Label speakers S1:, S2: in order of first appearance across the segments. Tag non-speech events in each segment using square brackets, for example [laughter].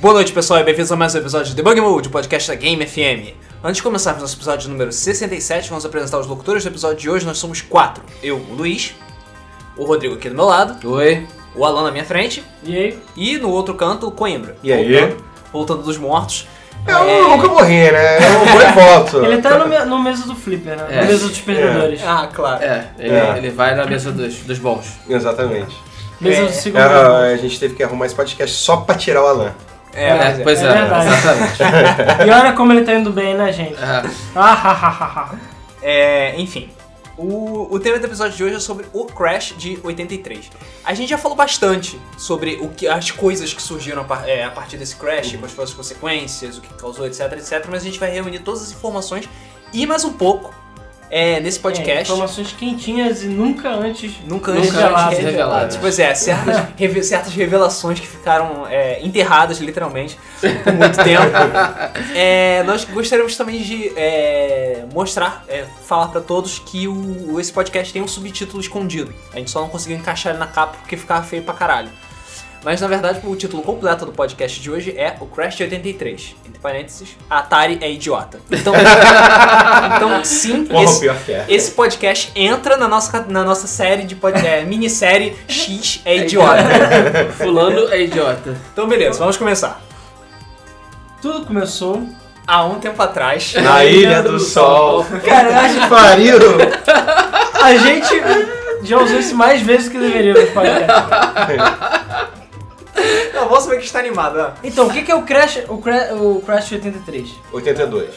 S1: Boa noite, pessoal, e bem-vindos a mais um episódio de Debug Mode, o podcast da Game FM. Antes de começarmos nosso episódio número 67, vamos apresentar os locutores do episódio de hoje. Nós somos quatro. Eu, o Luiz, o Rodrigo aqui do meu lado,
S2: Oi.
S1: o Alan na minha frente
S2: E aí?
S1: e no outro canto, o Coimbra.
S3: E aí?
S1: Voltando, voltando dos mortos.
S3: Eu nunca morri, né? Eu
S4: [laughs]
S3: vou e volto.
S4: Ele tá no, me- no mesa do Flipper, né?
S2: É.
S4: No mesa dos perdedores.
S1: Ah, claro.
S2: É, ele,
S3: É.
S2: ele vai na mesa dos, dos bons.
S3: Exatamente.
S4: Mesa
S1: É.
S4: do segundo.
S3: Era- a gente teve que arrumar esse podcast só pra tirar o Alan.
S1: É,
S2: É,
S1: pois é.
S2: pois é,
S4: É verdade.
S2: exatamente.
S4: E olha como ele tá indo bem, né, gente?
S2: É.
S4: Ah, ha, ha, ha, ha.
S1: É, enfim. O, o tema do episódio de hoje é sobre o Crash de 83. A gente já falou bastante sobre o que, as coisas que surgiram a, par- é, a partir desse Crash, quais foram as consequências, o que causou, etc, etc. Mas a gente vai reunir todas as informações e mais um pouco é, nesse
S4: É,
S1: podcast.
S4: informações quentinhas e nunca antes.
S1: Nunca
S2: Nunca
S1: antes
S4: reveladas.
S2: reveladas.
S1: Pois é, certas, [laughs] reve- certas revelações que ficaram é, enterradas, literalmente, por muito tempo. É, nós gostaríamos também de é, mostrar, é, falar pra todos que o, esse podcast tem um subtítulo escondido. A gente só não conseguiu encaixar ele na capa porque ficava feio pra caralho. Mas na verdade, o título completo do podcast de hoje é O Crash de 83. Entre parênteses, Atari é idiota. [laughs] Então, então sim,
S3: Porra,
S1: esse,
S3: pior que é.
S1: esse podcast entra na nossa, na nossa série de pod- é, minissérie X é idiota.
S2: Fulano é idiota.
S1: Então beleza, vamos começar.
S4: Tudo começou.
S1: Há um tempo atrás.
S3: Na Ilha do Sol.
S4: Caralho,
S3: Que [laughs] pariu!
S4: a gente já usou isso mais vezes que deveria no podcast.
S1: Eu vou saber que está animado, ó.
S4: Então, o que, que é o Crash, o Crash, o Crash 83?
S3: 82.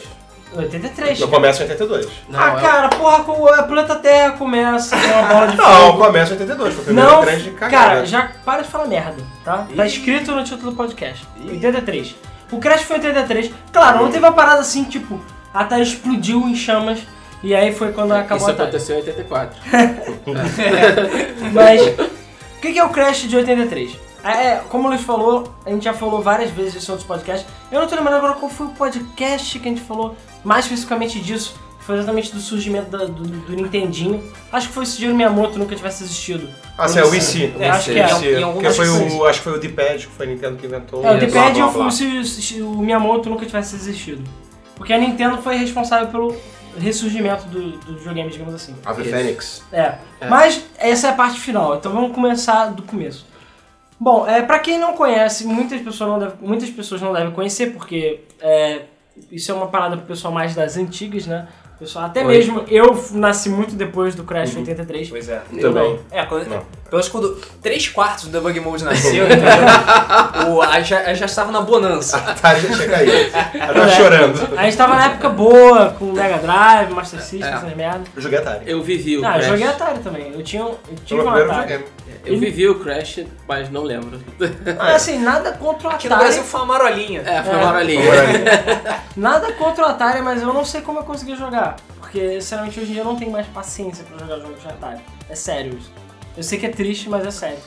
S4: 83.
S3: Não começa em 82.
S2: Não,
S4: Ah,
S2: é-
S4: cara, porra, com- a planeta Terra começa, tem uma
S3: [laughs]
S4: bola de
S3: Não, começa em 82. Foi a primeira
S4: Não,
S3: grande cagada.
S4: cara, já para de falar merda, tá? Tá escrito no título do podcast. 83. O Crash foi em 83. Claro, não teve uma parada assim, tipo, a Atari explodiu em chamas e aí foi quando acabou
S2: É, Isso
S4: a Atari.
S2: aconteceu em 84. [laughs]
S4: Mas, o que que é o Crash de 83? É, como o Luiz falou, a gente já falou várias vezes isso em outros podcasts. Eu não tô lembrando agora qual foi o podcast que a gente falou mais especificamente disso. Foi exatamente do surgimento da- do, do Nintendinho. Acho que foi o Shigeru Miyamoto nunca tivesse existido.
S3: Ah, sim, é o IC.
S4: É, acho que
S3: O
S4: é.
S3: IC,
S1: Em algum-
S3: porque
S1: acho
S3: foi
S1: que
S3: o, acho que foi o D-Pad, que foi a Nintendo que inventou. né?
S4: É, o
S2: Isso.
S4: D-Pad
S3: Blá,
S4: eu
S3: blá, blá.
S4: fui se, se o Miyamoto nunca tivesse existido. Porque a Nintendo foi responsável pelo ressurgimento do, do videogame, digamos assim.
S3: Ave
S2: Isso.
S3: Fênix.
S4: É.
S2: É.
S4: Mas essa é a parte final, então vamos começar do começo. Bom, é, para quem não conhece, muitas pessoas não, devem, muitas pessoas não devem conhecer, porque é, isso é uma parada pro pessoal mais das antigas, né? Pessoal, até
S2: Oi.
S4: mesmo eu nasci muito depois do Crash 83.
S1: Pois é.
S3: Também.
S1: É, quando,
S3: Não.
S1: pelo menos quando 3 quartos do Debug Mode nasceu, entendeu? o, a, já, a já estava na bonança.
S3: Tá, já chega
S4: [laughs]
S3: aí. Ela tava
S4: [laughs]
S3: chorando.
S4: A gente tava na época boa, com Mega Drive, Master System,
S2: É.
S4: essas merdas.
S3: Eu joguei Atari.
S2: Eu vivi o
S4: Ah, eu
S2: Crash.
S4: joguei Atari também. Eu tinha, eu
S3: Foi
S4: tive
S3: o
S4: um
S3: meu primeiro
S4: Atari.
S3: videogame.
S2: Eu vivi o Crash, mas não lembro.
S4: Ah, assim, nada contra o
S1: Aqui no
S4: Atari.
S1: Brasil foi uma marolinha.
S2: É, foi
S4: É.
S2: uma horinha.
S3: Agora,
S4: Nada contra o Atari, mas eu não sei como eu consegui jogar. Porque, sinceramente, hoje em dia eu não tenho mais paciência pra jogar jogos de Atari. É sério isso. Eu sei que é triste, mas é sério.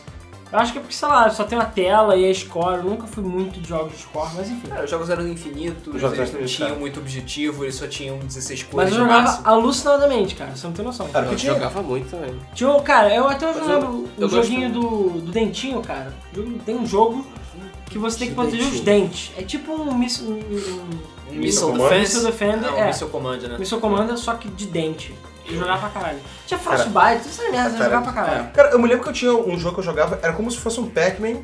S4: Eu acho que é porque, sei lá, só tem uma tela e a score. Eu nunca fui muito de jogos de score, mas enfim.
S1: Cara, É, os jogos eram infinitos,
S3: Os
S1: eles
S3: jogos eram
S1: não
S3: infinitos,
S1: tinham
S3: cara.
S1: muito objetivo, eles só tinham 16
S4: Mas
S1: cores
S4: eu
S1: no
S4: jogava
S1: máximo.
S4: alucinadamente, cara. Você não tem noção.
S3: Cara,
S2: Eu jogava muito também.
S4: Tinha, um- cara, eu até hoje
S2: Mas
S4: lembro
S2: eu
S4: o
S2: gosto
S4: joguinho do, do dentinho, cara. O jogo- Tem um jogo que você tem que
S2: De
S4: proteger os dentes. É tipo um miss- um- um-
S1: Um Missile
S3: Missile
S4: um
S1: Defense.
S4: Missile Defender.
S1: Não,
S4: é.
S1: Missile Command, né?
S4: Missile Commander, só que de dente. E jogava pra caralho. Tinha Frostbite, tudo essa merda,
S3: Cara,
S4: jogava pra caralho.
S3: Cara, eu me lembro que eu tinha um jogo que eu jogava, era como se fosse um Pac-Man,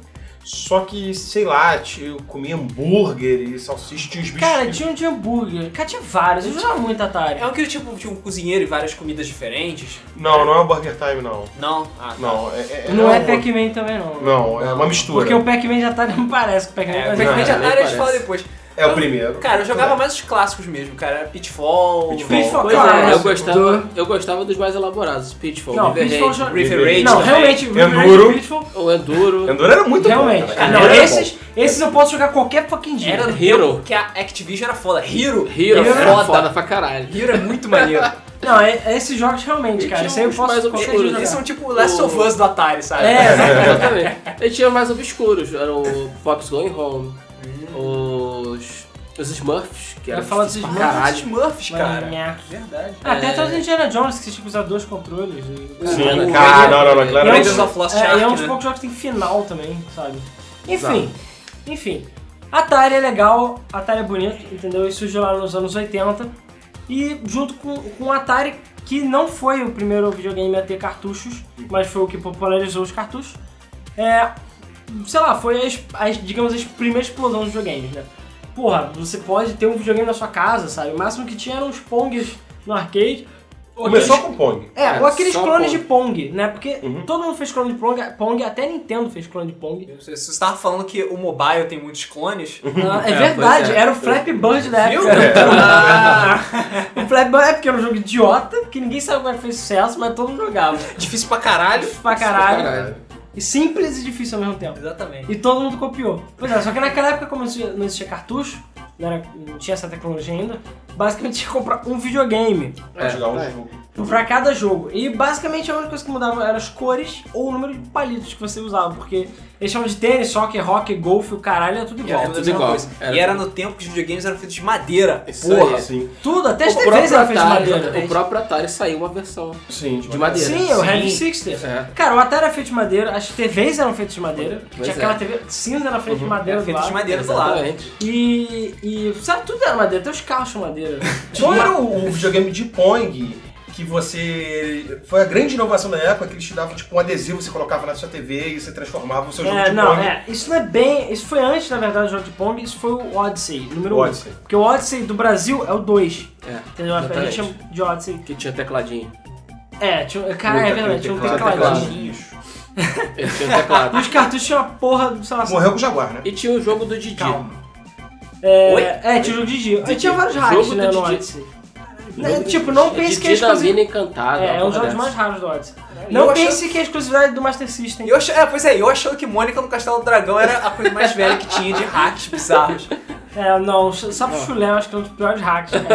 S3: só que, sei lá, tio, eu comia hambúrguer e salsicha, tinha uns bichos.
S4: Cara, tinha um de hambúrguer. Cara, tinha vários. Eu jogava muito Atari.
S1: É um que tipo tinha um cozinheiro e várias comidas diferentes?
S3: Não, não é um Burger Time, não.
S1: Não? Ah, tá.
S3: Não, é.
S4: Não é
S3: um-
S4: Pac-Man também, não.
S3: Não, é uma mistura.
S4: Porque o Pac-Man de Atari [laughs] não parece com o Pac-Man.
S1: É,
S4: mas
S1: mas
S4: é
S1: Pac-Man
S3: Pac-Man
S1: de
S3: de
S2: Atari
S1: Atari
S2: nem
S1: a gente fala
S2: parece.
S1: depois.
S3: É o primeiro.
S1: Cara, eu jogava mais os clássicos mesmo, cara. Era Pitfall,
S3: Pitfall.
S4: Pitfall,
S2: Pois
S4: Claro,
S2: é, eu
S4: do-
S2: gostava, eu gostava dos mais elaborados. Pitfall,
S4: Não, Pitfall
S2: Riverhead,
S4: já-
S1: Riverhead.
S4: que- Não,
S1: também.
S4: realmente, o
S3: Enduro.
S4: Pitfall,
S2: o Enduro,
S3: Enduro era muito
S4: realmente.
S3: bom. cara.
S4: não,
S3: Enduro era
S4: esses, esses eu posso jogar qualquer fucking dia.
S1: Era no
S2: Hero.
S1: tempo que a Activision era foda. Hero.
S2: Hero,
S4: Hero
S2: era foda. pra caralho.
S1: Hero é muito maneiro.
S4: Não, é- é esses jogos realmente,
S2: E
S4: cara.
S2: tinha
S4: Isso aí eu
S2: uns
S4: posso
S2: mais
S4: qualquer dia
S2: obscuros,
S4: jogar.
S1: Eles são tipo Last of Us do Atari, sabe?
S4: É,
S2: Exatamente. E tinha mais obscuros, eram o Fox Going Home, os. Os Smurfs, que
S4: Hum. Eu
S2: era
S4: ia falar dos Smurfs.
S1: Caralho,
S2: caralho.
S1: Smurfs, cara.
S4: Maníaco.
S1: Verdade.
S4: Ah, Até
S2: É.
S4: todos os Indiana Jones, que você tinha que usar dois controles.
S2: O-
S3: Sim,
S4: né?
S2: o-
S3: cara, não, não, não, claro.
S1: Raiders of Lost
S4: É, e é um
S1: Ark,
S4: dos
S1: né?
S4: poucos jogos que tem final também, sabe? Enfim,
S2: Exato.
S4: enfim. Atari é legal, Atari é bonito, entendeu? Isso surgiu lá nos anos 80. E junto com, com o Atari, que não foi o primeiro videogame a ter cartuchos, mas foi o que popularizou os cartuchos, é, sei lá, foi as, as, digamos, as primeiras explosões dos videogames, né? Porra, você pode ter um videogame na sua casa, sabe? O máximo que tinha eram os Pongs no arcade. ou
S3: Começou com Pong.
S4: é,
S2: É,
S4: ou aqueles
S2: só
S4: clones
S2: Pong.
S4: de Pong, né? Porque
S3: Uhum.
S4: todo mundo fez clone de Pong, Pong, até a Nintendo fez clone de Pong.
S5: Eu sei, Se você tava falando que o mobile tem muitos clones,
S4: Ah, é,
S2: É,
S4: verdade,
S2: pois é.
S4: era o Flappy Bird da
S5: Viu?
S4: época.
S5: Ah,
S4: O Flappy Bird é porque era um jogo idiota, que ninguém sabe como é que fez sucesso, mas todo mundo jogava.
S1: é
S5: difícil pra caralho.
S4: Pra caralho.
S2: Caralho.
S4: E simples e difícil ao mesmo tempo.
S5: Exatamente.
S4: E todo mundo copiou. Pois é, só que naquela época, como não existia- não existia cartucho, não, era- não tinha essa tecnologia ainda, basicamente tinha que comprar um videogame
S3: Pra
S2: É,
S3: jogar um
S2: é.
S3: jogo.
S4: Uhum. pra cada jogo. E basicamente a única coisa que mudava eram as cores ou o número de palitos que você usava, porque eles chamam de tênis, soccer, rock, golfe, o caralho, é tudo igual.
S5: Era
S2: tudo
S5: a mesma
S2: igual.
S5: coisa.
S2: Era
S5: e era
S2: tudo-
S5: no tempo que os videogames eram feitos de madeira.
S2: Isso
S5: Porra.
S2: aí.
S3: Sim,
S4: Tudo, até as
S2: O
S4: TVs
S2: próprio,
S4: eram feitas de
S2: Atari,
S4: madeira.
S2: o próprio Atari saiu uma versão
S3: sim.
S2: de madeira.
S4: Sim, o
S5: Sim.
S4: Heavy Sixter.
S2: É.
S4: Cara, o Atari era feito de madeira, as TVs eram feitas de madeira, tinha
S2: é.
S4: aquela TV cinza na frente de madeira
S5: Era
S1: É,
S4: do
S5: feito de
S4: lado.
S5: madeira do lado.
S2: Exatamente.
S4: E, e sabe, tudo era madeira, até os carros são madeira. um-
S3: Então era o, o videogame de Pong que você. Foi a grande inovação da época que eles te davam tipo um adesivo, você colocava na sua TV e você transformava o seu um jogo
S4: É,
S3: de
S4: não,
S3: Pong.
S4: é, isso não é bem. Isso foi antes, na verdade, do jogo de Pong, isso foi o Odyssey, número 1.
S3: Odyssey.
S4: Porque o Odyssey do Brasil é o 2.
S2: É,
S4: Entendeu? A
S2: exatamente.
S4: gente chama de Odyssey.
S2: Que tinha tecladinho.
S4: É, tinha, um- cara, é
S3: Puta,
S4: verdade,
S3: tem
S4: tinha um
S3: teclado,
S4: tecladinho.
S2: teclado. Ele tinha um teclado.
S4: [laughs] E os cartuchos tinham uma porra, sei lá,
S3: Morreu com o Jaguar, né?
S2: E tinha o jogo do Didi.
S4: calma. É,
S5: Oi?
S4: é, tinha o jogo de Gigi. E
S2: Didi.
S4: tinha vários
S2: Jogo
S4: hacks,
S2: do
S4: né, no
S2: Didi.
S4: Odyssey. Né, tipo, não
S2: É
S4: pense
S2: Didi
S4: que é
S2: da
S4: exclusivo.
S2: Mina Encantada.
S4: É, é um
S2: uma porra
S4: dos
S2: dessa.
S4: mais raros do Odyssey. Não
S5: eu
S4: pense
S5: achava-
S4: que é exclusividade do Master System.
S5: E Eu ach... É, pois é, eu achando que Mônica no Castelo do Dragão era a coisa mais velha que tinha de hacks bizarros.
S4: É, não, sabe chulé, eu acho que é um dos piores hacks. Né?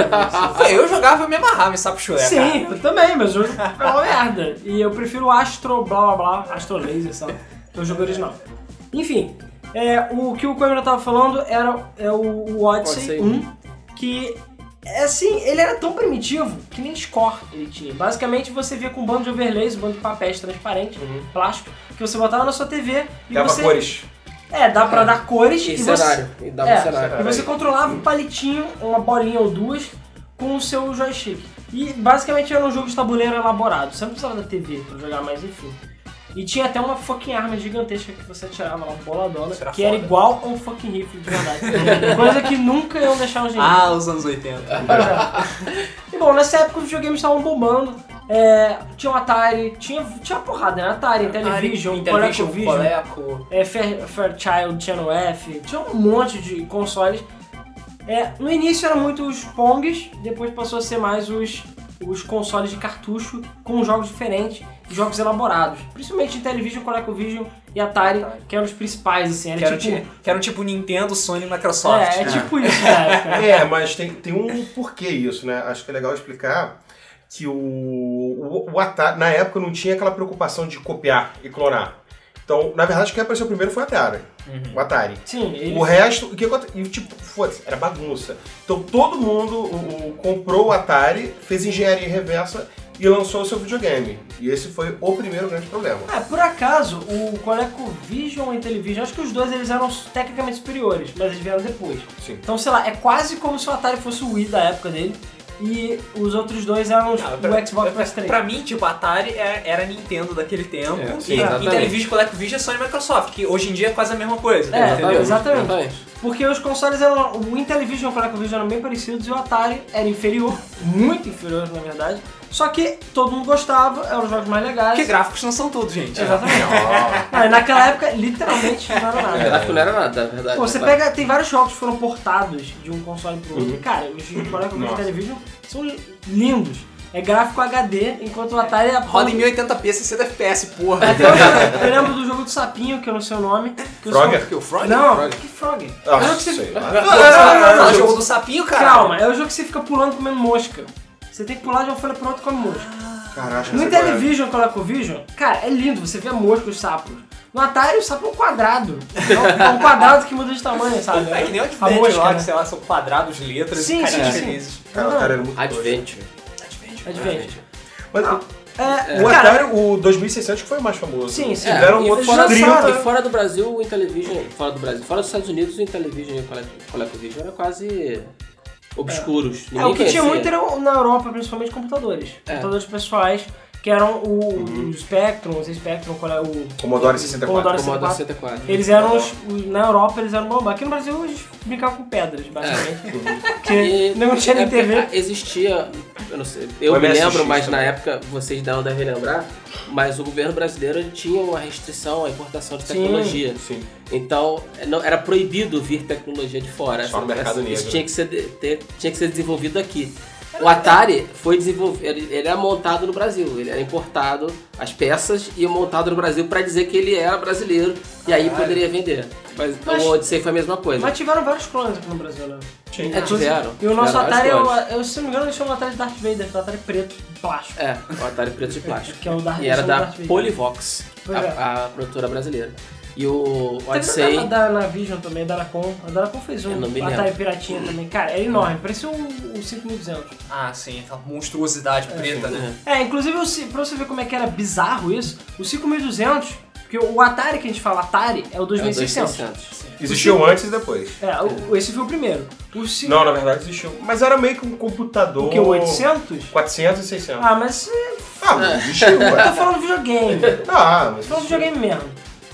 S5: Ué, eu jogava e eu me amarrava em sapo chulé, cara.
S4: Sim, eu também, mas o jogo é uma merda. E eu prefiro o Astro blá blá blá, Astro Laser, sabe? Que é o jogo original. Enfim, é, o que o Cameron tava falando era é o, o Odyssey,
S2: Odyssey
S4: 1, que é assim, ele era tão primitivo que nem score ele tinha. Basicamente você via com um bando de overlays, um bando de papéis transparentes, plástico, que você botava na sua TV e
S3: Dava
S4: você.
S3: cores.
S4: É, dá pra dar cores e,
S2: assim. E
S4: você.
S2: cenário. E dava
S4: É,
S2: um cenário.
S4: E você controlava um palitinho, uma bolinha ou duas, com o seu joystick. E basicamente era um jogo de tabuleiro elaborado. Você não precisava da TV pra jogar, mas enfim. E tinha até uma fucking arma gigantesca que você atirava lá, boladona,
S5: Isso era
S4: que era
S5: foda.
S4: igual a um fucking rifle
S5: [laughs]
S4: de verdade. Coisa que nunca iam deixar hoje em dia.
S5: Ah, os anos 80. Ah.
S4: E bom, nessa época os videogames estavam bombando. É, tinha o Atari, tinha, tinha uma porrada, né? Atari, Intellivision, Intellivision
S5: Intellivision,
S4: Colecovision.
S5: Coleco.
S4: é, Fair- Fairchild, Channel F, tinha um monte de consoles. É, no início eram muito os Pongs, depois passou a ser mais os, os consoles de cartucho com jogos diferentes, jogos elaborados. Principalmente Intellivision, ColecoVision e Atari, que eram os principais, assim.
S5: Que
S4: Era
S5: eram,
S4: tipo,
S5: ti- que eram tipo Nintendo, Sony e Microsoft. né?
S4: é, é tipo isso,
S3: [laughs]
S4: cara.
S3: É, mas tem, tem um porquê isso, né? Acho que é legal explicar que o, o, o Atari, na época, não tinha aquela preocupação de copiar e clonar. Então, na verdade, quem apareceu primeiro foi o Atari.
S4: Uhum.
S3: O Atari.
S4: Sim, ele...
S3: O resto, o que acontece? E tipo, foda-se, era bagunça. Então todo mundo o- o- comprou o Atari, fez engenharia reversa e lançou o seu videogame. E esse foi o primeiro grande problema.
S4: Ah, por acaso, o ColecoVision e Intellivision, acho que os dois eles eram tecnicamente superiores, mas eles vieram depois.
S3: Sim.
S4: Então, sei lá, é quase como se o Atari fosse o Wii da época dele e os outros dois eram os-
S5: Ah,
S4: o Xbox
S5: pra,
S4: mais 3.
S5: pra mim, tipo, Atari era, era Nintendo daquele tempo.
S2: É,
S5: e
S2: sim,
S5: e
S2: exatamente.
S5: Intellivision, Colecovision é Sony e Microsoft, que hoje em dia é quase a mesma coisa.
S4: É,
S2: um
S5: entendeu?
S4: exatamente.
S2: Exatamente.
S4: Porque os consoles eram. O Intellivision e o ColecoVision eram bem parecidos e o Atari era inferior, muito inferior na verdade. Só que todo mundo gostava, eram os jogos mais legais.
S5: Porque gráficos não são tudo,
S4: É.
S5: gente.
S4: Exatamente.
S3: Ah,
S4: Não, e naquela época, literalmente, não era
S2: O
S4: nada.
S2: gráfico não era nada, na
S5: É,
S2: verdade. né?
S4: Pô, você
S2: Claro.
S4: pega. Tem vários jogos que foram portados de um console pro
S5: Uhum.
S4: outro. Cara, os jogos de
S3: Nossa.
S4: televisão são lindos. É gráfico HD, enquanto o Atari é a
S5: Roda em 1080p, 60 FPS, porra.
S4: Até hoje Então, eu- eu lembro do jogo do Sapinho, que eu não sei o nome. Que os
S3: Frogger?
S5: Porque o Frog...
S4: Não, não,
S2: Frogger.
S4: que Frogger?
S3: Ah,
S4: é o jogo que você...
S3: sei lá.
S5: Não, não, não, não, não, o jogo do sapinho, cara.
S4: Calma, é o jogo que você fica pulando comendo mosca. Você tem que pular de uma folha pra outra e come mosca. No
S3: Caraca, não sei qual é.
S4: Television, ColecoVision, cara, é lindo, você vê mosca, os sapos. No Atari, o sapo é um quadrado. É um- É um quadrado que muda de tamanho, sabe?
S5: É que nem o
S4: A
S5: Advent
S4: mosca,
S5: lá,
S4: né?
S5: que sei lá, são quadrados, letras
S4: Sim,
S5: e carinhas
S4: sim, sim.
S5: felizes.
S2: Ah,
S3: Cara, o cara era muito doido.
S4: É
S2: Adventure.
S5: Advent.
S4: Adventure.
S3: Mas,
S4: É,
S3: O
S4: cara,
S3: Atari, o 2600 que foi o mais famoso.
S4: Sim, sim.
S3: Tiveram
S2: É,
S3: um
S2: e
S3: outros
S2: fora,
S3: 30.
S2: fora- e fora do Brasil, o Intellivision, fora do Brasil, fora dos Estados Unidos, o Intellivision e o Cole- Colecovision eram quase obscuros.
S4: É, o que tinha muito
S2: era...
S4: era o- na Europa, principalmente computadores.
S2: É.
S4: Computadores pessoais, que eram o, o Spectrum, os Spectrum, qual é o.
S3: Commodore 64.
S4: Commodore
S2: Commodore
S4: 64.
S2: 64.
S4: Eles eram os, os- Na Europa eles eram bomba. Aqui no Brasil a gente brincava com pedras, basicamente.
S2: E-
S4: Porque [laughs] não tinha
S2: é
S4: nem
S2: porque
S4: TV.
S2: Existia, eu não sei, eu
S3: O
S2: me
S3: MSX
S2: lembro, mas na
S3: também.
S2: época vocês não devem lembrar, mas o governo brasileiro tinha uma restrição à importação de
S4: Sim.
S2: tecnologia.
S3: Sim.
S2: Então, não, era proibido vir tecnologia de fora.
S3: Só no mercado
S2: essa- Isso
S3: negro.
S2: tinha que, ser, de- ter- tinha que ser desenvolvido aqui. O Atari foi desenvolvido, ele, ele era montado no Brasil, ele era importado, as peças e montado no Brasil para dizer que ele era brasileiro e aí poderia vender. Mas,
S4: Mas-
S2: o Odyssey foi a mesma coisa.
S4: Mas tiveram vários clones aqui no Brasil, né?
S3: Sim.
S2: É, tiveram.
S4: E o nosso
S2: Tiveram
S4: Atari,
S2: vários
S4: eu,
S2: clones.
S4: eu, se não me engano, eles chamam o Atari de Darth Vader, que é o Atari preto, de plástico.
S2: É, o Atari preto de plástico.
S4: Que é o Darth
S2: E era
S4: eles chamam
S2: da
S4: Darth Vader.
S2: Polivox,
S4: Pois é.
S2: a, a produtora brasileira. E o
S4: Teve
S2: Odyssey. é
S4: a tá da Navision também, da Anacom. A da Anacom fez
S2: Eu
S4: um
S2: não me
S4: Atari
S2: lembro.
S4: Piratinha também. Cara, é enorme, parecia um o o 5200.
S5: Ah, sim, aquela monstruosidade preta, né?
S4: É, inclusive, eu se- pra você ver como é que era bizarro isso, o 5200, porque o Atari que a gente fala Atari é o
S2: é o
S4: 2600.
S2: 2600.
S3: Existiu antes e depois.
S4: É, o- esse foi o primeiro. O, ci-
S3: Não, na verdade existiu. Mas era meio que um computador.
S4: o que, o 800?
S3: 400 e 600.
S4: Ah, mas é,
S3: Ah, mas existiu,
S4: eu tô
S3: ué.
S4: falando videogame. Tô
S3: Ah, mas
S4: falando
S3: existiu.
S4: videogame mesmo.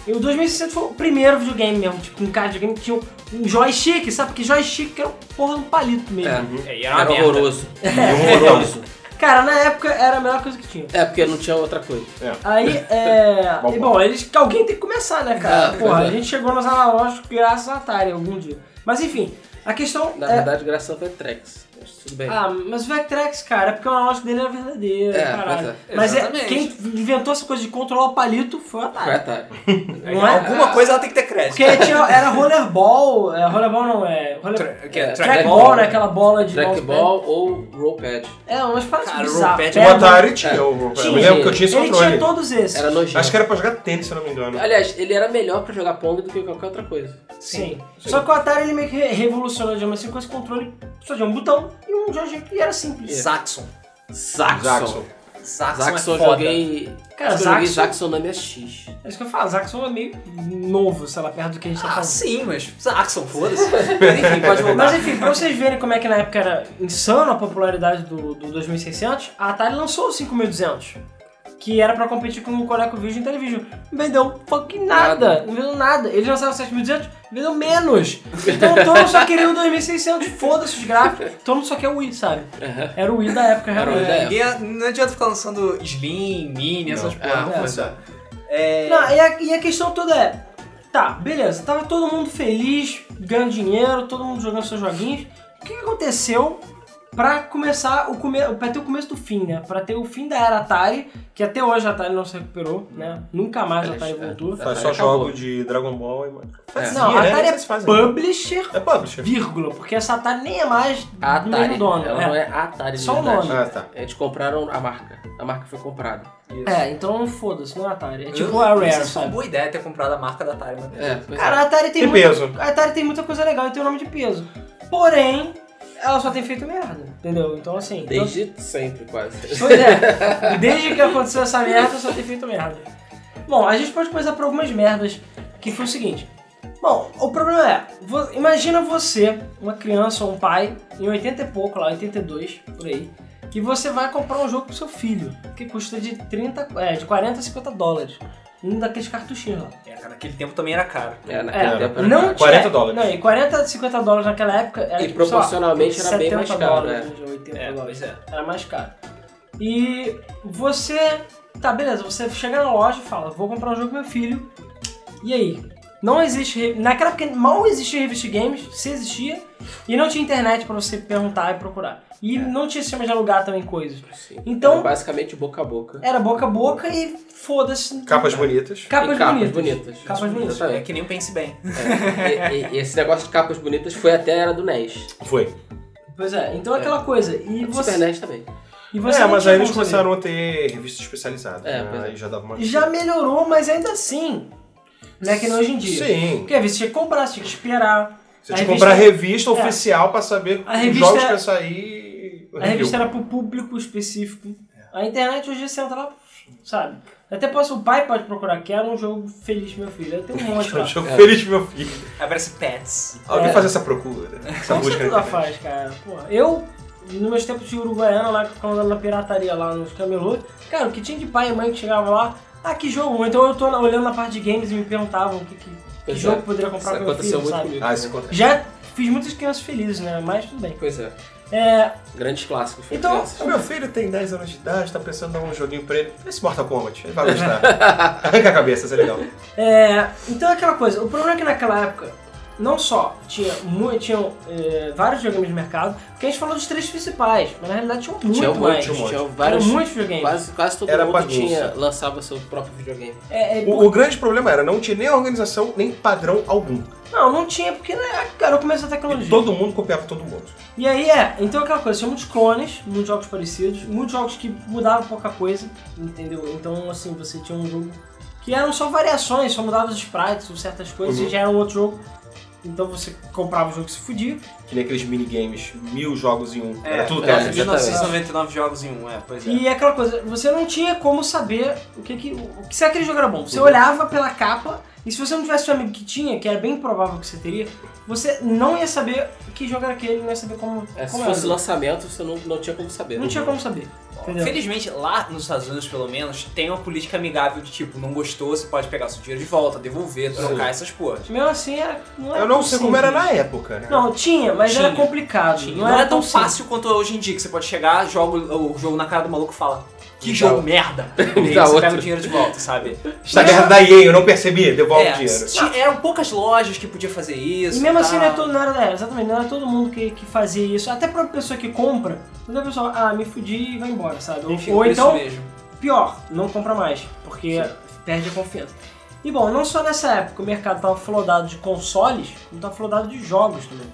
S4: E o 2600 foi o primeiro videogame mesmo, tipo, um cara de videogame que tinha um, um joystick, sabe? Porque joystick era um porra de um palito mesmo.
S2: É.
S5: É, e
S2: Era
S5: merda.
S4: [laughs]
S2: horroroso.
S3: horroroso.
S4: Cara, na época era a melhor coisa que tinha.
S2: É, porque não tinha outra coisa.
S4: Aí, é.
S3: Bom,
S4: e,
S3: bom.
S4: bom, eles, que alguém tem que começar, né, cara?
S2: É,
S4: Porra,
S2: pois é.
S4: a gente chegou nos analógicos graças a Atari algum dia. Mas enfim, a questão.
S2: Na
S4: é-
S2: verdade, graças ao Vetrex. Mas Tudo bem.
S4: Ah, mas o Vectrex, cara, é porque o analógico dele era verdadeiro,
S2: É,
S4: caralho.
S2: pois é.
S4: Mas é,
S2: Exatamente.
S4: quem inventou essa coisa de controlar o palito foi o
S2: Foi
S4: Atari.
S2: Atari.
S4: Não é?
S5: Alguma coisa ela tem que ter crédito.
S4: Porque tinha, era rollerball, é, rollerball não, é. Roller,
S5: Tra- que
S2: É,
S5: é,
S4: trackball, né? Aquela bola de. mousepad.
S2: Trackball ou Rollpad.
S4: É, umas paradas
S5: Cara, o
S4: bizarras.
S5: rollpad-
S4: Pedra.
S3: O Atari tinha. o-
S4: Tinha.
S3: Eu me lembro que eu tinha esse
S4: Ele tinha
S3: controle.
S4: todos esses.
S2: Era nojento.
S3: Acho que era pra jogar tênis, se eu não me engano.
S2: Aliás, ele era melhor pra jogar Pong do que qualquer outra coisa.
S4: Sim. Só que o Atari ele meio que re- revolucionou, digamos assim, com esse controle só de um botão e um joystick e era simples.
S5: Saxon.
S2: Zaxxon.
S3: Jackson.
S5: Saxon,
S2: Zaxxon
S5: é
S2: eu
S5: foda.
S2: joguei.
S4: Cara,
S2: acho que eu joguei
S4: Zaxxon-
S2: Zaxxon na minha X.
S4: É isso que eu falo, Zaxxon é meio novo, sei lá, perto do que a gente tá
S5: Ah,
S4: falando.
S5: sim, mas Saxon, foda-se. Enfim, pode voltar.
S4: Mas [laughs] enfim, pra vocês verem como é que na época era insana a popularidade do, do 2600, a Atari lançou o 5200, que era pra competir com o ColecoVision e Television. Não vendeu fucking nada,
S2: Nada.
S4: não vendeu nada. Eles lançaram o 7200, vendeu menos. Então todo mundo só queria o 2600, foda-se os gráficos, todo mundo só quer o Wii, sabe? Era o Wii da época,
S2: Era o Wii
S4: realmente.
S2: da época.
S5: Ninguém- não adianta ficar lançando Slim, Mini, essas
S3: Não.
S5: porra.
S2: Ah,
S5: não
S4: é.
S5: funciona. É,
S4: Não, e a, e a questão toda é. Tá, beleza, tava todo mundo feliz, ganhando dinheiro, todo mundo jogando seus joguinhos. O que que aconteceu pra começar o come, pra ter o começo do fim, né? Pra ter o fim da era Atari, que até hoje a Atari não se recuperou, né? Nunca mais a Atari
S2: É,
S4: voltou.
S2: é.
S3: Faz só
S2: Acabou.
S3: jogo de Dragon Ball e. mano. Fazia,
S4: Não, a
S3: né?
S4: Atari
S3: Não sei se
S4: é
S3: fazem.
S4: publisher,
S3: É publisher.
S4: vírgula, porque essa Atari nem é mais do
S2: A Atari.
S4: mesmo dono.
S2: Ela
S4: é.
S2: não é a Atari. de
S4: Só o
S2: verdade.
S4: nome.
S3: Ah, tá.
S2: Eles compraram a marca. A marca foi comprada.
S4: É, então foda-se, não é Atari. É tipo
S5: eu-
S4: a
S5: não sei
S4: Rare,
S5: se foi uma
S4: sabe?
S5: boa ideia ter comprado a marca da Atari, mano.
S2: É, pois é.
S4: Cara, a Atari tem
S3: Tem
S4: muito-
S3: peso.
S4: A Atari tem muita coisa legal e tem o nome de peso. Porém, ela só tem feito merda, entendeu? Então assim. então-
S2: Desde sempre, quase.
S4: Pois é. Desde que aconteceu essa merda, só tem feito merda. Bom, a gente pode começar por algumas merdas, que foi o seguinte. Bom, o problema é, vo- imagina você, uma criança ou um pai, em 80 e pouco, lá, 82, por aí, que você vai comprar um jogo pro seu filho, que custa de 30, é, de 40 a 50 dólares. Um daqueles cartuchinhos lá.
S5: É, cara, naquele tempo também era caro.
S2: É, naquele
S4: É,
S2: tempo era
S4: não
S2: caro.
S4: tinha-
S3: 40 dólares.
S4: Não, e 40, 50 dólares naquela época era
S2: E
S4: tipo, sei lá,
S2: proporcionalmente era bem
S4: 70
S2: mais caro,
S4: dólares,
S2: né?
S4: hoje, 80
S5: É,
S4: dólares.
S5: pois é.
S4: Era mais caro. E você. Tá, beleza, você chega na loja e fala: vou comprar um jogo pro meu filho. E aí? Não existe. re- Naquela época mal existia revista games, se existia, e não tinha internet pra você perguntar e procurar.
S2: É.
S4: E não tinha sistema de alugar também coisas.
S2: Sim.
S4: Então-
S2: Era basicamente boca a boca. É.
S4: Era boca a boca e foda-se.
S3: Capas bonitas.
S4: Capas,
S2: E capas
S4: bonitas.
S2: bonitas.
S4: Capas bonitas.
S5: É
S2: Exatamente.
S5: que nem o Pense Bem. [laughs]
S2: É, e, e- e esse negócio de capas bonitas foi até a era do NES.
S3: Foi.
S4: Pois é, então é aquela coisa. E
S2: Do
S4: você.
S2: Super NES também.
S4: E você
S3: é,
S4: não
S3: mas
S4: tinha
S3: aí eles
S4: como saber.
S3: começaram a ter revistas especializadas.
S2: É,
S3: né?
S2: pois é.
S3: Aí já dava uma.
S4: já melhorou, mas ainda assim, não é que nem hoje em dia.
S3: Sim.
S4: Porque às vezes você tinha que comprar, você tinha que esperar.
S3: Você
S4: A
S3: tinha
S4: revista-
S3: que comprar revista
S4: é.
S3: oficial pra saber
S4: A
S3: os
S4: revista
S3: jogos
S4: era-
S3: que ia sair. e o
S4: A revista é
S3: review.
S4: era pro público específico. A internet hoje é central, sabe? Até posso, o pai pode procurar, quero um jogo feliz, meu filho. Aí Tem um
S3: [laughs]
S4: monte
S3: É um
S4: lá.
S3: jogo feliz pro meu filho.
S5: Aí parece Pets.
S3: Alguém
S4: É.
S3: faz essa procura. Essa
S4: Como Então
S3: busca.
S4: você
S3: na
S4: tudo
S3: internet.
S4: faz, cara? Porra, eu, nos meus tempos de Uruguaiana, lá, que ficava andando na pirataria lá nos camelôs, cara, o que tinha de pai e mãe que chegava lá, ah, que jogo? Ou Então eu tô na- olhando na parte de games e me perguntavam o que, que, que
S2: Pois
S4: jogo
S2: é.
S4: poderia comprar
S2: Isso
S4: pra meu
S2: aconteceu
S4: filho,
S2: muito
S4: sabe?
S2: comigo.
S3: Ah, isso acontece.
S4: Já fiz muitas crianças felizes, né? Mas tudo bem.
S2: Pois é.
S4: É,
S2: Grandes clássicos. foi né?
S4: Então,
S2: crianças.
S3: Ah, Meu filho tem 10 anos de idade, tá pensando em dar um joguinho pra ele. Vê se Mortal Kombat, ele vai gostar.
S2: [laughs]
S3: Arranca a cabeça, isso é legal.
S4: É, então é aquela coisa, o problema é que naquela época não só tinha mu- tinham é, vários videogames no mercado, porque a gente falou dos três principais, mas na realidade tinham muito
S2: tinha
S4: mais.
S2: muitos,
S3: mais.
S2: tinha
S4: Tinha
S2: vários.
S4: muitos videogames.
S2: Quase, quase todo
S3: Era
S2: mundo
S3: bagunça.
S2: tinha, lançava seu próprio videogame.
S4: É, é, por-
S3: O, o grande problema era, não tinha nem organização, nem padrão algum.
S4: Não, não tinha, porque né, cara, o começo da
S3: E
S4: tecnologia.
S3: todo mundo copiava todo mundo.
S4: E aí é, então é aquela coisa, tinha muitos clones, muitos jogos parecidos, muitos jogos que mudavam pouca coisa, entendeu? Então assim, você tinha um jogo que eram só variações, só mudava os sprites, certas coisas,
S3: Uhum.
S4: e já era um outro jogo. Então você comprava o jogo e se fudia.
S3: Que nem aqueles minigames, mil jogos em um. era tudo
S2: é,
S5: era
S3: Tetris.
S2: exatamente.
S5: 1999 jogos em um, é, pois é.
S4: E é aquela coisa, você não tinha como saber o que que, o que se aquele jogo era bom.
S3: Uhum.
S4: Você olhava pela capa e se você não tivesse um amigo que tinha, que era bem provável que você teria, você não ia saber que jogo era aquele, não ia saber como,
S2: É, se
S4: como
S2: fosse
S4: era.
S2: lançamento, você não, não tinha como saber. Uhum.
S4: Não tinha como saber. Entendeu?
S5: Felizmente, lá nos Estados Unidos, pelo menos, tem uma política amigável de tipo, não gostou, você pode pegar seu dinheiro de volta, devolver, trocar essas porras.
S4: Mesmo assim, era, não era
S3: Eu não
S4: tão
S3: sei como era
S4: simples.
S3: na época, né?
S4: Não, tinha, mas
S5: Tinha.
S4: era complicado.
S5: Não,
S4: Não, era,
S5: é tão
S4: simples.
S5: fácil quanto hoje em dia, que você pode chegar, joga o o jogo na cara do maluco e fala, que
S2: Me dá
S5: jogo
S2: outro.
S5: merda! E aí
S2: Me
S5: você
S2: dá
S5: pega
S2: outro.
S5: o dinheiro de volta, sabe?
S3: Está guerra da EA, eu não percebi, devolve
S5: É,
S3: o dinheiro.
S5: ti- eram poucas lojas que podia fazer isso.
S4: E mesmo
S5: e
S4: assim, não
S5: tal.
S4: era todo, não era, é, exatamente, não era todo mundo que, que fazia isso. Até pra pessoa que compra, quando a pessoa, ah, me fudi e vai embora, sabe? Ou-
S5: Enfim,
S4: Ou
S5: por
S4: então,
S5: isso mesmo.
S4: pior, não compra mais, porque perde a confiança. E bom, não só nessa época o mercado estava flodado de consoles, como estava flodado de jogos também.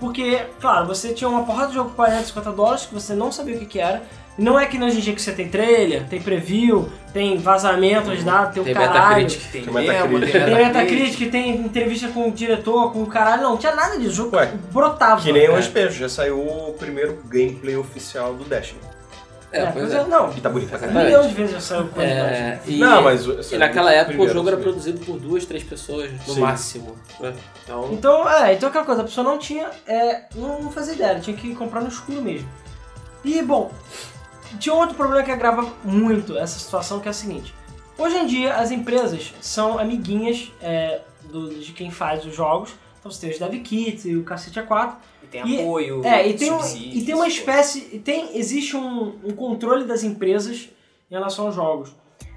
S4: Porque, claro, você tinha uma porrada de jogo por 40, 50 dólares que você não sabia o que, que era. E Não é que nem hoje em dia que você tem trailer, tem preview, tem vazamento de dados, tem o
S2: Tem
S4: caralho.
S2: Metacritic.
S5: Uhum. Tem demo,
S3: Tem Metacritic.
S5: tem
S4: Tem
S5: Metacritic.
S4: Metacritic, tem entrevista com o diretor, com o caralho. Não, tinha nada disso. O jogo
S3: Ué,
S4: brotava.
S3: Que nem
S2: É.
S3: o espelho, já saiu o primeiro gameplay oficial do Destiny.
S2: É,
S4: É,
S2: pois
S4: coisa-
S2: é.
S4: Não,
S3: E tá bonito pra
S4: um
S3: caralho.
S4: milhão de vezes já saiu coisa. né?
S2: É, e,
S3: não, mas... é
S2: e naquela época o jogo era
S3: produzido.
S2: produzido por duas, três pessoas no
S3: Sim.
S2: máximo. né? Então,
S4: Então, é, então aquela coisa, a pessoa não tinha, é, não, não fazia ideia, ela tinha que comprar no escuro mesmo. E, bom, tinha um outro problema que agrava muito essa situação, que é o seguinte. Hoje em dia, as empresas são amiguinhas é, do- de quem faz os jogos. Então você tem os dev kits e o cacete A4.
S5: E tem
S4: E-
S5: apoio,
S4: É, e tem, um-
S5: subsídios,
S4: e tem uma
S5: essas coisas.
S4: espécie. e Tem, existe um, um controle das empresas em relação aos jogos.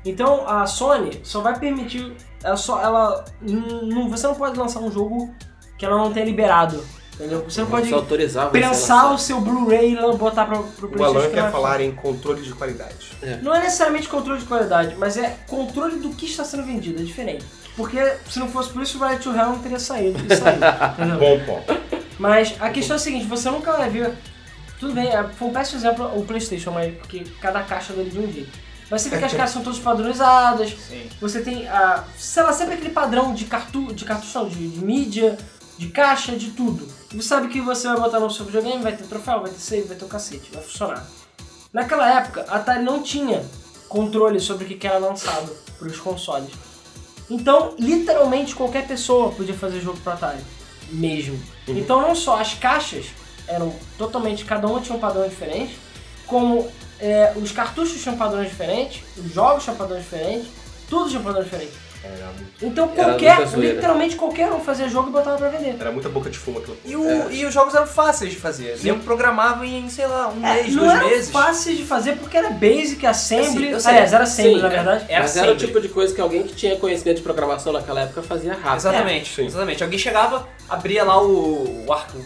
S4: Então a Sony só vai permitir. Ela só. Ela. n- não- você não pode lançar um jogo que ela não tenha liberado. Entendeu? Você não pode
S2: se autorizava. você
S4: pensar o
S2: lançar.
S4: seu Blu-ray e lan- botar pra, pro
S3: O Alan
S4: que não
S3: quer
S4: é-
S3: falar em controle de qualidade.
S4: Não é necessariamente controle de qualidade, mas é controle do que está sendo vendido, é diferente. Porque se não fosse por isso, o Riot to Hell não teria saído. e saído, entendeu?
S3: Bom ponto.
S4: Mas a questão é a seguinte, você nunca vai ver. Tudo bem, é- foi um péssimo exemplo o Playstation, mas porque cada caixa dele de um jeito. Mas você vê que as caixas são todas padronizadas,
S5: Sim.
S4: você tem a. sei lá, sempre aquele padrão de cartu, de cartucho, não, de, de mídia, de caixa, de tudo. E Você sabe que você vai botar no seu videogame, vai ter troféu, vai ter save, vai ter o cacete, vai funcionar. Naquela época, a Atari não tinha controle sobre o que que era lançado para os consoles. Então, literalmente qualquer pessoa podia fazer jogo para Atari, mesmo.
S2: Uhum.
S4: Então, não só as caixas eram totalmente, cada uma tinha um padrão diferente, como é, os cartuchos tinham padrões diferentes, os jogos tinham padrões diferentes, tudo tinha padrão diferente.
S3: Era, muito-
S4: Então
S2: Era
S4: qualquer,
S2: muita zoeira.
S4: literalmente qualquer um fazia jogo e botava pra vender.
S3: era muita boca de fumo aquilo.
S5: E, o- e os jogos eram fáceis de fazer. Eu programava em, sei lá, um
S4: É,
S5: mês,
S4: não
S5: dois
S4: era
S5: meses.
S4: fácil de fazer porque era basic,
S5: Assim,
S4: assembly,
S5: eu sei.
S4: aliás, era assembly
S2: Sim,
S4: na
S2: é.
S4: verdade.
S5: Era
S2: Mas era o
S5: sempre.
S2: tipo de coisa que alguém que tinha conhecimento de programação naquela época fazia
S4: É,
S2: rápido.
S5: Exatamente,
S3: sim.
S5: exatamente. Alguém chegava, abria lá o, o arco.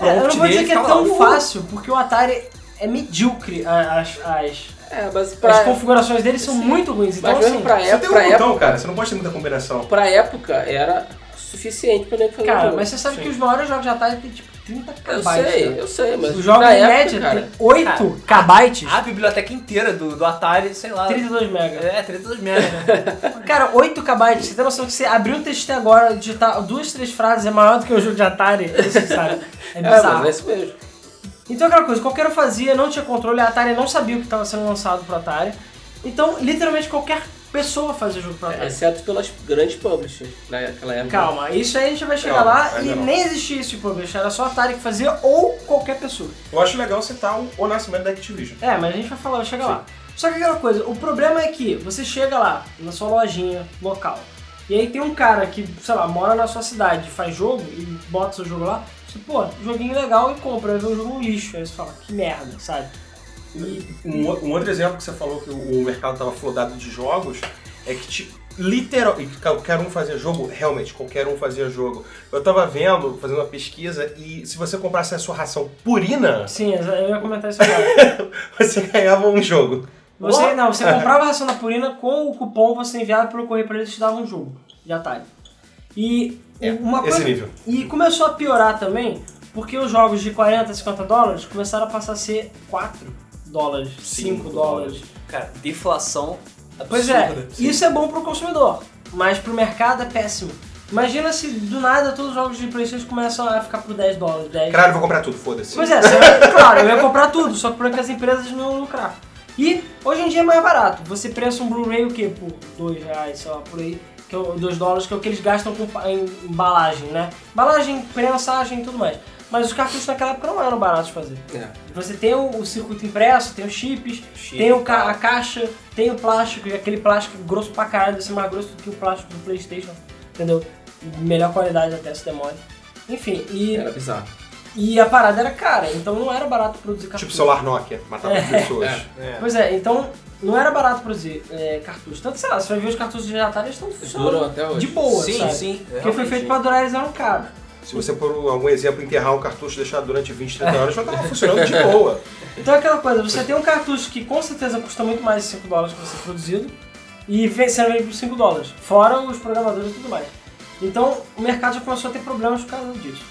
S4: É, eu não vou dizer que é tão
S5: fácil.
S4: fácil porque o Atari é medíocre, a- as, as,
S2: É, mas
S4: as
S2: pra,
S4: configurações dele são
S2: Sim.
S4: muito ruins. Então,
S2: mas mesmo
S4: assim,
S2: pra,
S3: Você
S2: é,
S3: tem
S2: pra,
S3: um
S2: época,
S3: botão, cara, você não pode ter muita combinação.
S2: pra época era suficiente pra nem fazer um
S4: cara,
S2: jogo.
S4: mas você sabe
S3: Sim.
S4: que os maiores jogos de Atari tem tipo 30
S2: Eu
S4: kb.
S2: sei, eu sei, mas
S4: Os jogos né?
S2: pra
S4: em
S2: época,
S4: média
S2: cara,
S4: tem 8 kb,
S1: ah,
S5: A biblioteca inteira do, do Atari, sei lá.
S4: 32 mega.
S5: É, 32 merda,
S4: [laughs]
S5: né?
S4: Cara, 8 KB, você tem noção que você abrir um TXT agora,
S2: [laughs]
S4: digitar duas, três frases é maior do que um jogo de Atari, isso, sabe? É
S2: É, mas
S4: bizarro.
S2: é isso mesmo.
S4: Então aquela coisa, qualquer um fazia, não tinha controle, a Atari não sabia o que estava sendo lançado pro Atari. Então, literalmente qualquer pessoa fazia jogo pro Atari.
S2: É, Exceto pelas grandes publishers naquela época.
S4: Tá. Calma, isso aí a gente vai chegar
S3: Calma,
S4: lá e
S3: ainda não.
S4: nem existia esse publisher, era só a Atari que fazia ou qualquer pessoa.
S3: Eu acho legal citar o, o nascimento da Activision.
S4: É, mas a gente vai falar, chega lá. Só que aquela coisa, o problema é que você chega lá, na sua lojinha local, e aí tem um cara que, sei lá, mora na sua cidade, faz jogo e bota seu jogo lá, você, pô, joguinho legal e compra, aí vê um jogo um lixo, aí você fala, que merda, sabe? E,
S3: Um, o- um outro exemplo que você falou que o, o mercado estava flodado de jogos é que ti- literal e que qualquer um fazia jogo, realmente, qualquer um fazia jogo. Eu tava vendo, fazendo uma pesquisa, e se você comprasse a sua ração purina,
S4: sim, eu ia comentar isso agora.
S3: [laughs] você ganhava um jogo.
S4: Você, não, você comprava a ração da Purina com o cupom você enviava pelo correio pra eles e te davam um jogo de Atari. E
S3: É,
S4: uma
S3: esse
S4: coisa,
S3: nível.
S4: E começou a piorar também, porque os jogos de 40, 50 dólares começaram a passar a ser 4 dólares, 5
S3: Cinco
S4: dólares.
S5: Cara, deflação absurda.
S4: Pois é, isso é bom pro consumidor, mas pro mercado é péssimo. Imagina se do nada todos os jogos de Playstation começam a ficar por 10 dólares, 10
S3: Caralho, eu vou comprar tudo, foda-se.
S4: Pois é, você vai- [laughs] claro, eu ia comprar tudo, só que o problema é que as empresas não iam lucrar. E hoje em dia é mais barato. Você prensa um Blu-ray o quê? Por 2 reais, sei lá, por aí. Que é o, 2 dólares, que é o que eles gastam com pa- em embalagem, né? Embalagem, prensagem e tudo mais. Mas os cartuchos naquela época não eram baratos de fazer.
S2: É.
S4: Você tem o, o circuito impresso, tem os chips,
S5: Chip,
S4: tem o ca-
S5: tá.
S4: a caixa, tem o plástico, e aquele plástico grosso pra caralho, deve ser mais grosso do que o plástico do Playstation, entendeu? Melhor qualidade até se demore. Enfim, e...
S2: Era bizarro.
S4: E a parada era cara, então não era barato produzir cartucho.
S3: Tipo celular Nokia, matava as pessoas. É.
S4: Pois é, então não era barato produzir é, cartucho. Tanto, sei lá, você vai ver os cartuchos de Atari, eles estão
S2: Duram
S4: funcionando
S2: até hoje.
S4: de boa,
S5: sim,
S4: sabe?
S5: sim.
S4: Porque foi feito pra durar, eles eram caros.
S3: Se você por algum exemplo enterrar um cartucho e deixar durante 20, 30 horas, já tava funcionando de boa.
S4: Então é aquela coisa, você tem um cartucho que com certeza custa muito mais de 5 dólares pra ser produzido, e vem- sendo vendido por 5 dólares, fora os programadores e tudo mais. Então o mercado já começou a ter problemas por causa disso.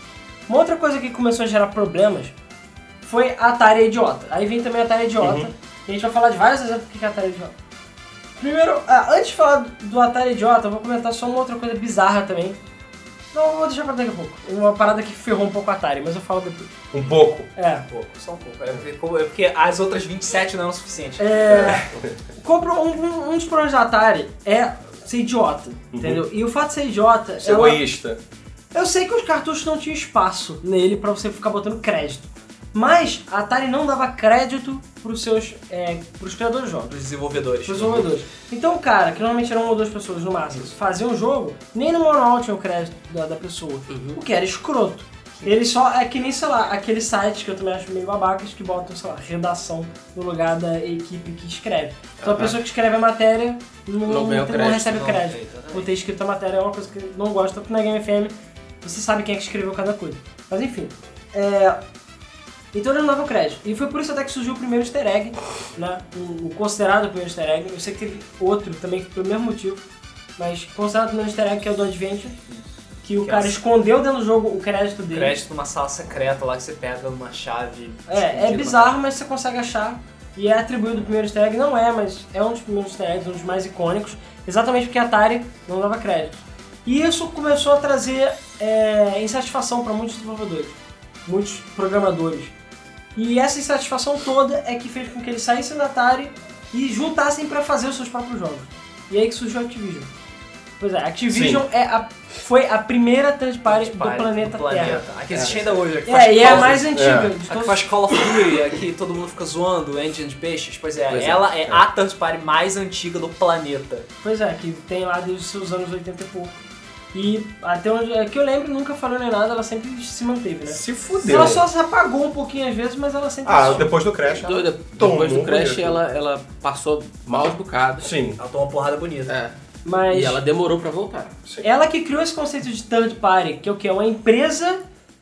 S4: Uma outra coisa que começou a gerar problemas foi a Atari idiota. Aí vem também a Atari idiota, e a gente vai falar de vários exemplos do que que é a Atari idiota. Primeiro, ah, antes de falar do Atari idiota, eu vou comentar só uma outra coisa bizarra também. Não, eu vou deixar pra daqui a pouco. Uma parada que ferrou um pouco a Atari, mas eu falo depois.
S3: Um pouco.
S4: É,
S5: Um pouco, só um pouco. É porque- é porque as outras 27 não eram suficientes.
S4: É, compro- um, um- um dos problemas da Atari é ser idiota, entendeu? E o fato de ser idiota,
S3: Ser
S4: ela,
S3: egoísta.
S4: eu sei que os cartuchos não tinham espaço nele pra você ficar botando crédito. Mas a Atari não dava crédito pros seus é, pros criadores de jogos.
S5: Dos desenvolvedores.
S4: Pros desenvolvedores. Então o cara, que normalmente eram uma ou duas pessoas no máximo, fazia um jogo, nem no manual tinha o crédito da, da pessoa.
S2: Uhum.
S4: O que era escroto. Ele só. É que nem, sei lá, aquele site que eu também acho meio babacas que botam, sei lá, redação no lugar da equipe que escreve. Então a
S2: Aham.
S4: pessoa que escreve a matéria não,
S2: Não ganha o
S4: não
S2: crédito,
S4: recebe
S5: não,
S4: é,
S5: então, né?
S4: crédito.
S5: exatamente.
S4: Por ter escrito a matéria é uma coisa que eu não gosto, tanto na Game FM você sabe quem é que escreveu cada coisa. Mas enfim. É, então ele não dava o crédito. E foi por isso até que surgiu o primeiro easter egg, né? O, o considerado primeiro easter egg. Eu sei que teve outro também pelo mesmo motivo, mas considerado o primeiro easter egg que é o do Adventure, que o
S5: Que
S4: cara
S5: é-
S4: escondeu dentro do jogo o crédito dele.
S5: Crédito numa sala secreta lá que você pega uma chave.
S4: É, é
S5: escondida.
S4: bizarro, mas você consegue achar. E é atribuído o primeiro easter egg, não é, mas é um dos primeiros easter eggs, um dos mais icônicos, exatamente porque a Atari não dava crédito. E isso começou a trazer é, insatisfação para muitos desenvolvedores, muitos programadores. E essa insatisfação toda é que fez com que eles saíssem da Atari e juntassem para fazer os seus próprios jogos. E aí que surgiu a Activision. Pois é, a Activision é a- foi a primeira third party do
S5: Pai,
S4: planeta, Terra.
S5: A que existe ainda hoje. a que faz
S4: É, e é a
S5: causas.
S4: mais antiga
S3: É.
S4: de
S5: A que
S4: todos.
S5: faz Call of Duty, a que todo mundo fica zoando, Engine de Peixes. Pois é,
S2: Pois é,
S5: ela é, a third party mais antiga do planeta.
S4: Pois é, que tem lá desde os seus anos 80 e pouco. E até onde é que eu lembro, nunca falou nem nada, ela sempre se manteve, né?
S3: Se
S4: Ela
S3: fudeu.
S4: só se apagou um pouquinho às vezes, mas ela sempre
S3: Ah,
S4: existiu.
S3: depois do Crash.
S2: Do- de-
S3: Tomou
S2: depois do Crash,
S3: bonito.
S2: ela, ela passou maus bocados.
S3: Sim,
S5: Ela toma uma porrada bonita.
S2: É.
S4: Mas
S2: E ela
S4: ela...
S2: demorou pra voltar.
S3: sim.
S4: que criou esse conceito de third party, que é o que? É uma empresa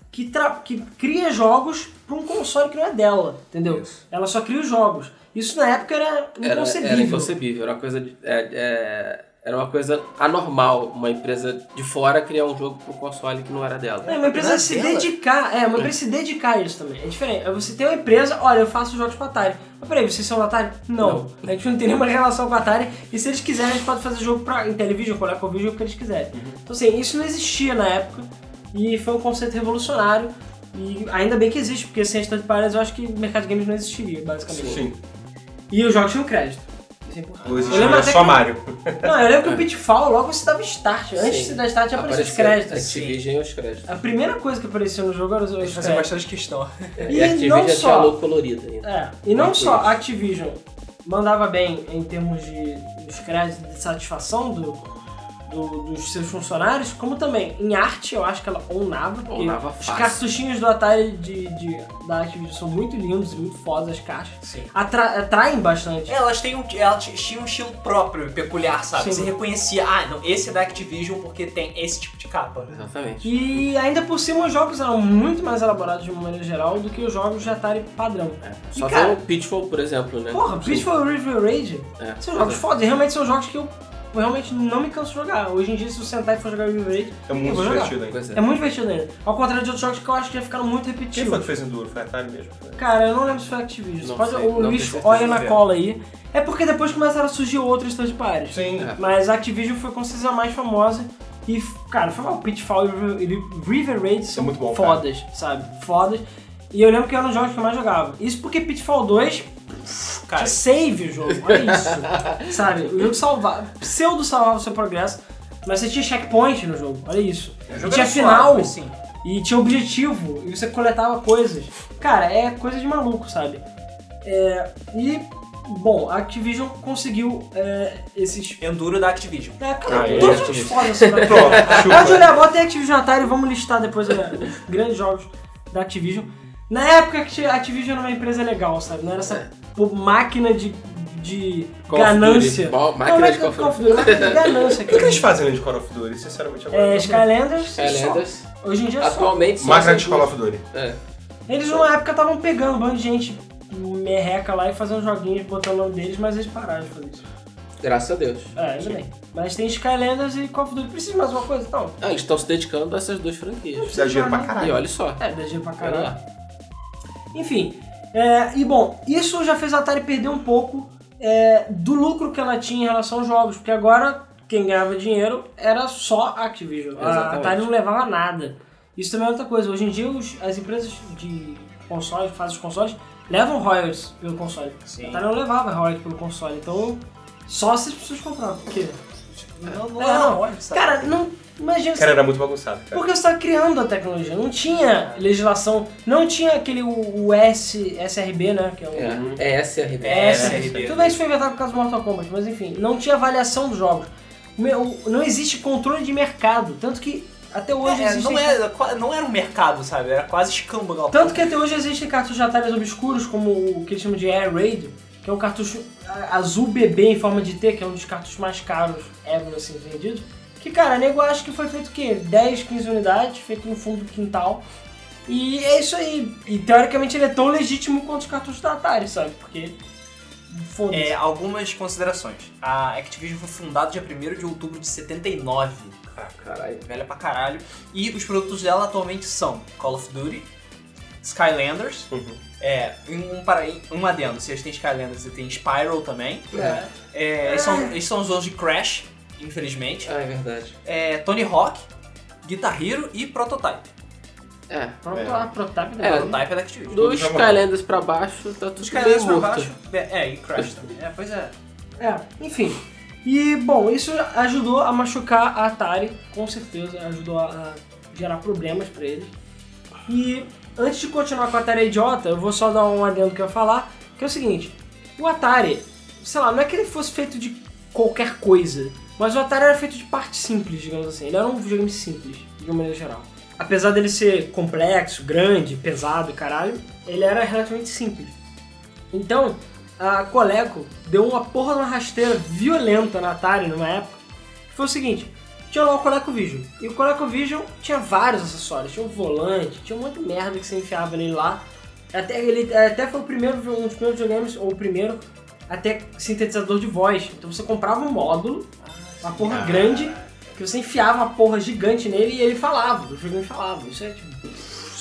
S4: que, tra- que cria jogos pra um console que não é dela, entendeu? Ela só cria os jogos. Isso na época era
S2: Era,
S4: inconcebível.
S2: era inconcebível. Era uma coisa de- é, é, era uma coisa anormal. Uma empresa de fora criar um jogo pro console que não era dela.
S4: É, uma empresa
S5: Não é
S4: se
S5: dela.
S4: dedicar, é, uma empresa se dedicar a isso também. É diferente. É Você tem uma empresa, olha, eu faço jogos pra Atari. Mas peraí, vocês são da Atari? Não. A gente não tem nenhuma relação com a Atari. E se eles quiserem, a gente pode fazer jogo pra Intellivision, Colecovision, o que eles quiserem. Então assim, isso não existia na época. E foi um conceito revolucionário. E ainda bem que existe, porque sem a Stunt Pirates eu acho que o mercado de games não existiria, basicamente.
S3: Sim.
S4: E os jogos tinham crédito. Isso é importante.
S3: Não
S4: Eu
S3: existe,
S4: lembro
S3: né?
S4: até
S3: Só
S4: que-
S3: Mario.
S4: Não, eu lembro que o Pitfall logo se dava start. Antes
S2: Sim.
S4: de se dar start já aparecia os créditos. assim.
S2: Activision e os créditos.
S4: A primeira coisa que apareceu no jogo era os, os
S5: Fazer
S4: créditos.
S5: bastante questão.
S4: assim. E
S2: É, E a Activision
S4: não
S2: já
S4: só-
S2: tinha logo colorido ainda.
S4: É, e não
S2: Muito
S4: só
S2: isso.
S4: a Activision mandava bem em termos de dos créditos de satisfação do, do- dos seus funcionários, como também em arte eu acho que ela onava, porque
S2: Ownava
S4: os
S2: fácil.
S4: cartuchinhos do Atari de, de- da Activision são muito lindos e muito fodas as caixas.
S5: Sim.
S4: Atra- atraem bastante.
S1: Elas, têm um, elas tinham um estilo próprio, peculiar, sabe?
S4: Sim.
S1: Você reconhecia, ah, não, esse é da Activision porque tem esse tipo de capa.
S2: Exatamente.
S4: E ainda por cima os jogos eram muito mais elaborados de uma maneira geral do que os jogos de Atari padrão.
S2: É.
S4: E,
S2: Só
S4: cara-
S2: tem o Pitfall, por exemplo, né?
S4: Porra, um
S2: Sim.
S4: Peaceful River Rage
S2: É.
S4: são jogos fodas, e realmente são jogos que eu realmente não me canso de jogar. Hoje em dia, se eu sentar e for jogar River Rage,
S3: É
S4: eu
S3: muito
S4: vou jogar.
S3: divertido ainda.
S2: Pois é.
S4: É muito divertido ainda. Ao contrário de outros jogos que eu acho que já ficaram muito
S3: Quem foi que
S4: repetitivos.
S3: fez Enduro? Foi a Atari mesmo. Foi.
S4: Cara, eu não lembro se foi Activision.
S2: Não
S4: Pode,
S2: sei,
S4: o
S2: não
S4: Luiz
S2: tenho certeza
S4: olha na
S2: de ver.
S4: cola aí. É porque depois começaram a surgir outras third parties.
S3: Sim.
S2: É.
S4: Mas a Activision foi com certeza a mais famosa. E, cara, foi mal. Pitfall e Ri- River Raid são
S3: muito bom, cara.
S4: fodas, sabe? Fodas. E eu lembro que eram os jogos que eu mais jogava. Isso porque Pitfall 2
S5: Cara,
S4: tinha save o jogo, olha isso. sabe? O jogo salvava, pseudo salvava o seu progresso, mas você tinha checkpoint no jogo, olha isso. E tinha final,
S5: sim.
S4: e tinha objetivo, e você coletava coisas. Cara, é coisa de maluco, sabe? É, e, bom, a Activision conseguiu é, esses.
S5: Enduro da Activision.
S4: É, cara,
S3: Ah, é,
S4: todos os
S2: Activision. [laughs]
S4: fodas são da
S3: Pronto,
S4: [laughs] Pode
S3: chupa.
S4: olhar, bota aí Activision Atari e vamos listar depois né, os grandes jogos da Activision. Na época que a Activision era uma empresa legal, sabe? Não era essa pô, máquina de, de
S2: É. Call of Duty.
S4: ganância.
S2: Bom,
S4: não, não
S2: Máquina
S4: é
S2: de Call of Duty.
S4: Duty, máquina de
S2: [laughs]
S4: ganância.
S3: O que que eles
S4: Cara.
S3: fazem além de Call of Duty? Sinceramente, agora.
S4: É, Skylanders,
S2: Skylanders.
S4: só. hoje em dia é só.
S2: Atualmente só
S3: Máquina
S2: são
S3: de
S2: duas-
S3: Call of Duty.
S2: É.
S4: Eles numa época estavam pegando um bando de gente merreca lá e fazendo joguinhos, botando o nome deles, mas eles pararam de fazer isso.
S2: Graças a Deus.
S4: É, ainda bem. Mas tem Skylanders e Call of Duty. Precisa de mais uma coisa? então? Não.
S2: Ah, eles estão se dedicando a essas duas franquias.
S3: Dá dinheiro pra
S2: E
S3: caralho.
S2: olha só.
S4: É, dá dinheiro pra
S2: Olha
S4: caralho.
S2: lá.
S4: Enfim, é, e bom, isso já fez a Atari perder um pouco é, do lucro que ela tinha em relação aos jogos, porque agora quem ganhava dinheiro era só a Activision. A
S2: Exatamente.
S4: Atari não levava nada. Isso também é outra coisa. Hoje em dia os- as empresas de consoles, que fazem os consoles, levam royalties pelo console. A Atari não levava royalties pelo console, então só se as pessoas compravam. Porque,
S5: Não, não,
S4: É, não.
S5: olha, sabe?
S4: cara, não imagina
S3: Cara, era muito bagunçado. Cara.
S4: porque você estava criando a tecnologia, não tinha legislação, não tinha aquele o, o S, SRB, né? Que é o
S2: É, é essa a
S5: É,
S2: rebeira.
S5: SRB.
S4: né, Tudo bem, isso foi inventado por causa do Mortal Kombat, mas enfim, não tinha avaliação dos jogos. O meu- o- Não existe controle de mercado, tanto que até hoje
S5: É,
S4: existem.
S5: não, era, qua- não era um mercado, sabe? Era quase escândalo.
S4: Tanto que até hoje existem cartuchos de atalhos obscuros, como o que eles chamam de Air Raid, que é um cartucho a- azul bebê em forma de T, que é um dos cartuchos mais caros ever, assim, vendidos. Que, cara, nego acho que foi feito o quê? 10, 15 unidades, feito no fundo do quintal. E é isso aí. E teoricamente ele é tão legítimo quanto os cartuchos da Atari, sabe? Porque. Foda-se.
S5: É, algumas considerações. A Activision foi fundada dia 1 de outubro de 79.
S2: Caralho.
S5: velha pra caralho. E os produtos dela atualmente são Call of Duty, Skylanders,
S3: Uhum.
S5: é, um, um, para, um adendo, vocês têm Skylanders e tem Spiral também.
S2: É.
S5: É, eles, são, eles são os jogos de Crash, infelizmente.
S2: Ah, é verdade.
S5: É, Tony Hawk, Guitar Hero e Prototype.
S2: É.
S4: Proto-
S3: é.
S4: ah, prototype da
S2: É,
S4: Atari.
S5: Prototype é da Activision.
S2: Do
S3: Vamos lá.
S2: Skylanders pra baixo, tá tudo
S5: Os
S2: bem
S5: Skylanders pra
S2: morto.
S5: baixo. É, é, e Crash também. É, pois é.
S4: É, enfim. E, bom, isso ajudou a machucar a Atari, com certeza, ajudou a, a gerar problemas pra eles. E antes de continuar com a Atari idiota, eu vou só dar um adendo que eu ia falar, que é o seguinte, o Atari, sei lá, não é que ele fosse feito de qualquer coisa, mas o Atari era feito de partes simples, digamos assim. Ele era um videogame simples, de uma maneira geral. Apesar dele ser complexo, grande, pesado, e caralho, ele era relativamente simples. Então, a Coleco deu uma porra de uma rasteira violenta na Atari numa época. Que foi o seguinte: tinha lá o ColecoVision. E o ColecoVision tinha vários acessórios. Tinha um volante, tinha um monte de merda que você enfiava nele lá. Até, ele até foi o primeiro, um dos primeiros videogames, ou o primeiro, até sintetizador de voz. Então você comprava um módulo, uma porra
S3: Ah.
S4: grande, que você enfiava uma porra gigante nele e ele falava. O videogame falava. Isso é tipo.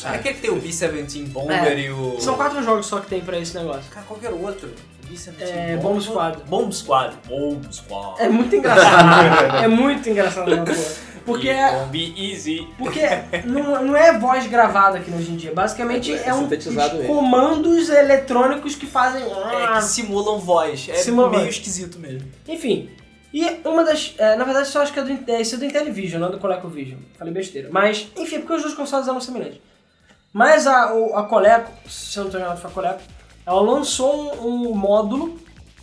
S5: É aquele que tem o B-17 Bomber e o...
S4: São quatro jogos só que tem pra esse negócio.
S5: É. Cara, qual que era o outro? B-17
S4: É, Bomb Squad.
S5: Bomb Squad. Bomb Squad.
S4: É muito É engraçado. é muito engraçado. né, pô? Porque
S1: E
S4: é-
S1: won't be easy.
S4: Porque não, não é voz gravada aqui hoje em dia. Basicamente
S2: É
S4: é, um
S2: sintetizado
S4: uns
S2: mesmo.
S4: comandos eletrônicos que fazem.
S1: É, que simulam voz. É
S4: Simula
S1: meio
S4: Ah. voz.
S1: esquisito mesmo.
S4: Enfim. E uma das. é, na verdade, só acho que é do, In- é, isso é do Intellivision, não é do ColecoVision. Falei besteira. Mas, enfim, é porque os dois consoles eram semelhantes. Mas a, o- a Coleco, se eu não tô enganado, foi a Coleco, ela lançou um, um módulo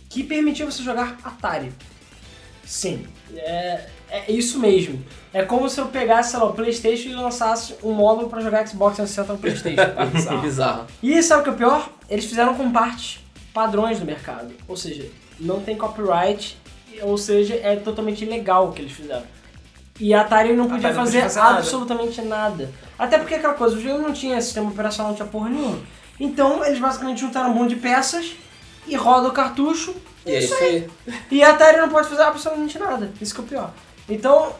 S4: que permitia você jogar Atari. Sim, é, é isso mesmo. É como se eu pegasse, sei lá, o PlayStation e lançasse um módulo pra jogar Xbox 360 ou PlayStation.
S2: [laughs] Bizarro. Bizarro.
S4: E sabe o que é o pior? Eles fizeram com partes padrões do mercado. Ou seja, não tem copyright, ou seja, é totalmente ilegal o que eles fizeram. E a Atari não podia
S1: Atari não
S4: fazer,
S1: podia fazer nada.
S4: absolutamente nada. Até porque aquela coisa, o jogo não tinha sistema operacional, não tinha porra nenhuma. Então eles basicamente juntaram um monte de peças e roda o cartucho.
S2: E é isso aí.
S4: E a Atari não pode fazer absolutamente nada. Isso que é o pior. Então,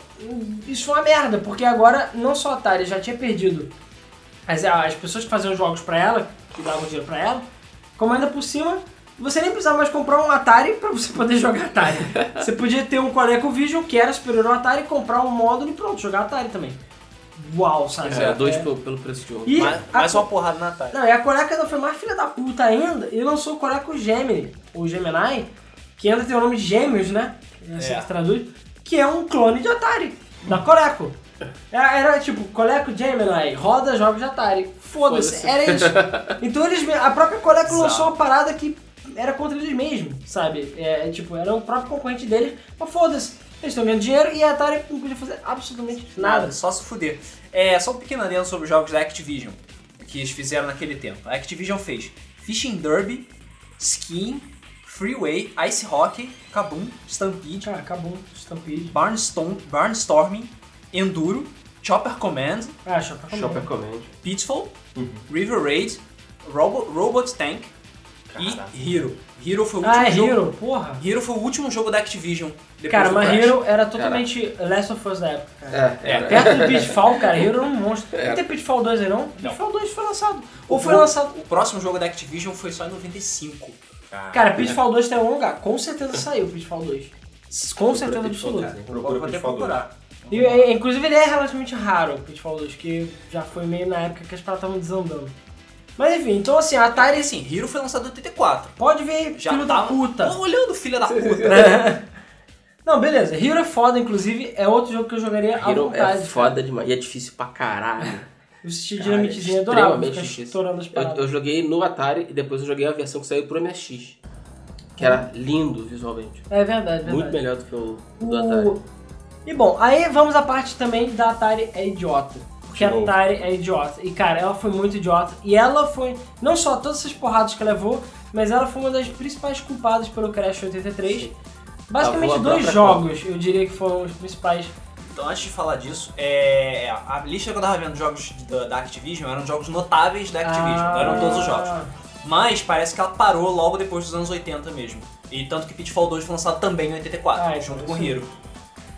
S4: isso é uma merda, porque agora não só a Atari já tinha perdido as, as pessoas que faziam jogos pra ela, que davam dinheiro pra ela, como ainda por cima, você nem precisava mais comprar um Atari pra você poder jogar Atari. você podia ter um ColecoVision que era superior ao Atari, comprar um módulo e pronto, jogar Atari também. Uau, sabe? É.
S2: Era É, dois pelo, pelo preço de um.
S4: E
S5: Mais,
S4: a-
S5: mais uma porrada na Atari.
S4: não, e a Coreca ainda foi mais filha da puta ainda e lançou o Coreco Gemini, ou Gemini, que ainda tem o nome de Gêmeos, né? É assim que se traduz. Que é um clone de Atari, da Coreco. Era, era tipo, Coleco Gemini, roda jogos de Atari. Foda-se,
S2: Foda-se.
S4: era isso. Então eles, me- a própria Coleco lançou uma parada que era contra eles mesmos, sabe? É, é tipo, era o próprio concorrente deles, mas foda-se. Eles estão ganhando dinheiro e a Atari não podia fazer absolutamente nada.
S1: Só se fuder. É, só um pequeno adendo sobre os jogos da Activision. Que eles fizeram naquele tempo. A Activision fez Fishing Derby, Skiing, Freeway, Ice Hockey, Kaboom, Stampede,
S4: Cara, acabou o Stampede.
S1: Barnstorm, Barnstorming, Enduro, Chopper Command,
S4: Ah, Shopper
S3: Shopper Command.
S1: Pitfall, River Raid, Robo- Robot Tank
S3: Caraca.
S1: e Hero. Hero foi o último
S4: Ah, é
S1: jogo.
S4: Hero, porra.
S1: Hero foi o último jogo da Activision. Depois
S4: Cara,
S1: do
S4: mas
S1: Crash.
S4: Hero era totalmente Last of Us da época, cara.
S2: É, era.
S4: Perto do Pitfall, cara, Hero era um monstro. Não
S2: Era.
S4: tem Pitfall 2 aí, não?
S1: Não.
S4: Pitfall 2 foi lançado. Ou
S1: O
S4: foi
S1: jogo-
S4: lançado...
S1: O próximo jogo da Activision foi só em 95.
S2: É.
S4: Cara, Pitfall 2 tem um lugar. Com certeza saiu Pitfall 2. Com certeza absoluta.
S3: Procura
S1: vou
S3: o
S1: até
S3: Pitfall dois.
S1: procurar.
S4: E, é, inclusive ele é relativamente raro, o Pitfall 2, que já foi meio na época que as paradas estavam desandando. Mas enfim, então assim, a
S1: Atari,
S4: Atari...
S1: assim, Hero foi lançado em 84.
S4: Pode ver,
S1: Já
S4: filho da
S1: tava...
S2: tá
S4: puta.
S1: Tô olhando, filha da puta.
S4: [laughs] Não, beleza. Hero é foda, inclusive. É outro jogo que eu jogaria à
S2: Hero
S4: vontade.
S2: é foda demais. E é difícil pra caralho.
S4: Eu assisti
S2: Cara, é
S4: Dinamitezinho, adorava.
S2: extremamente
S4: Ficar
S2: difícil.
S4: estourando as
S2: Eu,
S4: paradas.
S2: eu joguei no Atari e depois eu joguei a versão que saiu pro MSX. Que era lindo visualmente.
S4: É verdade, verdade.
S2: Muito melhor do que o do Atari.
S4: O- E bom, aí vamos à parte também da Atari é idiota. Porque a
S3: De novo.
S4: Atari é idiota. E cara, ela foi muito idiota. E ela foi, não só todas essas porradas que ela levou, mas ela foi uma das principais culpadas pelo Crash 83. Basicamente
S2: Lavou a
S4: dois
S2: própria
S4: jogos, eu diria que foram os principais.
S1: Então, antes de falar disso, é, a lista que eu tava vendo de jogos da, da Activision eram jogos notáveis da Activision, não eram todos os jogos.
S4: Ah, [laughs]
S1: Mas parece que ela parou logo depois dos anos 80 mesmo. E tanto que Pitfall 2 foi lançado também em 84,
S4: Ah,
S1: junto
S4: então,
S1: com
S4: sim.
S1: Hero.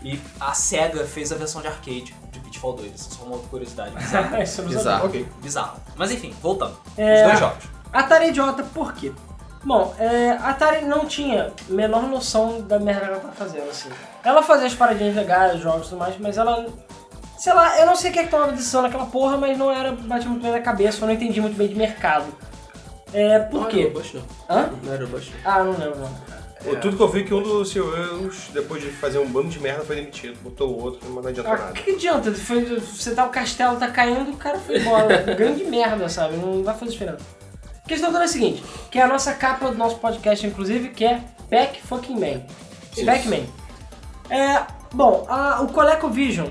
S1: E a SEGA fez a versão de arcade de Pitfall 2, isso é só uma curiosidade. Bizarro.
S4: isso eu não sabia.
S2: Bizarro.
S3: Ok.
S1: Bizarro. Mas enfim, voltando.
S4: É.
S1: Os dois jogos.
S4: Atari é idiota por quê? Bom, é, a Atari não tinha a menor noção da merda que ela tá fazendo, assim. Ela fazia as paradinhas legais, os jogos e tudo mais, mas ela. Sei lá, eu não sei quem é que tomava decisão naquela porra, mas não era. batia muito bem na cabeça, eu não entendi muito bem de mercado. É, por
S2: Não era
S4: quê?
S2: o Bush, não.
S4: Hã?
S2: Não era o Bush.
S4: Ah, não lembro, não.
S3: Pô,
S4: É.
S3: Tudo que eu vi que um dos CEOs, depois de fazer um bando de merda, foi demitido. Botou o outro, mas não adiantou
S4: Ah,
S3: nada.
S4: que, que adianta? Foi- você tá, o castelo tá caindo, o cara foi embora. Grande merda, sabe? Não vai fazer diferença. A questão toda é a seguinte, que é a nossa capa do nosso podcast, inclusive, que é Pac Fucking Man. Pac-Man. É, bom, a, o ColecoVision,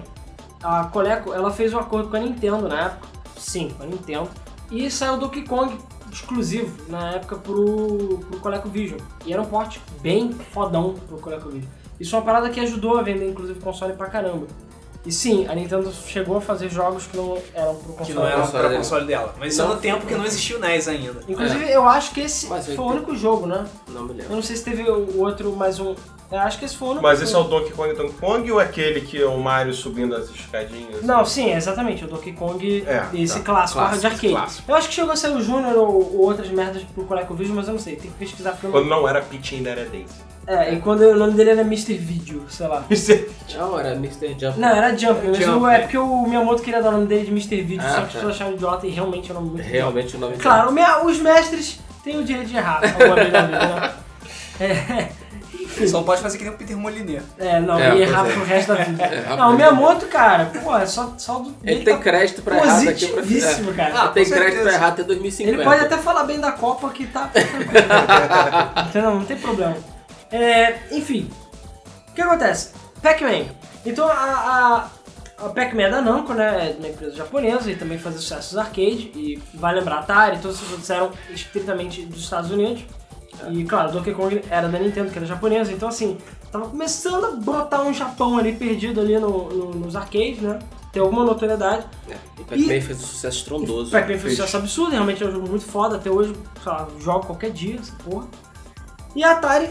S4: a Coleco, ela fez um acordo com a Nintendo na época. Sim, com a Nintendo. E saiu Donkey Kong exclusivo na época pro, pro ColecoVision. E era um port bem fodão pro ColecoVision. Isso é uma parada que ajudou a vender, inclusive, o console pra caramba. E sim, a Nintendo chegou a fazer jogos que não eram pro console.
S1: Que não era
S2: console
S1: pra
S2: dela.
S1: console dela. Mas isso é
S2: Não.
S1: no tempo que não existiu o NES ainda.
S4: Inclusive, eu acho que esse
S2: Mas eu
S4: foi o
S2: entendo.
S4: único jogo, né?
S2: Não me
S4: Eu
S2: lembro.
S4: não sei se teve o outro, mais um... Eu acho que esse foi o único
S3: Mas esse é
S4: jogo.
S3: o Donkey Kong Donkey Kong ou é aquele que é o Mario subindo as escadinhas?
S4: Não, sim, é exatamente. O Donkey Kong,
S3: É,
S4: esse
S3: tá.
S4: clássico,
S2: Clássico,
S4: de arcade.
S3: clássico.
S4: Eu acho que chegou a ser o Júnior ou, ou outras merdas pro ColecoVision, mas eu não sei. Tem que pesquisar porque eu não-
S3: [laughs] Quando não era Peach ainda era Daisy.
S4: É, e quando o nome dele era Mr. Video, sei lá.
S3: é-
S2: Não, era Mr. Jump.
S4: Não, era Jump, mas
S5: Jump.
S4: o- é porque o Miyamoto queria dar o nome dele de Mr. Video,
S2: Ah,
S4: só que
S2: tá.
S4: as pessoas acharam idiota e realmente é um nome muito idiota.
S2: Realmente o nome dele.
S4: Claro, o mea- os mestres têm o direito de errar alguma vez na vida, né? É,
S5: Só pode fazer que nem o Peter Moliné.
S4: É, não,
S2: É,
S4: e
S2: pois
S4: errar
S2: é.
S4: pro resto da vida.
S2: É,
S4: não, o
S2: pois
S4: Miyamoto, cara, pô, é só, só do.
S2: Ele tem crédito pra errar daqui pra frente.
S4: positivíssimo, cara.
S2: É. Ele tem
S5: com
S2: crédito pra
S5: certeza.
S2: errar até 2050.
S4: Ele pode até falar bem da Copa que tá [laughs] tranquilo. Entendeu? Não tem problema. É, enfim, o que acontece? Pac-Man. Então a, a, a Pac-Man é da Namco, né? É uma empresa japonesa e também faz sucessos arcade. E vai lembrar Atari, todos esses outros eram estritamente dos Estados Unidos. E claro, Donkey Kong era da Nintendo, que era japonesa. Então assim, tava começando a brotar um Japão ali perdido ali no- no- nos arcades, né? Ter alguma notoriedade.
S2: É, o Pac-Man fez um sucesso estrondoso.
S4: Pac-Man foi um sucesso absurdo, realmente é um jogo muito foda, até hoje, sei lá, jogo qualquer dia, essa porra. E a Atari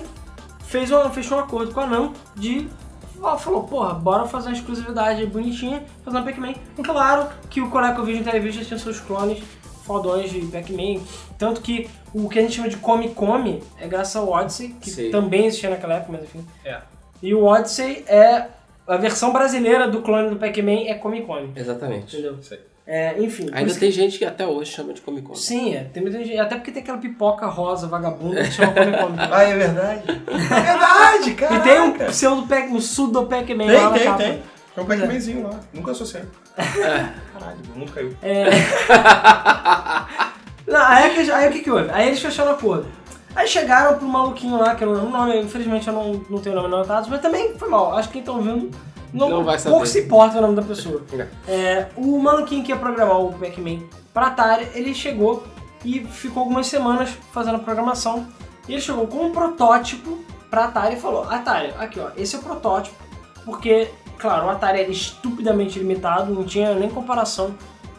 S4: fez um, fechou um acordo com a Namco de. ó, Falou, porra, bora fazer uma exclusividade bonitinha, fazer uma Pac-Man. Claro que o ColecoVision Television tinha seus clones fodões de Pac-Man. Tanto que o que a gente chama de Come Come é graças ao Odyssey, que
S2: Sim.
S4: também existia naquela época, mas enfim.
S5: É.
S4: E o Odyssey é. A versão brasileira do clone do Pac-Man é Come Come.
S2: Exatamente.
S4: Entendeu?
S3: Sei.
S4: É, enfim. por
S2: Ainda
S4: isso
S2: tem gente que até hoje chama de Comic Con.
S4: Sim, é. Tem muita gente. Até porque tem aquela pipoca rosa vagabunda que chama Comic Con.
S3: Ah, é verdade. É verdade, cara.
S4: e tem um pseudo pac um pseudo Pac-Man lá
S3: Tem,
S4: na
S3: tem,
S4: capa.
S3: tem. Tem um Pac-Manzinho lá. Nunca associei.
S4: É.
S3: Caralho, o mundo caiu.
S4: Não, aí, é que- aí o que que houve? Aí eles fecharam a porra. Aí chegaram pro maluquinho lá, que eu não lembro o nome, infelizmente eu não, não tenho o nome anotado, mas também foi mal. Acho que quem tá ouvindo não,
S2: Não vai saber.
S4: pouco se importa o nome da pessoa. É, o maluquinho que ia programar o Pac-Man pra Atari, ele chegou e ficou algumas semanas fazendo a programação. E ele chegou com um protótipo pra Atari e falou: Atari, aqui ó, esse é o protótipo, porque, claro, o Atari era estupidamente limitado, não tinha nem comparação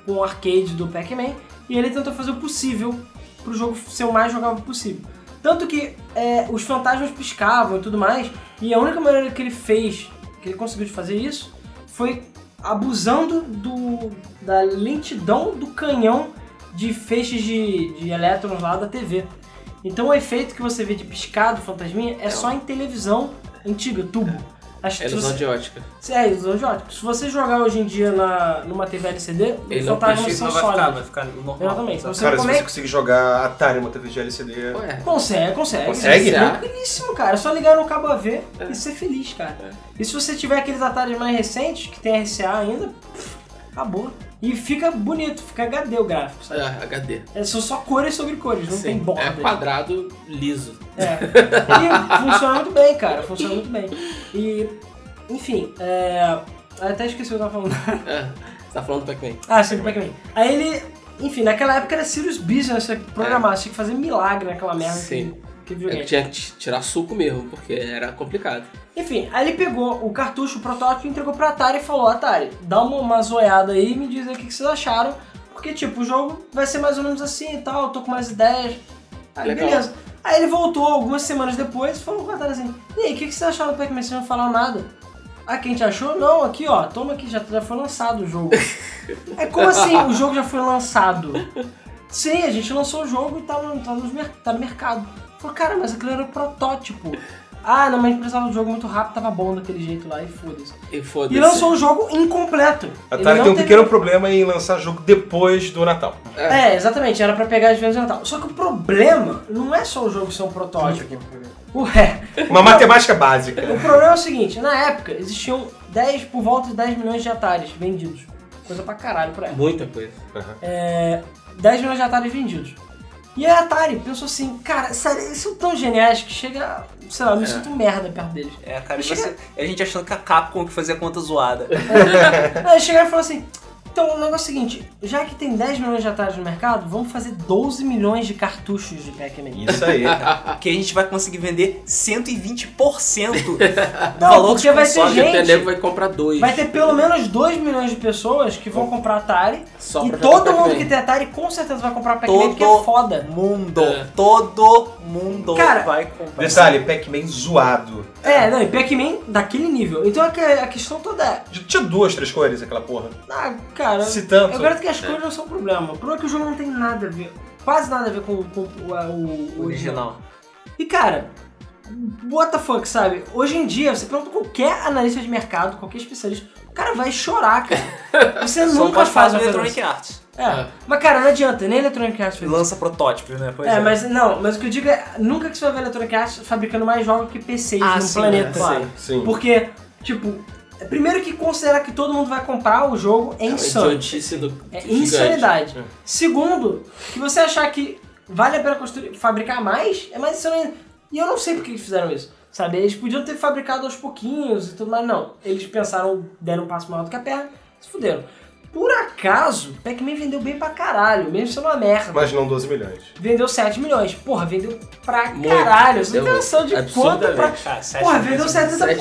S4: com o arcade do Pac-Man, e ele tentou fazer o possível pro jogo ser o mais jogável possível. Tanto que é, os fantasmas piscavam e tudo mais, e a única maneira que ele fez, que ele conseguiu de fazer isso, foi abusando do, da lentidão do canhão de feixes de, de elétrons lá da TV. Então o efeito que você vê de piscado, fantasminha, é só em televisão antiga, tubo. As
S2: É ilusão de ótica.
S4: se- É, ilusão de ótica. Se você jogar hoje em dia na, numa TV LCD,
S2: Ele
S4: os
S2: não
S4: fantasmas
S5: Isso
S4: são
S5: não vai ficar,
S4: sólidos.
S5: vai ficar normal.
S4: Exatamente. Você
S3: Cara, se
S4: como
S3: você
S4: é que...
S3: conseguir jogar Atari numa TV de LCD...
S2: Ué.
S4: Consegue, consegue.
S3: Consegue?
S4: Tranquilíssimo, cara. É só ligar no cabo AV
S2: É.
S4: e ser feliz, cara. E se você tiver aqueles atalhos mais recentes, que tem RCA ainda, pff, acabou. E fica bonito, fica HD o gráfico, sabe?
S2: É, HD.
S4: É, são só cores sobre cores, não tem
S2: Sim.
S4: borda.
S2: É quadrado liso.
S4: É. E funciona muito bem, cara. Funciona muito bem. E, enfim, é... eu até esqueci o que eu tava falando. [laughs]
S2: É. Você tá falando do Pac-Man.
S4: Ah, sim, do Pac-Man. Aí ele, enfim, naquela época era serious business você programar, você tinha que fazer milagre naquela merda
S2: É. Sim.
S4: que, que
S2: É,
S4: videogame.
S2: tinha que t- tirar suco mesmo, porque era complicado.
S4: Enfim, aí ele pegou o cartucho, o protótipo, entregou pra Atari e falou, Atari, dá uma, uma zoiada aí e me diz aí o que, que vocês acharam, porque, tipo, o jogo vai ser mais ou menos assim e tal, eu tô com mais ideias. Aí,
S2: Legal.
S4: beleza. Aí ele voltou algumas semanas depois e falou com o Atari assim, e aí, o que, que vocês acharam do Pac-Man? Vocês não falaram nada? Ah, quem te achou? Não, aqui ó, toma aqui, já, já foi lançado o jogo. é como assim o jogo já foi lançado? Sim, a gente lançou o jogo e tá no, tá nos mer- tá no mercado. Falei, cara, mas aquilo era um protótipo. Ah, não, mas a gente precisava de um jogo muito rápido, tava bom daquele jeito lá e foda-se.
S2: E foda-se.
S4: E lançou um jogo incompleto.
S3: A
S4: Ele
S3: Atari
S4: não
S3: tem um
S4: teve-
S3: pequeno problema em lançar jogo depois do Natal.
S4: É, exatamente, era pra pegar as vendas de Natal. Só que o problema não é só o jogo ser um protótipo. Ué,
S3: Uma matemática básica.
S4: o problema é o seguinte, na época existiam 10, por volta de 10 milhões de Ataris vendidos. Coisa pra caralho pra época.
S2: Muita coisa. [laughs]
S4: é, 10 milhões de Atari vendidos. E a Atari pensou assim, cara, sério, eles são tão geniais que chega, sei
S3: É.
S4: lá, eu me sinto merda perto deles.
S5: É, cara, e você- a gente achando que a Capcom que fazia conta zoada.
S4: É. Aí chegaram e falaram assim, então o negócio é o seguinte, já que tem 10 milhões de Atari no mercado, vamos fazer 12 milhões de cartuchos de Pac-Man.
S3: Isso aí.
S5: que a gente vai conseguir vender
S4: [laughs]
S5: 120% do
S4: Não,
S5: valor dos
S4: porque vai ter
S5: consoles.
S2: Porque até
S4: gente-
S2: nego vai comprar dois.
S4: Vai ter pelo menos 2 milhões de pessoas que vão comprar Atari,
S2: Só
S4: e
S2: pra
S4: todo
S2: jogar
S4: mundo
S2: Pac-Man.
S4: que tem Atari com certeza vai comprar Pac-Man, porque é
S5: Todo
S4: foda.
S5: Mundo,
S2: É.
S5: todo mundo
S4: Cara,
S5: vai comprar.
S3: Detalhe, Pac-Man zoado.
S4: É, não, e Pac-Man daquele nível. Então a que- a questão toda é,
S3: Tinha duas, três cores aquela porra.
S4: ah, cara...
S3: Se tanto.
S4: Eu garanto que as cores não são um problema. O problema é que o jogo não tem nada a ver, quase nada a ver com, com o, a- o- o
S5: original.
S4: E cara, what the fuck, sabe? Hoje em dia, você pergunta qualquer analista de mercado, qualquer especialista, o cara vai
S5: [laughs]
S4: chorar, cara. Você
S5: Só
S4: nunca
S5: pode
S4: faz
S5: falar
S4: uma
S5: do
S4: coisa
S5: Electronic Arts.
S4: dessa. É. Mas, cara, não adianta, nem Electronic Arts fez isso.
S5: Lança protótipos, né? Pois
S4: É, mas não, mas o que eu digo é, nunca que você vai ver Electronic Arts fabricando mais jogos que PCs
S5: Ah,
S4: no
S5: sim,
S4: planeta.
S5: né? Claro.
S3: Sim.
S4: Porque, tipo, primeiro que considerar que todo mundo vai comprar o jogo é,
S2: É uma
S4: insano.
S2: idiotice do-
S4: É
S2: gigante.
S4: insanidade. Segundo, que você achar que vale a pena construir, fabricar mais, é mais insano ainda. E eu não sei por que eles fizeram isso. Sabe, eles podiam ter fabricado aos pouquinhos e tudo mais. Não, eles pensaram, deram um passo maior do que a perna, se fuderam. Por acaso, Pac-Man vendeu bem pra caralho, mesmo sendo uma merda.
S3: Mas não 12 milhões.
S4: Vendeu 7 milhões. Porra, vendeu pra
S2: Muito.
S4: caralho. Você não tem
S2: Deu
S4: noção de quanto
S2: absurdamente.
S4: pra.
S5: Cara, sete
S4: Porra,
S5: milhões
S4: vendeu
S5: de-
S4: 70%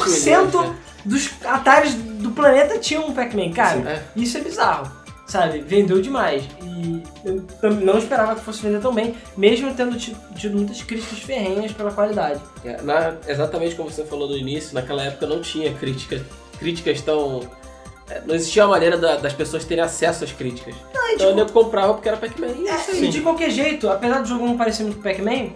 S2: milhões, né?
S4: dos Ataris do planeta tinham um Pac-Man, cara.
S2: Sim. É.
S4: Isso é bizarro, sabe? Vendeu demais. E eu tam- não esperava que fosse vender tão bem, mesmo tendo ti- tido muitas críticas ferrenhas pela qualidade.
S2: É, na- exatamente como você falou no início, naquela época não tinha crítica, críticas tão. é, Não existia uma maneira da- das pessoas terem acesso às críticas.
S4: Ah, e
S2: Então eu
S4: tipo,
S2: nego comprava porque era Pac-Man. e é isso
S4: é,
S2: aí.
S4: e de qualquer jeito, apesar do jogo não parecer muito Pac-Man,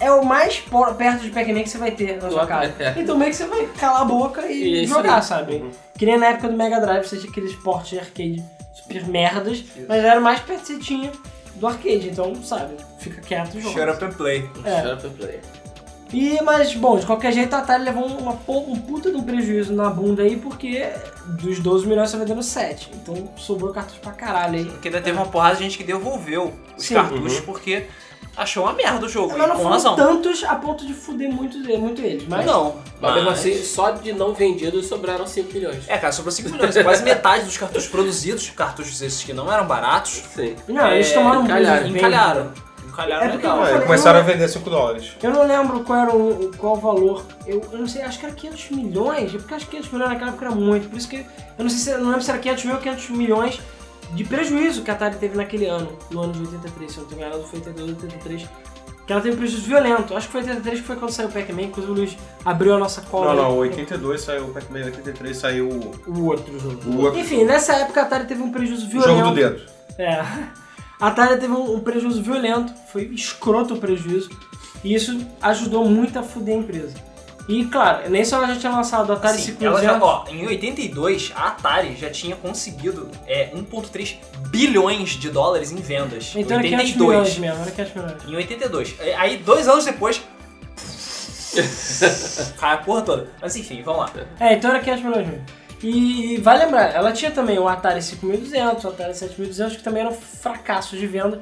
S4: é o mais po- perto de Pac-Man que você vai ter na sua casa.
S2: [laughs] É.
S4: Então meio que você vai calar a boca
S2: E é
S4: e,
S2: isso
S4: jogar,
S2: aí.
S4: sabe?
S3: Uhum.
S4: Que nem na época do Mega Drive, você tinha aqueles portes de arcade super merdas, mas era mais perto que você tinha do arcade, então, sabe, fica quieto e
S5: Shut
S4: joga.
S5: up and play.
S4: É.
S2: Shut up and play.
S4: E, mas, bom, de qualquer jeito, a Atari levou uma, po- um puta de um prejuízo na bunda aí, porque dos 12 milhões você vai dando 7, então sobrou cartucho pra caralho aí.
S1: Porque ainda teve uma porrada de gente que devolveu os
S4: É. Sim. Uhum. É,
S1: cartuchos porque achou uma merda o jogo.
S4: Mas
S1: e
S4: não
S1: com
S4: foram
S1: razão.
S4: tantos a ponto de fuder muito, muito eles, mas...
S1: Não.
S2: Mas, mesmo assim, só de não vendidos sobraram 5 milhões.
S1: É, cara, sobrou 5 milhões. quase metade dos cartuchos produzidos, cartuchos esses que não eram baratos,
S2: Sim.
S4: Não, eles
S1: É,
S4: tomaram um
S2: encalharam,
S4: prejuízo bem-
S1: encalharam. Encalharam
S4: É porque
S1: legal.
S4: eu
S3: Ah,
S4: falei,
S3: e começaram a
S4: não-
S3: vender 5 dólares.
S4: Eu não lembro qual era o, o- qual o valor. Eu, eu não sei, acho que era 500 milhões. é Porque acho que 500 milhões naquela época era muito. Por isso que eu não sei se eu não lembro se era 500 mil ou 500 milhões de prejuízo que a Atari teve naquele ano, no ano de 83, se eu não tenho enganado, foi 82, 83. Que ela teve um prejuízo violento. Acho que foi 83 que foi quando saiu o Pac-Man, inclusive o Luiz abriu a nossa cola.
S3: Não, não, 82 saiu o Pac-Man, 83 saiu o
S4: O outro jogo.
S3: o outro-
S4: Enfim, nessa época a Atari teve um prejuízo
S3: o
S4: violento.
S3: jogo do dedo.
S4: É. A Atari teve um, um prejuízo violento, foi escroto o prejuízo, e isso ajudou muito a fuder a empresa. E claro, nem só ela já tinha lançado a Atari
S1: Sim,
S4: 500.
S1: ela já, ó, em 82, a Atari já tinha conseguido é, 1,3 bilhões de dólares em vendas.
S4: então
S1: em
S4: era 500 milhões
S1: 82.
S4: mesmo, era 500 milhões.
S1: Em 82. É, Aí, dois anos depois. [laughs] Cai a porra toda. Mas enfim, vamos lá.
S4: É, então era 500 milhões mesmo. E, e vai lembrar, ela tinha também o Atari 5200, o Atari 7200, que também eram fracassos de venda.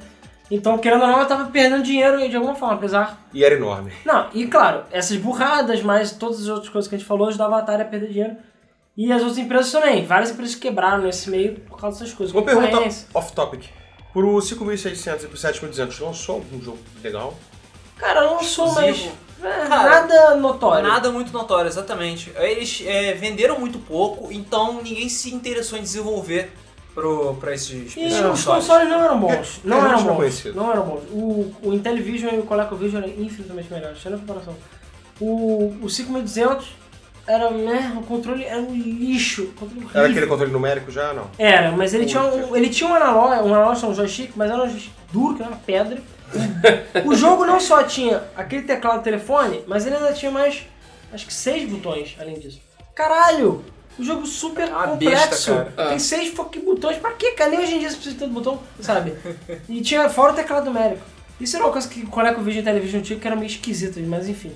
S4: Então, querendo ou não, ela tava perdendo dinheiro de alguma forma, apesar
S3: E era enorme.
S4: Não, e claro, essas burradas, mas todas as outras coisas que a gente falou ajudavam a Atari a perder dinheiro. E as outras empresas também. Várias empresas quebraram nesse meio por causa dessas coisas.
S3: Uma pergunta
S4: Concorrência.
S3: off-topic. Pro 5.600 e pro 7.200 lançou algum jogo legal?
S4: Cara, eu não sou mais.
S1: Exclusivo.
S4: é,
S1: Cara,
S4: nada notório.
S1: Nada muito notório, exatamente. Eles é, venderam muito pouco, então ninguém se interessou em desenvolver pro, pra esses
S4: E um
S1: esses
S4: os
S1: consoles.
S4: consoles não eram bons.
S3: Que-
S4: Não
S3: que a
S4: eram
S3: gente não
S4: bons.
S3: conhecia.
S4: Não eram bons. O, o Intellivision e o ColecoVision eram infinitamente melhores. Só na comparação. O, o 5200 era. Né, o controle era um lixo. o controle
S3: Era
S4: horrível.
S3: aquele controle numérico já? Não.
S4: Era, mas ele tinha um,
S3: Puta.
S4: ele tinha um analógico, um analógico, não, um joystick, mas era um joystick duro, que era uma pedra. o jogo não só tinha aquele teclado telefone, mas ele ainda tinha mais, acho que seis botões além disso. Caralho! O jogo super
S5: Uma besta,
S4: complexo.
S5: cara.
S2: Ah.
S4: Tem seis fucking botões. Pra quê, cara? Nem hoje em dia você precisa de tanto botão, sabe? E tinha fora o teclado numérico. Isso era uma coisa que o ColecoVision e Television tinha que era meio esquisita, mas enfim.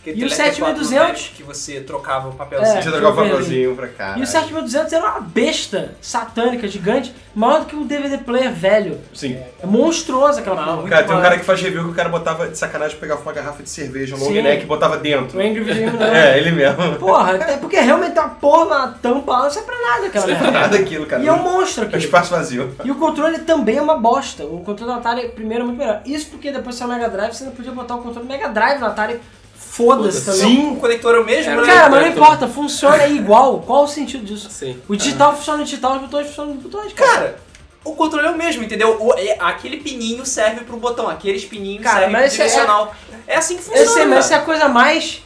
S1: Aquele
S4: E o
S1: telecomando
S4: 7200?
S1: que você trocava o papelzinho.
S4: É,
S3: Deixa eu jogar o
S4: deixa eu ver
S3: papelzinho pra cá.
S4: E o 7200 era uma besta satânica gigante, maior do que um DVD player velho.
S3: Sim.
S4: É monstruosa aquela porra.
S3: Cara, tem um cara que faz review que o cara botava de sacanagem, pegava uma garrafa de cerveja, um long
S4: Sim.
S3: neck e botava dentro.
S4: O Angry Video
S3: [laughs]
S4: Game não.
S3: É, ele mesmo.
S4: né?
S3: [laughs]
S4: Porra, até porque realmente a porra na tampa lá não serve pra nada, aquela merda.
S3: Nada daquilo, cara.
S4: E é um monstro
S3: É um
S4: aqui.
S3: espaço vazio.
S4: E o controle também é uma bosta. O controle do Atari primeiro é muito melhor. Isso porque depois saiu o Mega Drive, você não podia botar o controle do Mega Drive no Atari. Foda-se também.
S1: O conector é o mesmo,
S2: Era-
S1: né?
S4: Cara, mas não importa, funciona igual. Qual o sentido disso?
S2: Sim.
S4: O digital funciona no digital, os botões funcionam nos botões, cara.
S1: Cara, o controle é o mesmo, entendeu? O- é- aquele pininho serve pro botão, aqueles pininhos
S4: Cara,
S1: servem pro
S4: mas esse é-
S1: direcional. É... assim que
S4: eu
S1: funciona,
S4: sei,
S1: cara.
S4: mas isso é a coisa mais.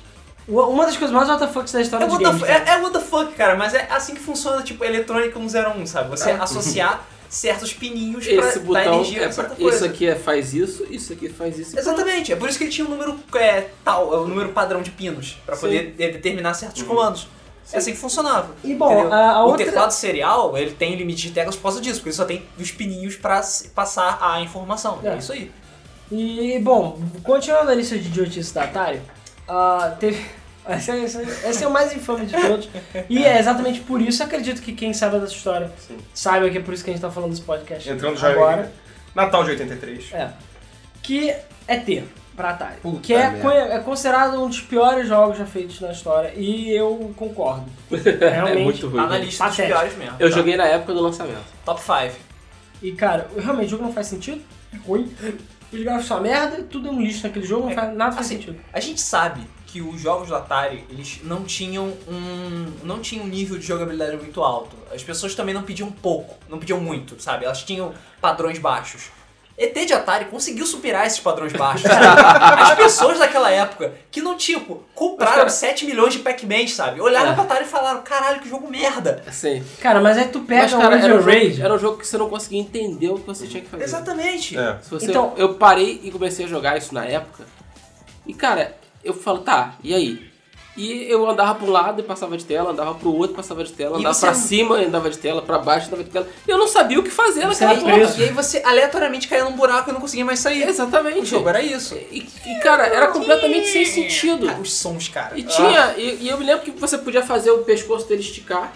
S4: Uma das coisas mais WTF da
S1: É
S4: história do
S1: what,
S4: games. né?
S1: the,
S4: cara.
S1: um é, é what the fuck, cara, mas é assim que funciona, tipo, eletrônica 101, sabe? Você associar certos pininhos
S2: Esse
S1: pra dar
S2: botão
S1: energia
S2: é
S1: pra certa
S2: pra-
S1: coisa.
S2: Isso aqui é faz isso, isso aqui faz isso.
S1: Exatamente, é por isso que ele tinha um número é, tal, é, um número padrão de pinos, pra
S2: Sim.
S1: poder é, determinar certos comandos. É assim que funcionava.
S4: Uhum. E bom,
S1: entendeu?
S4: a, a
S1: o
S4: outra.
S1: teclado serial, ele tem limite de teclas por causa disso, porque ele só tem os pininhos pra se- passar a informação. É,
S4: É.
S1: isso aí.
S4: E bom, continuando a lista de idiotices da Atari, ah, teve. [laughs] Esse é, esse é- esse é o mais infame de todos. E é exatamente por isso, eu acredito que quem sabe dessa história
S3: Sim.
S4: saiba que é por isso que a gente tá falando desse podcast.
S3: Entrando já
S4: agora.
S3: Natal de 83.
S4: É. Que é T pra Atari.
S2: Puta
S4: que é,
S2: merda.
S4: co- é considerado um dos piores jogos já feitos na história. E eu concordo. Realmente.
S2: [laughs] É muito ruim. né?
S1: Analista dos
S4: Patético.
S1: piores mesmo.
S2: Eu
S1: Tá.
S2: joguei na época do lançamento.
S1: Top 5.
S4: E cara, realmente o jogo não faz sentido. É ruim. Os gráficos são uma merda, tudo é um lixo naquele jogo, não faz, nada faz
S1: assim,
S4: sentido.
S1: A gente sabe que os jogos do Atari, eles não tinham um não tinham um nível de jogabilidade muito alto. As pessoas também não pediam pouco, não pediam muito, sabe? Elas tinham padrões baixos. ET de Atari conseguiu superar esses padrões baixos.
S2: [laughs]
S1: sabe? As pessoas daquela época que não, tipo, compraram 7 milhões de Pac-Man, sabe? Olharam
S2: É.
S1: pro Atari e falaram, caralho, que jogo merda.
S2: Assim.
S4: Cara, mas aí tu pega
S2: Mas, cara,
S4: um
S2: era um,
S4: Angel
S2: jogo,
S4: Raid.
S2: era um jogo que você não conseguia entender o que você tinha que fazer.
S1: Exatamente.
S3: É.
S2: Se você-
S4: Então-
S2: eu parei e comecei a jogar isso na época. E cara, eu falo, tá, e aí? E eu andava pra um lado e passava de tela, andava pro outro e passava de tela,
S1: E
S2: andava
S1: você
S2: pra
S1: não-
S2: cima e andava de tela, pra baixo e andava de tela. E eu não sabia o que fazer
S4: Você
S2: naquela
S4: era
S2: porra.
S4: preso.
S1: E aí você aleatoriamente caiu num buraco e não conseguia mais sair. O
S2: Exatamente.
S1: jogo era isso.
S2: E, e, cara, era completamente sem sentido.
S1: Os sons, cara.
S2: E tinha, e, e eu me lembro que você podia fazer o pescoço dele esticar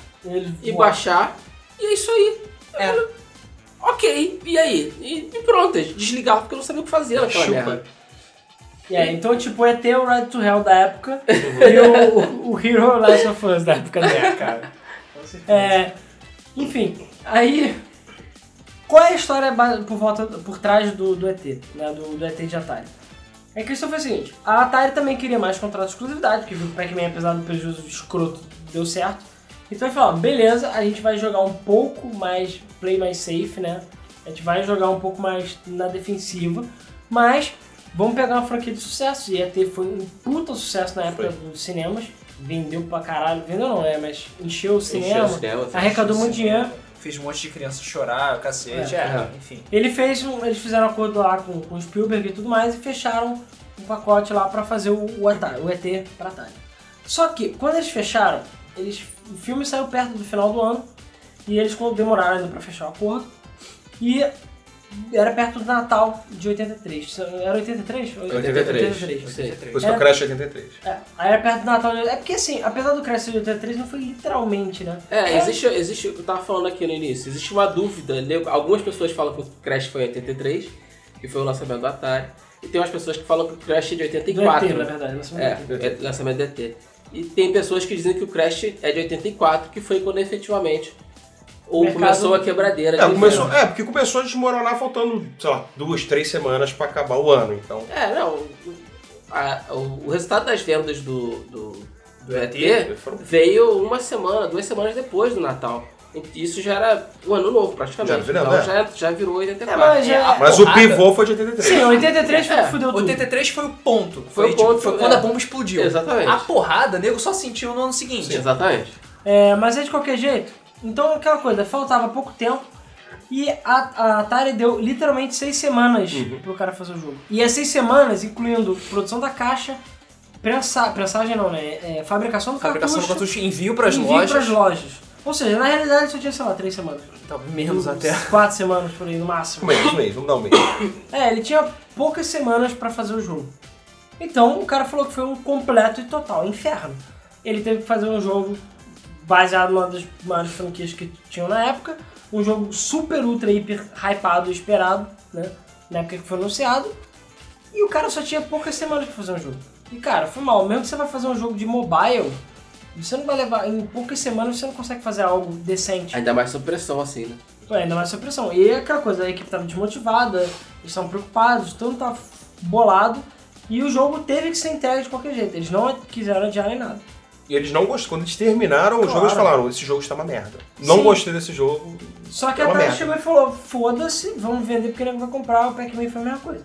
S2: e baixar, e é isso aí.
S1: É.
S2: Eu- ok, e aí? E, e pronto, eu desligava porque eu não sabia o que fazer naquela
S1: Chupa.
S2: merda.
S4: E aí, então, tipo, é ter o Ride to Hell da época e o, o, o Hero Last of Us da época dele, cara. É, enfim, aí. Qual é a história ba- por, volta, por trás do, do ET, né? Do, do ET de Atari? A questão foi a seguinte: a Atari também queria mais contratos de exclusividade, porque viu que o Pac-Man, apesar do prejuízo escroto, deu certo. Então ele falou: ó, beleza, a gente vai jogar um pouco mais, play mais safe, né? A gente vai jogar um pouco mais na defensiva, mas vamos pegar uma franquia de sucesso. E ET foi um puta sucesso na época dos cinemas. Vendeu pra caralho, vendeu não, né? Mas encheu o cinema,
S2: o cinema,
S4: arrecadou muito dinheiro.
S1: Fez um monte de criança chorar, cacete,
S4: É.
S1: é, enfim.
S4: Ele fez um- eles fizeram um acordo lá com, com o Spielberg e tudo mais e fecharam um pacote lá pra fazer o, o, Atari, o ET pra Atari. Só que, quando eles fecharam, eles, o filme saiu perto do final do ano e eles co- demoraram ainda pra fechar o acordo. E era perto do Natal de 83. Era 83? 83.
S3: Por isso
S4: É.
S3: que eu Crash 83.
S4: É, aí era perto do Natal. de- É porque assim, apesar do Crash de 83, não foi literalmente, né?
S2: É, existe, existe, eu tava falando aqui no início, existe uma dúvida, né? algumas pessoas falam que o Crash foi em 83, que foi o lançamento do Atari, e tem umas pessoas que falam que o Crash é de
S4: Do ET,
S2: 84.
S4: na verdade. mas foi
S2: É,
S4: muito.
S2: é do lançamento do ET. E tem pessoas que dizem que o Crash é de 84, que foi quando efetivamente ou
S4: Mercado-
S2: começou a quebradeira.
S3: É,
S2: de
S3: começou,
S2: venda.
S3: é, porque começou a desmoronar faltando, sei lá, duas, três semanas pra acabar o ano, então.
S2: É, não. o- a- o, o resultado das vendas do, do, do ET
S3: foram-
S2: veio uma semana, duas semanas depois do Natal. Isso já era o ano novo, praticamente.
S3: Já virou,
S2: então
S3: né?
S2: já, já virou
S4: É, mas
S2: 84.
S4: já-
S1: a
S3: Ah, Mas
S1: porrada-
S3: o pivô foi de 83.
S4: Sim, 83 foi o que
S2: É,
S4: fudeu tudo.
S1: 83 foi o ponto.
S2: Foi o
S1: tipo,
S2: ponto,
S1: foi quando
S2: é.
S1: a bomba explodiu.
S2: Exatamente.
S1: A porrada, nego só sentiu no ano seguinte.
S2: Exatamente.
S4: É, mas é de qualquer jeito. Então, aquela coisa, faltava pouco tempo e a, a Atari deu literalmente seis semanas
S1: Uhum.
S4: pro cara fazer o jogo. E as seis semanas, incluindo produção da caixa, prensa, prensagem não, né? É, fabricação do
S1: Fabricação do
S4: cartucho,
S1: cartucho, envio pras
S4: envio
S1: lojas.
S4: pras lojas. Ou seja, na realidade só tinha, sei lá, três semanas.
S1: Tá, menos até.
S4: Quatro semanas por aí, no
S3: Um
S4: máximo.
S3: mês, um mês, vamos dar um mês.
S4: É, ele tinha poucas semanas pra fazer o jogo. Então o cara falou que foi um completo e total inferno. Ele teve que fazer um jogo baseado numa das maiores franquias que tinham na época, um jogo super, ultra, hiper hypado e esperado, né? Na época que foi anunciado. E o cara só tinha poucas semanas pra fazer um jogo. E cara, foi mal. Mesmo que você vai fazer um jogo de mobile, você não vai levar. Em poucas semanas você não consegue fazer algo decente.
S2: Ainda mais sob pressão, assim, né?
S4: É, ainda mais sob pressão. E é aquela coisa, a equipe tava desmotivada, eles estavam preocupados, tudo tá bolado. E o jogo teve que ser entregue de qualquer jeito. Eles não quiseram adiar nem nada.
S3: E eles não gostaram. Quando eles terminaram o jogo,
S4: Claro.
S3: eles falaram: esse jogo está uma merda. Não
S4: Sim.
S3: gostei desse jogo.
S4: Só que
S3: É
S4: a
S3: uma
S4: Atari
S3: merda.
S4: chegou e falou: foda-se, vamos vender porque ninguém vai comprar. O Pac-Man foi a mesma coisa.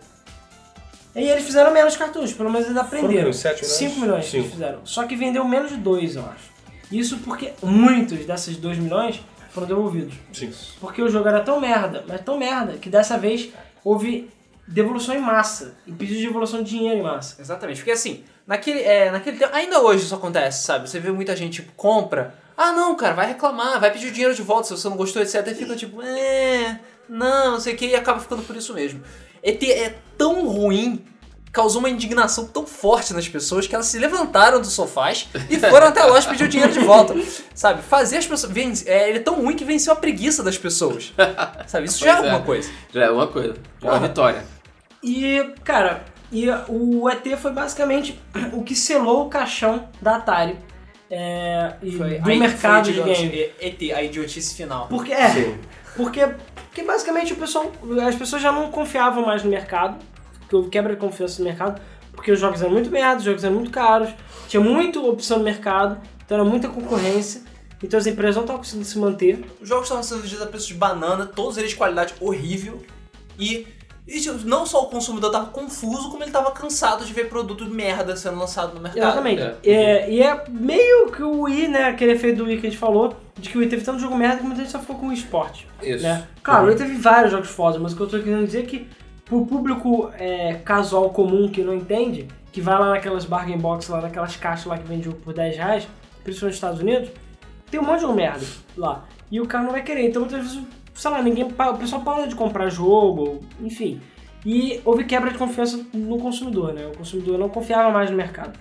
S4: E eles fizeram menos cartuchos, pelo menos eles aprenderam.
S3: uns sete milhões?
S4: 5 milhões que eles
S3: Cinco.
S4: fizeram. Só que vendeu menos de 2, eu acho. Isso porque muitos desses 2 milhões foram devolvidos.
S3: Sim.
S4: Porque o jogo era tão merda, mas tão merda, que dessa vez houve devolução em massa. E pedido de devolução de dinheiro em massa.
S5: Exatamente, porque assim, naquele, é, naquele tempo, ainda hoje isso acontece, sabe? Você vê muita gente, tipo, compra, ah não, cara, vai reclamar, vai pedir o dinheiro de volta se você não gostou, etc. E fica tipo, é, não, não sei o que, e acaba ficando por isso mesmo. ET é tão ruim, causou uma indignação tão forte nas pessoas que elas se levantaram dos sofás e foram até a loja pedir o dinheiro de volta, sabe? Fazer as pessoas, ven- é, ele é tão ruim que venceu a preguiça das pessoas, sabe? Isso já é
S2: Pois é.
S5: alguma coisa.
S2: Já é uma coisa. Já é uma
S5: Porra.
S2: vitória.
S4: E, cara, e o ET foi basicamente [clears throat] o que selou o caixão da Atari é, e
S1: Foi
S4: do
S1: aí-
S4: mercado
S1: foi
S4: de
S1: idioti-
S4: game.
S1: ET, a idiotice final.
S4: Porque, é, porque, porque basicamente o pessoal, as pessoas já não confiavam mais no mercado, que houve quebra de confiança no mercado, porque os jogos eram muito merda, os jogos eram muito caros, tinha muita opção no mercado, então era muita concorrência, então as empresas não estavam conseguindo se manter.
S1: Os jogos estavam sendo vendidos a preço de banana, todos eles de qualidade horrível. E, e, tipo, não só o consumidor estava confuso, como ele estava cansado de ver produto merda sendo lançado no mercado.
S4: Exatamente. É, e é meio que o Wii, né? Aquele efeito do Wii que a gente falou, de que o Wii teve tanto jogo merda que muita gente só ficou com o esporte.
S2: Isso.
S4: Né? Claro, o Wii teve vários jogos fodas, mas o que eu tô querendo dizer é que pro público é, casual comum que não entende, que vai lá naquelas bargain box, lá naquelas caixas lá que vende jogo por 10 reais, principalmente nos Estados Unidos, tem um monte de jogo merda lá. E o cara não vai querer. Então muitas vezes, sei lá, ninguém. pa- O pessoal para de comprar jogo, enfim. E houve quebra de confiança no consumidor, né? O consumidor não confiava mais no mercado.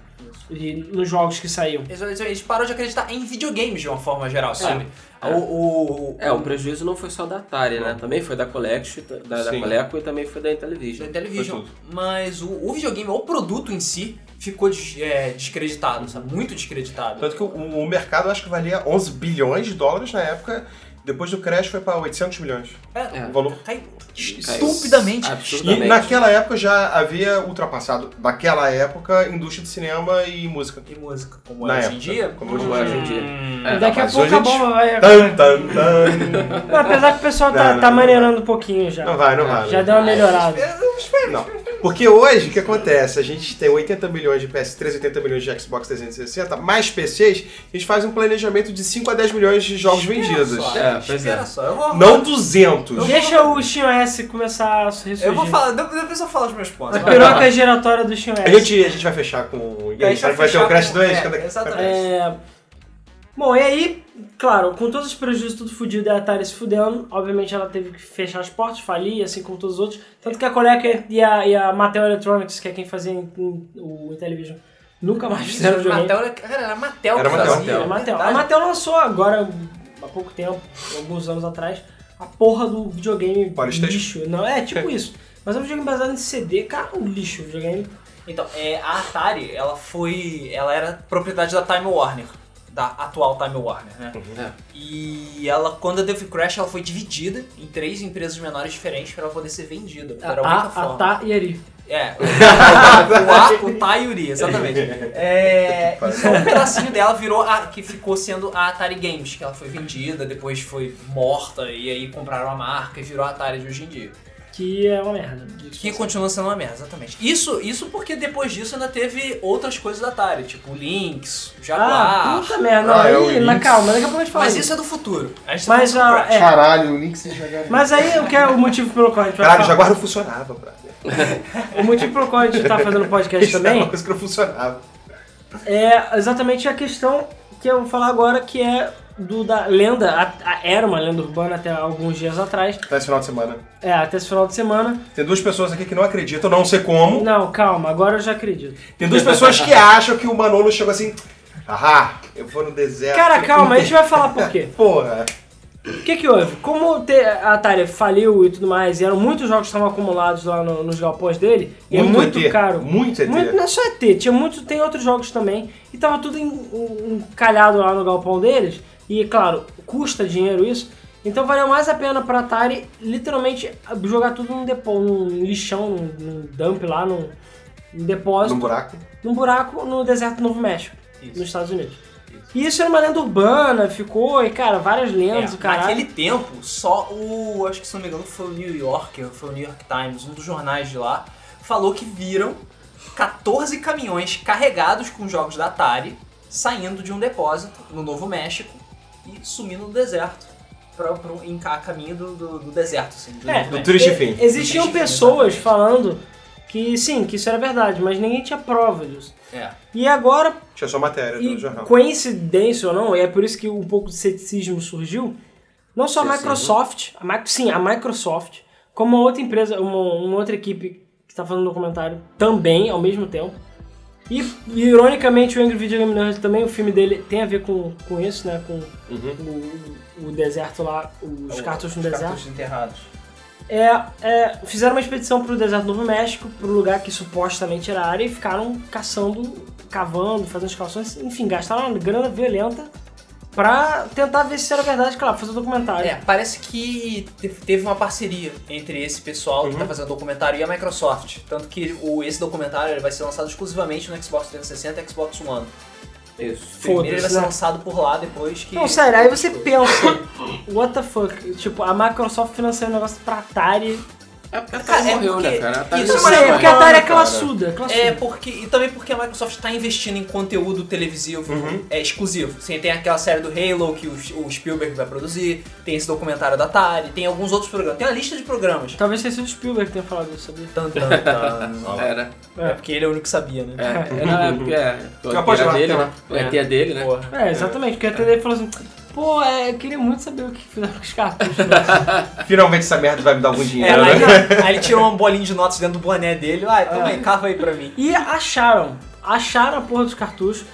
S4: E nos jogos que saíam.
S1: Eles, eles, eles pararam de acreditar em videogames de uma forma
S3: É.
S1: geral, sabe? O, o, o-
S2: É, o prejuízo não foi só da Atari, né? Também foi da Colex, da, da
S3: Sim.
S2: Coleco e também foi da
S1: da
S2: Intellivision.
S1: Television.
S3: Foi
S1: Mas o, o videogame, o produto em si, ficou des- é, descreditado, sabe? Muito descreditado.
S3: Tanto que o, o mercado acho que valia 11 bilhões de dólares na época. Depois do crash foi para 800 milhões.
S1: É,
S3: O valor.
S1: cai
S2: Caiu
S1: estupidamente.
S3: E
S2: Absurdamente.
S3: naquela época já havia ultrapassado, naquela época, indústria de cinema e música.
S1: E música, como
S3: Na
S1: é hoje em
S3: época,
S1: dia.
S3: como
S2: Como é hoje em dia. É,
S3: Hum,
S4: E daqui a
S3: mas
S4: pouco
S3: hoje
S4: a
S3: a gente-
S4: bomba vai.
S3: Tan, tan, tan. [laughs]
S4: Não, apesar que o pessoal tá,
S3: Não, não,
S4: tá
S3: não.
S4: maneirando um pouquinho já.
S3: Não vai, não vai.
S4: Já
S3: né?
S4: deu uma melhorada.
S3: Não. Porque hoje, o que acontece? A gente tem 80 milhões de PS3, 80 milhões de Xbox 360, mais PCs, a gente faz um planejamento de 5 a 10 milhões de jogos vendidos.
S1: Só,
S2: É, pois
S1: espera
S2: é.
S1: só, eu vou,
S3: Não 200.
S4: Deixa o Steam S começar a ressurgir.
S1: eu vou falar, depois eu falo os meus pontos.
S4: [laughs] A piroca giratória do Steam
S3: A
S4: S.
S3: gente, a gente vai fechar com. E
S1: A
S3: aí,
S1: gente vai
S3: sabe que vai ter
S1: fechar
S3: o Crash
S1: com-
S3: 2?
S1: é,
S3: quando-
S1: exatamente.
S4: É... Bom, e aí, claro, com todos os prejuízos tudo fudido e a Atari se fudendo, obviamente ela teve que fechar as portas, falir, assim como todos os outros. Tanto que a Coleca e a, e a Mattel Electronics, que é quem fazia em- em- o Intellivision, nunca mais fizeram videogame.
S1: Matel, era- cara, era Matel
S3: Era
S1: que
S3: Matel.
S1: fazia.
S4: Era a É Mattel. A Mattel lançou agora, há pouco tempo, alguns anos atrás, a porra do videogame
S3: Polystation.
S4: lixo. Não, é tipo isso. Mas é um videogame baseado em CD, cara, um lixo o videogame.
S1: Então, é, a Atari, ela foi. Ela era propriedade da Time Warner. Da atual Time Warner, né? E ela, quando teve o Crash, ela foi dividida em três empresas menores diferentes pra ela poder ser vendida. Era a única
S4: A,
S1: forma.
S4: a Tá e Ari.
S1: É, o A, o Ta e o Uri, exatamente. É, e só um pedacinho dela virou a que ficou sendo a Atari Games, que ela foi vendida, depois foi morta, e aí compraram a marca e virou a Atari de hoje em dia.
S4: Que é uma merda.
S1: Que continua sendo uma merda, exatamente. Isso, isso porque depois disso ainda teve outras coisas da Atari, tipo o Lynx, o
S4: Ah,
S1: Jaguar.
S4: puta merda. Não,
S3: Ah, é o
S4: aí, mas
S3: Lynx.
S4: calma, daqui a pouco a gente fala.
S1: mas
S4: disso.
S1: isso é do futuro. A gente tá
S4: Mas,
S1: falando do
S4: ah,
S1: Crash.
S4: é,
S6: Caralho, o Link se jogaria.
S4: mas aí o que é o motivo pelo qual a gente vai
S3: Caralho, o
S4: falar-
S3: Jaguar não funcionava, brother.
S4: O motivo pelo qual a gente tá fazendo
S3: [laughs]
S4: podcast
S3: Isso era
S4: também
S3: uma coisa que não funcionava.
S4: É exatamente a questão que eu vou falar agora, que é do da lenda, a- a- era uma lenda urbana até alguns dias atrás,
S3: Até Tá, esse final de semana.
S4: é, até esse final de semana.
S3: Tem duas pessoas aqui que não acreditam, não sei como.
S4: Não, calma, agora eu já acredito.
S3: Tem duas pessoas que acham que o Manolo chegou assim. Ah, eu vou no deserto.
S4: Cara, calma, a gente vai falar por quê.
S3: Porra.
S4: O que que houve? Como te- a Atari faliu e tudo mais, e eram muitos jogos que estavam acumulados lá no- nos galpões dele, e é muito
S3: ET,
S4: caro.
S3: Muito ET.
S4: Muito, não é só ET, tinha muito, tem outros jogos também. E tava tudo en- en- encalhado lá no galpão deles. E claro, custa dinheiro isso. Então valeu mais a pena pra Atari literalmente jogar tudo num depô, num lixão, num, num dump lá, num, num depósito,
S3: Num buraco.
S4: num buraco no deserto do Novo México, nos Estados Unidos. E isso era uma lenda urbana, ficou, e cara, várias lendas, o
S1: É,
S4: caralho.
S1: naquele tempo, só o. Acho que se não me engano foi o New Yorker, foi o New York Times, um dos jornais de lá, falou que viram 14 caminhões carregados com jogos da Atari saindo de um depósito no Novo México e sumindo no deserto. pra, pra, em, a caminho do, do, do deserto, assim. Do,
S4: É,
S1: do-
S3: Do triste
S4: E-
S3: fim.
S4: Existiam
S1: Triste fim,
S4: pessoas falando que sim, que isso era verdade, mas ninguém tinha prova disso.
S1: É.
S4: E agora,
S3: Tinha só matéria
S4: e
S3: do jornal.
S4: coincidência ou não, e é por isso que um pouco de ceticismo surgiu, não só a
S2: Ceticismo.
S4: Microsoft, a Mi- sim, a Microsoft, como uma outra empresa, uma, uma outra equipe que está fazendo documentário também, ao mesmo tempo. E, ironicamente, o Angry Video Game Nerd também, o filme dele tem a ver com, com isso, né? Com o, o deserto lá, os cartuchos no
S1: É Os
S4: deserto.
S1: cartuchos enterrados.
S4: É, é, fizeram uma expedição pro deserto do Novo México, pro lugar que supostamente era a área, e ficaram caçando, cavando, fazendo escavações, enfim, gastaram uma grana violenta pra tentar ver se era verdade, claro, fazer um documentário.
S1: É, parece que te- teve uma parceria entre esse pessoal que tá fazendo o documentário e a Microsoft. Tanto que o, esse documentário ele vai ser lançado exclusivamente no Xbox 360 e Xbox One.
S2: Isso.
S1: Primeiro ele vai
S4: Foda-se,
S1: ser
S4: né?
S1: lançado por lá, depois que...
S4: Não, sério, aí você pensa, what the fuck? Tipo, a Microsoft financiou um negócio pra Atari.
S2: É porque a Atari
S1: Cara, é
S2: morreu,
S1: porque-
S2: né, cara? A Atari
S1: isso
S4: Não
S2: não
S1: mas
S4: sei,
S2: existe
S4: é porque a
S2: mais.
S4: Atari é
S2: Cara,
S4: classuda, classuda.
S1: É, porque, e também porque a Microsoft está investindo em conteúdo televisivo é, exclusivo. Assim, tem aquela série do Halo que o, o Spielberg vai produzir, tem esse documentário da Atari, tem alguns outros programas. Tem uma lista de programas.
S4: Talvez tenha sido o Spielberg que tenha falado isso, sabia?
S1: Tan, tan,
S3: [laughs]
S1: tan.
S2: Era.
S1: é porque ele é o único que sabia, né?
S2: É, é, não, é porque
S3: Já
S2: é.
S3: pode
S2: Era
S3: lá,
S2: dele,
S3: tem lá.
S2: né? É teia dele, né?
S1: Porra.
S4: É, exatamente, porque a Atari falou assim, pô, é, eu queria muito saber o que fizeram com os cartuchos. né?
S3: Finalmente essa merda vai me dar algum
S1: É,
S3: dinheiro,
S1: aí,
S3: né?
S1: aí ele tirou um bolinho de notas dentro do boné dele. Ah, então aí, cava aí pra mim.
S4: E acharam, acharam a porra dos cartuchos.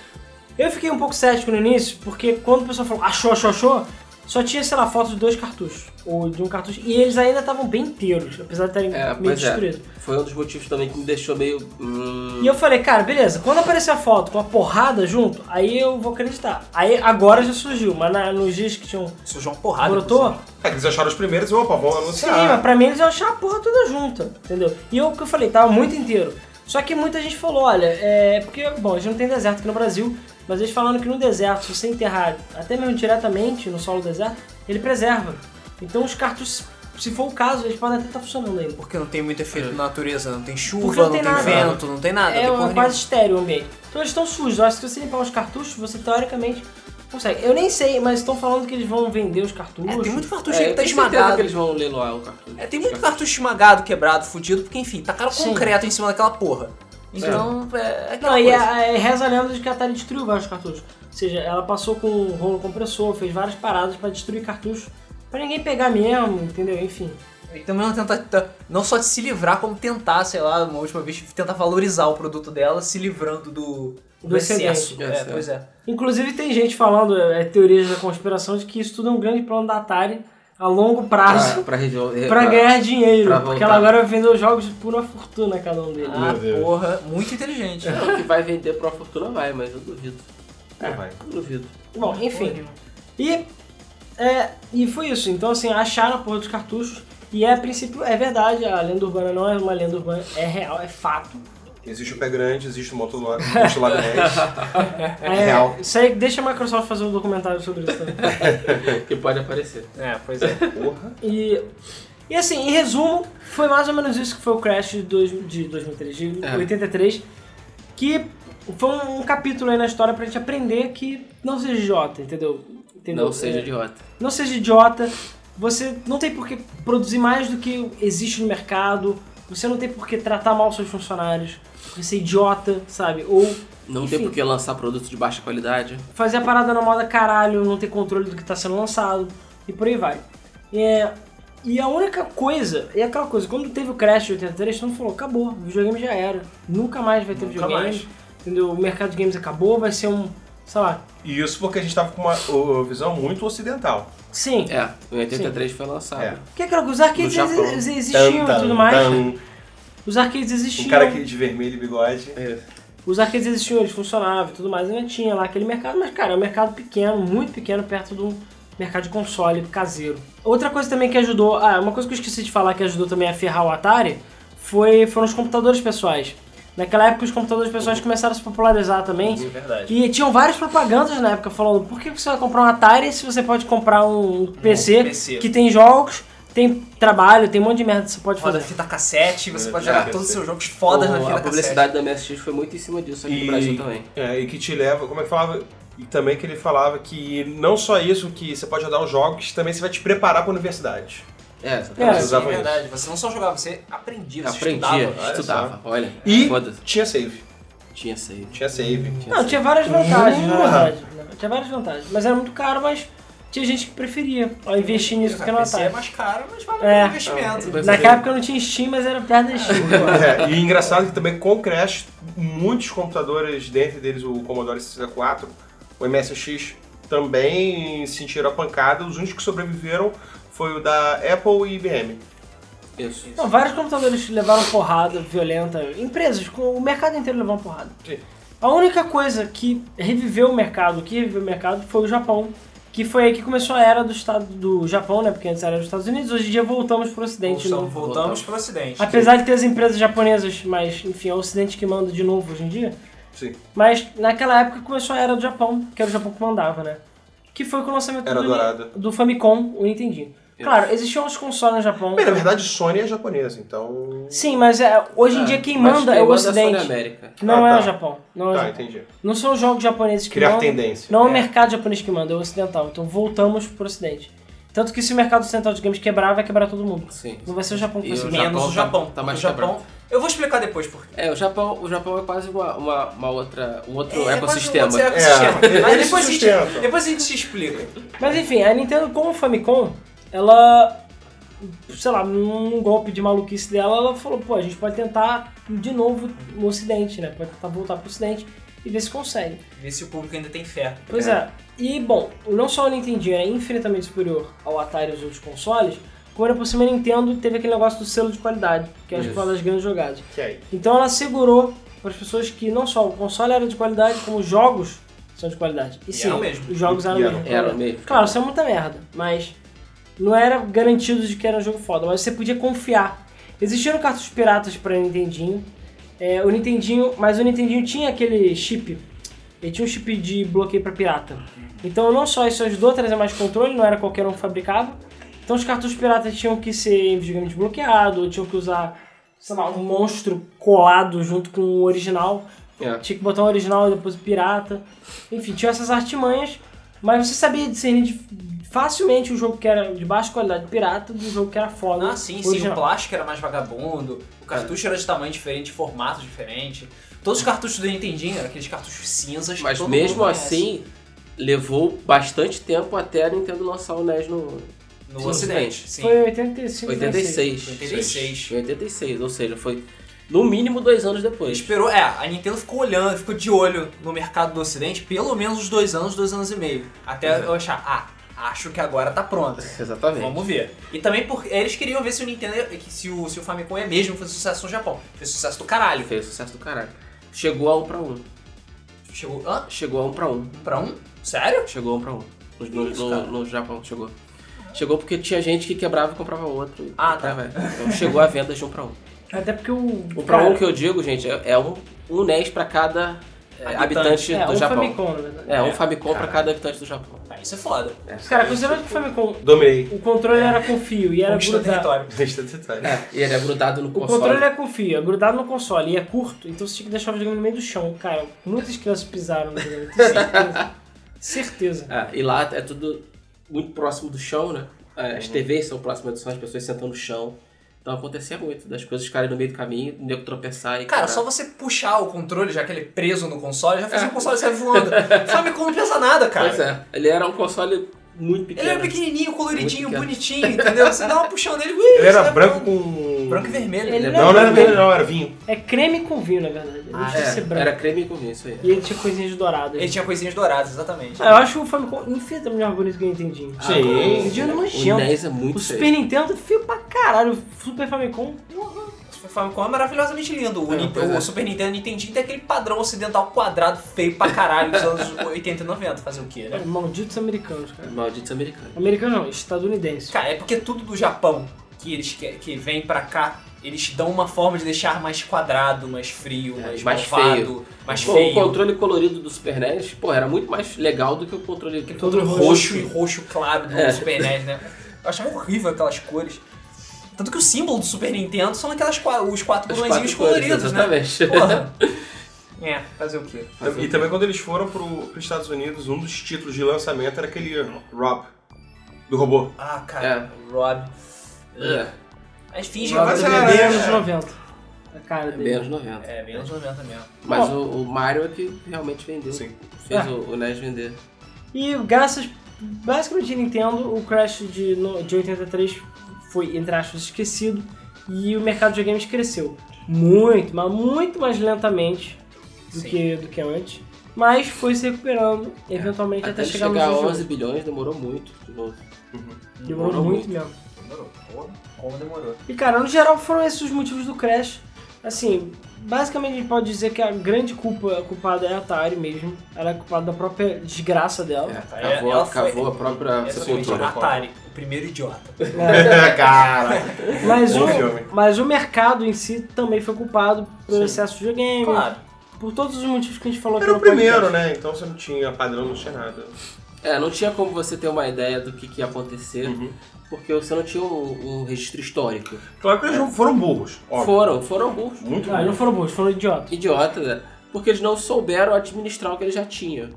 S4: Eu fiquei um pouco cético no início, porque quando o pessoal falou achou, achou, achou, só tinha, sei lá, foto de dois cartuchos, ou de um cartucho, e eles ainda estavam bem inteiros, apesar de estarem
S2: É,
S4: meio
S2: pois é.
S4: destruídos.
S2: Foi um dos motivos também que me deixou meio. hum,
S4: E eu falei, cara, beleza, quando aparecer a foto com a porrada junto, aí eu vou acreditar. Aí agora já surgiu, mas na- nos dias que um tinham
S1: Sujou uma porrada. assim.
S4: brotou,
S3: [laughs] É, eles acharam os primeiros e opa, vão
S1: Tá.
S4: Sim,
S3: anunciar.
S4: mas pra mim eles iam achar a porra toda junta, entendeu? E eu que eu falei, tava muito inteiro. Só que muita gente falou, olha, é porque, bom, a gente não tem deserto aqui no Brasil, mas eles falando que no deserto, se você enterrar até mesmo diretamente no solo do deserto, ele preserva. Então os cartuchos, se for o caso, eles podem até estar funcionando ainda.
S1: Porque não tem muito efeito na natureza, não tem chuva,
S4: Porque
S1: não
S4: não
S1: tem,
S4: tem nada.
S1: vento, não tem nada. não
S4: É
S1: tem
S4: um-
S1: porra nenhuma.
S4: quase estéreo o ambiente. Então eles estão sujos. Eu acho que se você limpar os cartuchos, você teoricamente consegue. Eu nem sei, mas estão falando que eles vão vender os cartuchos.
S1: É, tem muito cartucho
S2: é,
S1: aí
S2: eu
S1: que tá
S2: tenho certeza que
S1: esmagado.
S2: eles vão leiloar o cartucho.
S1: É, tem muito cartucho esmagado, quebrado, fudido, porque enfim, tacaram
S4: Sim.
S1: concreto em cima daquela porra. Então, é, é aquela
S4: Não, e
S1: coisa.
S4: a, e reza a lenda de que a Atari destruiu vários cartuchos. Ou seja, ela passou com um rolo compressor, fez várias paradas pra destruir cartuchos, pra ninguém pegar mesmo, entendeu? Enfim.
S1: E também não tentar, t- não só de se livrar, como tentar, sei lá, uma última vez, tentar valorizar o produto dela, se livrando do, do,
S4: Do
S1: excesso.
S2: excedente.
S1: É, pois é.
S4: Inclusive tem gente falando, é, teorias da conspiração, de que isso tudo é um grande plano da Atari a longo prazo
S2: Pra, Ah, é, pra, região-
S4: pra, ganhar dinheiro.
S2: pra
S4: porque
S2: voltar.
S4: ela agora vai vender os jogos por uma fortuna cada um deles.
S1: Ah,
S3: Deus.
S1: porra, muito inteligente.
S2: Não, que vai vender pra uma fortuna vai, mas eu duvido.
S3: Não vai.
S2: [laughs] Duvido.
S4: Bom, enfim. E, é, e foi isso. Então, assim, acharam a porra dos cartuchos. E é, a princípio, é verdade, a lenda urbana não é uma lenda urbana, é real, é fato.
S3: Existe o pé grande, existe o moto lá-
S4: [laughs]
S3: monte lá do Leste.
S4: É,
S3: Real.
S4: Isso aí, deixa a Microsoft fazer um documentário sobre isso
S2: [laughs]
S4: também.
S2: Que pode aparecer.
S1: É, pois [laughs] é.
S3: Porra.
S4: E, e assim, em resumo, foi mais ou menos isso que foi o Crash de, dois, de 2003, de
S2: É.
S4: 83, que foi um, um capítulo aí na história pra gente aprender que não seja idiota, entendeu? Entendeu?
S2: Não seja
S4: É,
S2: idiota.
S4: Não seja idiota, você não tem por que produzir mais do que existe no mercado, você não tem por que tratar mal seus funcionários, porque ser idiota, sabe? Ou
S2: Não
S4: Enfim.
S2: tem por que lançar produto de baixa qualidade.
S4: fazer a parada na moda caralho, não ter controle do que tá sendo lançado e por aí vai. É, e a única coisa, é aquela coisa, quando teve o Crash de 83, todo mundo falou, acabou, o videogame já era, nunca mais vai ter videogame,
S1: mais.
S4: entendeu? O mercado de games acabou, vai ser um, sei lá,
S3: E isso porque a gente tava com uma ô, visão muito ocidental.
S4: sim.
S2: É, em 83 foi lançado.
S3: É.
S4: Porque é aquela coisa, os arcades
S2: No Japão.
S4: ex- existiam e tudo mais,
S3: tan.
S4: os arcades
S3: Um
S4: existiam,
S3: cara aqui de vermelho e bigode.
S2: É,
S4: os arcades existiam, eles funcionavam e tudo mais, ainda tinha lá aquele mercado, mas cara, é um mercado pequeno, muito pequeno, perto do mercado de console caseiro. Outra coisa também que ajudou, ah, uma coisa que eu esqueci de falar que ajudou também a ferrar o Atari, foi, foram os computadores pessoais. Naquela época os computadores pessoais começaram a se popularizar também.
S1: É verdade.
S4: E tinham várias propagandas na época falando por que você vai comprar um Atari se você pode comprar um PC,
S1: PC.
S4: que tem jogos, tem trabalho, tem um monte de merda que você pode
S1: Foda
S4: fazer.
S1: fita cassete, você
S3: É,
S1: pode
S3: já
S1: jogar
S3: cassete.
S1: todos os seus jogos fodas na
S2: O-
S1: fita
S2: a
S1: cassete.
S2: publicidade da MSX foi muito em cima disso aqui no Brasil também.
S3: é, e que te leva, como é que falava? E também que ele falava que não só isso, que você pode jogar os jogos, também você vai te preparar para a universidade.
S2: É,
S4: É,
S2: exatamente.
S3: sim. usavam isso.
S1: verdade. Você não só jogava, você aprendia, você
S2: Aprendia,
S1: estudava.
S2: estudava, olha.
S3: E
S2: é, Foda-se.
S3: tinha save.
S2: Tinha saído.
S3: Tinha save.
S4: Não, tinha várias vantagens, na
S3: Porra!
S4: verdade. né? Tinha várias vantagens. Mas era muito caro, mas tinha gente que preferia ó, investir nisso do que na
S1: PC é
S4: Atari.
S1: mais caro, mas vale
S4: É.
S1: o investimento.
S2: Pois
S4: Naquela
S2: é.
S4: época eu não tinha Steam, mas era perto da Steam.
S3: É, e engraçado que também com o Crash, muitos computadores, dentre deles o Commodore 64, o MSX, também sentiram a pancada. Os únicos que sobreviveram foi o da Apple e IBM.
S2: Isso.
S4: Não, vários computadores levaram porrada violenta. Empresas, com- o mercado inteiro levou uma porrada.
S3: Sim.
S4: A única coisa que reviveu o mercado, que reviveu o mercado, foi o Japão. Que foi aí que começou a era do estado do Japão, né? Porque antes era dos Estados Unidos. Hoje em dia voltamos pro Ocidente. de
S1: Voltamos,
S4: novo.
S1: voltamos pro Ocidente.
S4: Apesar de ter as empresas japonesas, mas enfim, é o Ocidente que manda de novo hoje em dia.
S3: Sim.
S4: Mas naquela época começou a era do Japão, que era o Japão que mandava, né? Que foi com o lançamento
S3: Era
S4: do,
S3: dourada.
S4: do Famicom, o Nintendinho. Claro, existiam os consoles no Japão.
S3: Bem, na verdade, Sony é japonesa, então.
S4: Sim, mas é, hoje em
S2: É,
S4: dia quem
S2: mas
S4: manda
S2: quem
S4: é o
S2: manda É a Sony
S4: Ocidente.
S2: América.
S4: não
S3: Ah,
S4: é
S3: tá.
S4: o Japão. Não, é o
S3: Tá,
S4: Japão.
S3: enteses
S4: não são os jogos japoneses que
S3: Criar
S4: mandam.
S3: tendência.
S4: Não é o
S3: É.
S4: mercado japonês que manda, é o ocidental. Então voltamos pro Ocidente. Tanto que se o mercado ocidental de games quebrar, vai quebrar todo mundo.
S2: Sim.
S4: Não vai ser o Japão que
S2: E
S4: vai se
S2: o
S4: virar.
S1: Menos o
S2: Japão tá-
S1: Japão.
S2: tá mais
S1: o Japão.
S2: quebrado.
S1: Eu vou explicar depois por quê.
S2: É, o Japão, o Japão é quase uma, uma, uma outra, um outro
S1: É,
S2: ecossistema.
S1: quase um outro [laughs]
S3: É,
S1: ecossistema.
S3: eles
S1: Mas depois a, gente,
S3: sustentam.
S1: depois a gente se explica.
S4: Mas enfim, a Nintendo com o Famicom, ela. Sei lá, num golpe de maluquice dela, ela falou, pô, a gente pode tentar de novo no ocidente, né? Pode tentar voltar pro ocidente e ver se consegue.
S1: Ver se o público ainda tem fé.
S4: Pois é. E, bom, não só o Nintendinho é infinitamente superior ao Atari e aos outros consoles, como era por cima a Nintendo teve aquele negócio do selo de qualidade, que é acho que foi uma das grandes jogadas.
S3: Que aí?
S4: Então ela segurou para as pessoas que não só o console era de qualidade, como os jogos são de qualidade. E,
S1: E
S4: sim,
S1: eram mesmo.
S4: os jogos
S3: E
S4: eram,
S3: eram.
S4: mesmo.
S2: Era mesmo.
S4: Claro, isso é muita merda, mas não era garantido de que era um jogo foda, mas você podia confiar. Existiram cartuchos piratas para Nintendinho, é, o Nintendinho, mas o Nintendinho tinha aquele chip, ele tinha um chip de bloqueio para pirata. Então não só isso ajudou a trazer mais controle, não era qualquer um que fabricava. Então os cartuchos piratas tinham que ser digamos, desbloqueado, ou tinham que usar, sei lá, um monstro colado junto com o original.
S2: É.
S4: Tinha que botar um original e depois o pirata. Enfim, tinha essas artimanhas, mas você sabia discernir de- facilmente o jogo que era de baixa qualidade pirata do jogo que era foda.
S1: Ah, sim, sim. O
S4: original.
S1: plástico era mais vagabundo,
S2: É.
S1: o cartucho era de tamanho diferente, formato diferente. Todos os cartuchos do Nintendinho eram aqueles cartuchos cinzas. que
S2: Mas
S1: todo
S2: mesmo
S1: mundo conhece.
S2: assim, levou bastante tempo até a Nintendo lançar o NES no
S1: No
S2: Sim.
S1: Ocidente, sim.
S4: Foi em 85,
S2: 86.
S1: 86.
S2: Em 86, ou seja, foi no mínimo dois anos depois.
S1: Esperou, é, a Nintendo ficou olhando, ficou de olho no mercado do Ocidente pelo menos uns dois anos, dois anos e meio. Até eu achar, ah, acho que agora tá pronto.
S2: Uhum. Exatamente.
S1: Vamos ver. E também porque eles queriam ver se o Nintendo, se o, se o Famicom é mesmo fazer sucesso no Japão. Fez sucesso do caralho.
S2: Fez sucesso do caralho. Chegou a 1 pra 1.
S1: Chegou, hã?
S2: Chegou a 1 pra 1.
S1: Um pra um? Sério?
S2: Chegou a 1 pra 1. No, no,
S1: isso,
S2: no-
S1: cara?
S2: no Japão, chegou. Chegou porque tinha gente que quebrava e comprava outro. e
S1: Ah,
S2: comprava. Então chegou a venda de 1 pra 1.
S4: né, Até porque o.
S2: O pra 1 que eu digo, gente, é, é um, um NES pra cada é,
S1: Habitante.
S2: habitante
S4: é,
S2: do
S4: um
S2: Japão.
S4: Famicom, na verdade.
S2: É, um Famicom pra cada habitante do Japão.
S1: Ah, isso é foda.
S4: Cara, considerando que o Famicom,
S3: Dominei. [laughs]
S4: o controle era com fio e era
S1: Conquistou o
S4: grudado.
S1: território.
S3: Deixa de detalhe.
S2: É, e ele é grudado no
S4: O
S2: console.
S4: controle era com fio, é grudado no console e é curto, então você tinha que deixar o videogame no meio do chão. Cara, muitas crianças pisaram no videogame, tenho certeza. [laughs] certeza.
S2: É, e lá é tudo muito próximo do chão, né? É, As TVs são próximas do chão, as pessoas sentam no chão. Então acontecia muito das coisas caírem no meio do caminho, o nego tropeçar e.
S1: Cara,
S2: quebrar.
S1: só você puxar o controle, já que ele é preso no console, já fez o console sair voando. Famicom não pesa nada, cara.
S2: É. Pois é, ele era um console muito
S1: Ele
S2: pequeno.
S1: era pequenininho, coloridinho,
S2: Muito pequeno.
S1: bonitinho, entendeu? Você dá uma puxão nele, ui,
S3: Ele era
S1: sai
S3: branco
S1: voando.
S3: com.
S1: é Branco e vermelho. é
S4: Ele
S3: Não, não era vermelho, não, era vinho.
S4: É creme com vinho, na verdade. Ele
S1: Ah,
S4: tinha que ser
S2: É,
S4: branco.
S2: era creme com isso aí.
S4: E ele tinha coisinhas douradas.
S1: Ele tinha coisinhas douradas, exatamente.
S4: Ah, eu acho o Famicom infinitamente mais bonito que o Nintendinho.
S3: Ah, Sim.
S4: Nintendinho era
S2: O
S4: nojento.
S2: NES é muito
S4: O
S2: feio.
S4: Super Nintendo é feio pra caralho. O Super Famicom.
S1: O Famicom é maravilhosamente lindo. O,
S2: É,
S1: Nintendo-
S2: pois é.
S1: o Super Nintendo Nintendinho tem aquele padrão ocidental quadrado feio pra caralho dos anos [laughs] 80 e 90. Fazer o quê, né?
S4: Malditos americanos, cara.
S2: Malditos americanos.
S4: Americano não, estadunidense.
S1: Cara, é porque tudo do Japão que eles que, que vem pra cá, eles dão uma forma de deixar mais quadrado, mais frio,
S2: É,
S1: mais,
S2: mais
S1: malvado,
S2: feio.
S1: mais
S2: Pô, o
S1: feio.
S2: controle colorido do Super NES, pô, era muito mais legal do que o controle que
S1: Todo roxo e roxo claro do
S2: É.
S1: Super NES, né? Eu achava horrível aquelas cores. Tanto que o símbolo do Super Nintendo são aquelas qua- os quatro
S2: Os
S1: botõezinhos
S2: quatro cores,
S1: coloridos, né?
S2: Exatamente.
S1: Porra.
S5: É, fazer o quê?
S3: E também quando eles foram para os Estados Unidos, um dos títulos de lançamento era aquele Rob, do robô.
S5: Ah, cara, Rob.
S2: [laughs] É,
S5: Mas finge
S3: Rob
S5: que
S3: Mas
S5: você
S3: era-
S5: bebeu.
S4: bem anos 90. A cara
S2: é
S4: dele.
S2: bem anos 90.
S5: É, bem anos 90 mesmo.
S2: Mas o, o Mario é que realmente vendeu.
S3: Sim.
S2: Fez
S4: É.
S2: o, o NES vender.
S4: E graças, basicamente, a Nintendo, o Crash de, no- de 83 foi, entre aspas, esquecido e o mercado de games cresceu. Muito, mas muito mais lentamente do,
S5: Sim.
S4: que, do que antes. Mas foi se recuperando, eventualmente, até,
S2: Até
S4: chegar,
S2: chegar a
S4: nos
S2: 11 bilhões demorou muito de novo.
S4: jogos. Demorou
S2: demorou
S4: muito mesmo.
S5: Demorou. Porra, Como demorou?
S4: E, cara, no geral foram esses os motivos do Crash. Assim, basicamente a gente pode dizer que a grande culpa a culpada é a Atari mesmo. Ela é culpada da própria desgraça dela.
S2: É,
S5: Ela
S2: cavou,
S5: foi-
S2: cavou a
S1: Ah,
S2: própria
S5: Exatamente,
S1: né?
S2: sepultura.
S5: Atari, o primeiro
S1: [laughs]
S5: idiota.
S3: Cara,
S4: É. Mas
S3: É. Bom
S4: o,
S3: filme.
S4: mas o mercado em si também foi culpado pelo
S5: Sim.
S4: excesso
S1: É
S4: de videogame,
S5: Claro.
S4: por todos os motivos que a gente falou aqui
S3: era o
S4: no podcast.
S3: primeiro, né? Então você não tinha padrão, não tinha nada.
S2: É, não tinha como você ter uma ideia do que, que ia acontecer,
S3: Uhum.
S2: porque você não tinha um, um registro histórico.
S3: Claro que eles
S4: É.
S3: não foram burros, óbvio.
S2: Foram, foram burros.
S3: Muito
S4: Ah, não
S3: burros.
S4: foram bons, foram idiotas.
S2: Idiota, né? Porque eles não souberam administrar o que eles já tinham.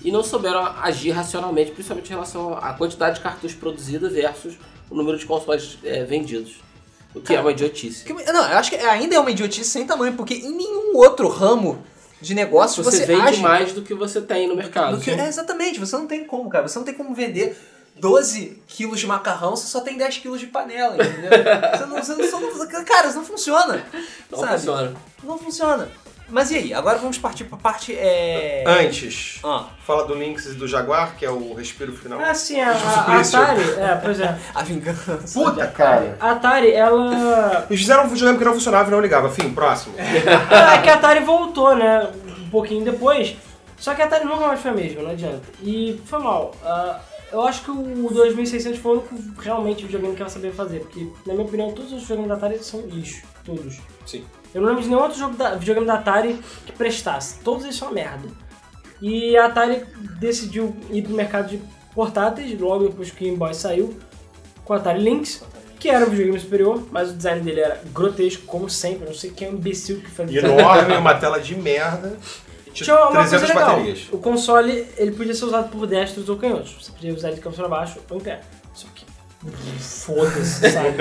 S2: E não souberam agir racionalmente, principalmente em relação à quantidade de cartuchos produzida versus o número de consoles é, vendidos. O que é uma idiotice.
S1: Que- Não, eu acho que ainda é uma idiotice sem tamanho, porque em nenhum outro ramo de negócio
S2: você,
S1: você,
S2: vende
S1: age
S2: mais do que você tem no mercado.
S1: do que-
S5: né?
S1: é, exatamente, você não tem como, cara. Você não tem como vender 12 quilos de macarrão, você só tem 10 quilos de
S5: [laughs]
S1: panela, entendeu? você não, você não- você não- cara, isso não funciona.
S2: não
S1: sabe?
S2: funciona.
S1: Não funciona. Mas e aí? Agora vamos partir pra parte. É...
S3: Antes,
S1: Ah,
S3: fala do Lynx e do Jaguar, que é o respiro final.
S4: Ah, sim, a, a- a
S3: Suplício.
S4: Atari, é, pois é.
S5: [laughs]
S1: a vingança.
S3: Puta, cara.
S4: A Atari, ela.
S3: Eles fizeram um videogame que não funcionava e não ligava. Fim, próximo.
S4: É que a Atari voltou, né? Um pouquinho depois. Só que a Atari nunca mais foi a mesma, não adianta. E foi mal. Ah, eu acho que o 2600 foi o único realmente videogame que ela sabia fazer. Porque, na minha opinião, todos os videogames da Atari são lixo. Todos.
S3: Sim.
S4: Eu não lembro de nenhum outro jogo da, videogame da Atari que prestasse. Todos eles são uma merda. E a Atari decidiu ir pro mercado de portáteis, logo depois que o Game Boy saiu, com a Atari Lynx, que era um videogame superior, mas o design dele era grotesco, como sempre. Eu não sei quem é um imbecil que faz
S3: Enorme, uma tela de merda.
S4: Tinha uma coisa
S3: 300
S4: legal.
S3: baterias.
S4: O console, ele podia ser usado por destros ou canhotos. Você podia usar ele de cabeça pra baixo ou em pé. Só que...
S5: [laughs]
S4: Foda-se, sabe?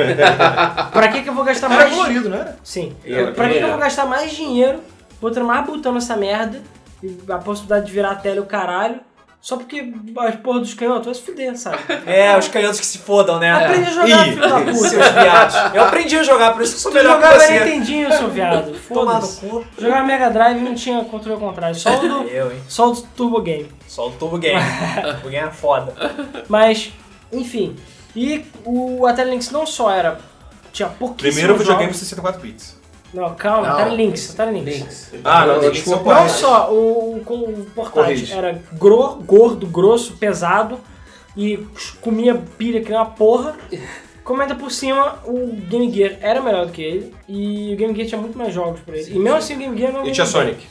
S4: pra que que eu vou gastar
S3: Era
S4: mais...
S3: colorido, não
S5: né?
S3: era?
S4: Sim.
S3: Era,
S4: pra que que eu
S2: era.
S4: vou gastar mais dinheiro botando mais botão nessa merda e a possibilidade de virar a tela e o caralho só porque as porra dos canhotos vai se
S5: [laughs]
S4: fuder, sabe?
S5: É, os canhotos que se fodam, né?
S4: Aprende a jogar,
S3: Ih.
S4: filho da
S5: É. Seus
S4: puta.
S5: viados. Eu aprendi a jogar, por isso que eu sou
S4: Tu
S5: melhor que
S4: jogava
S5: você.
S4: Nintendinho, seu viado.
S5: Tomar no
S4: Foda-se.
S5: cu.
S4: Jogava Mega Drive e não tinha controle ao contrário. Só o do,
S5: [laughs] Eu, hein?
S4: só o do Turbo Game.
S5: Só o Turbo [laughs] Game. Turbo Game é foda.
S4: Mas, enfim. E o Atari Lynx não só era... Tinha pouquíssimos
S3: Primeiro videogame
S4: jogos-
S3: 64 bits.
S4: Não, calma.
S2: Não.
S4: Atari Lynx. Atari Lynx.
S2: Links.
S3: Ah, não,
S2: Links
S3: desculpa.
S2: são
S3: Não
S4: Não
S2: quatro.
S4: só, o, o portátil
S3: Corrige.
S4: era gro, gordo, grosso, pesado e comia pilha que nem uma porra. Como ainda por cima, o Game Gear era melhor do que ele e o Game Gear tinha muito mais jogos pra ele. e mesmo assim o Game Gear não
S3: E
S4: vendeu
S3: tinha
S4: bem.
S3: Sonic.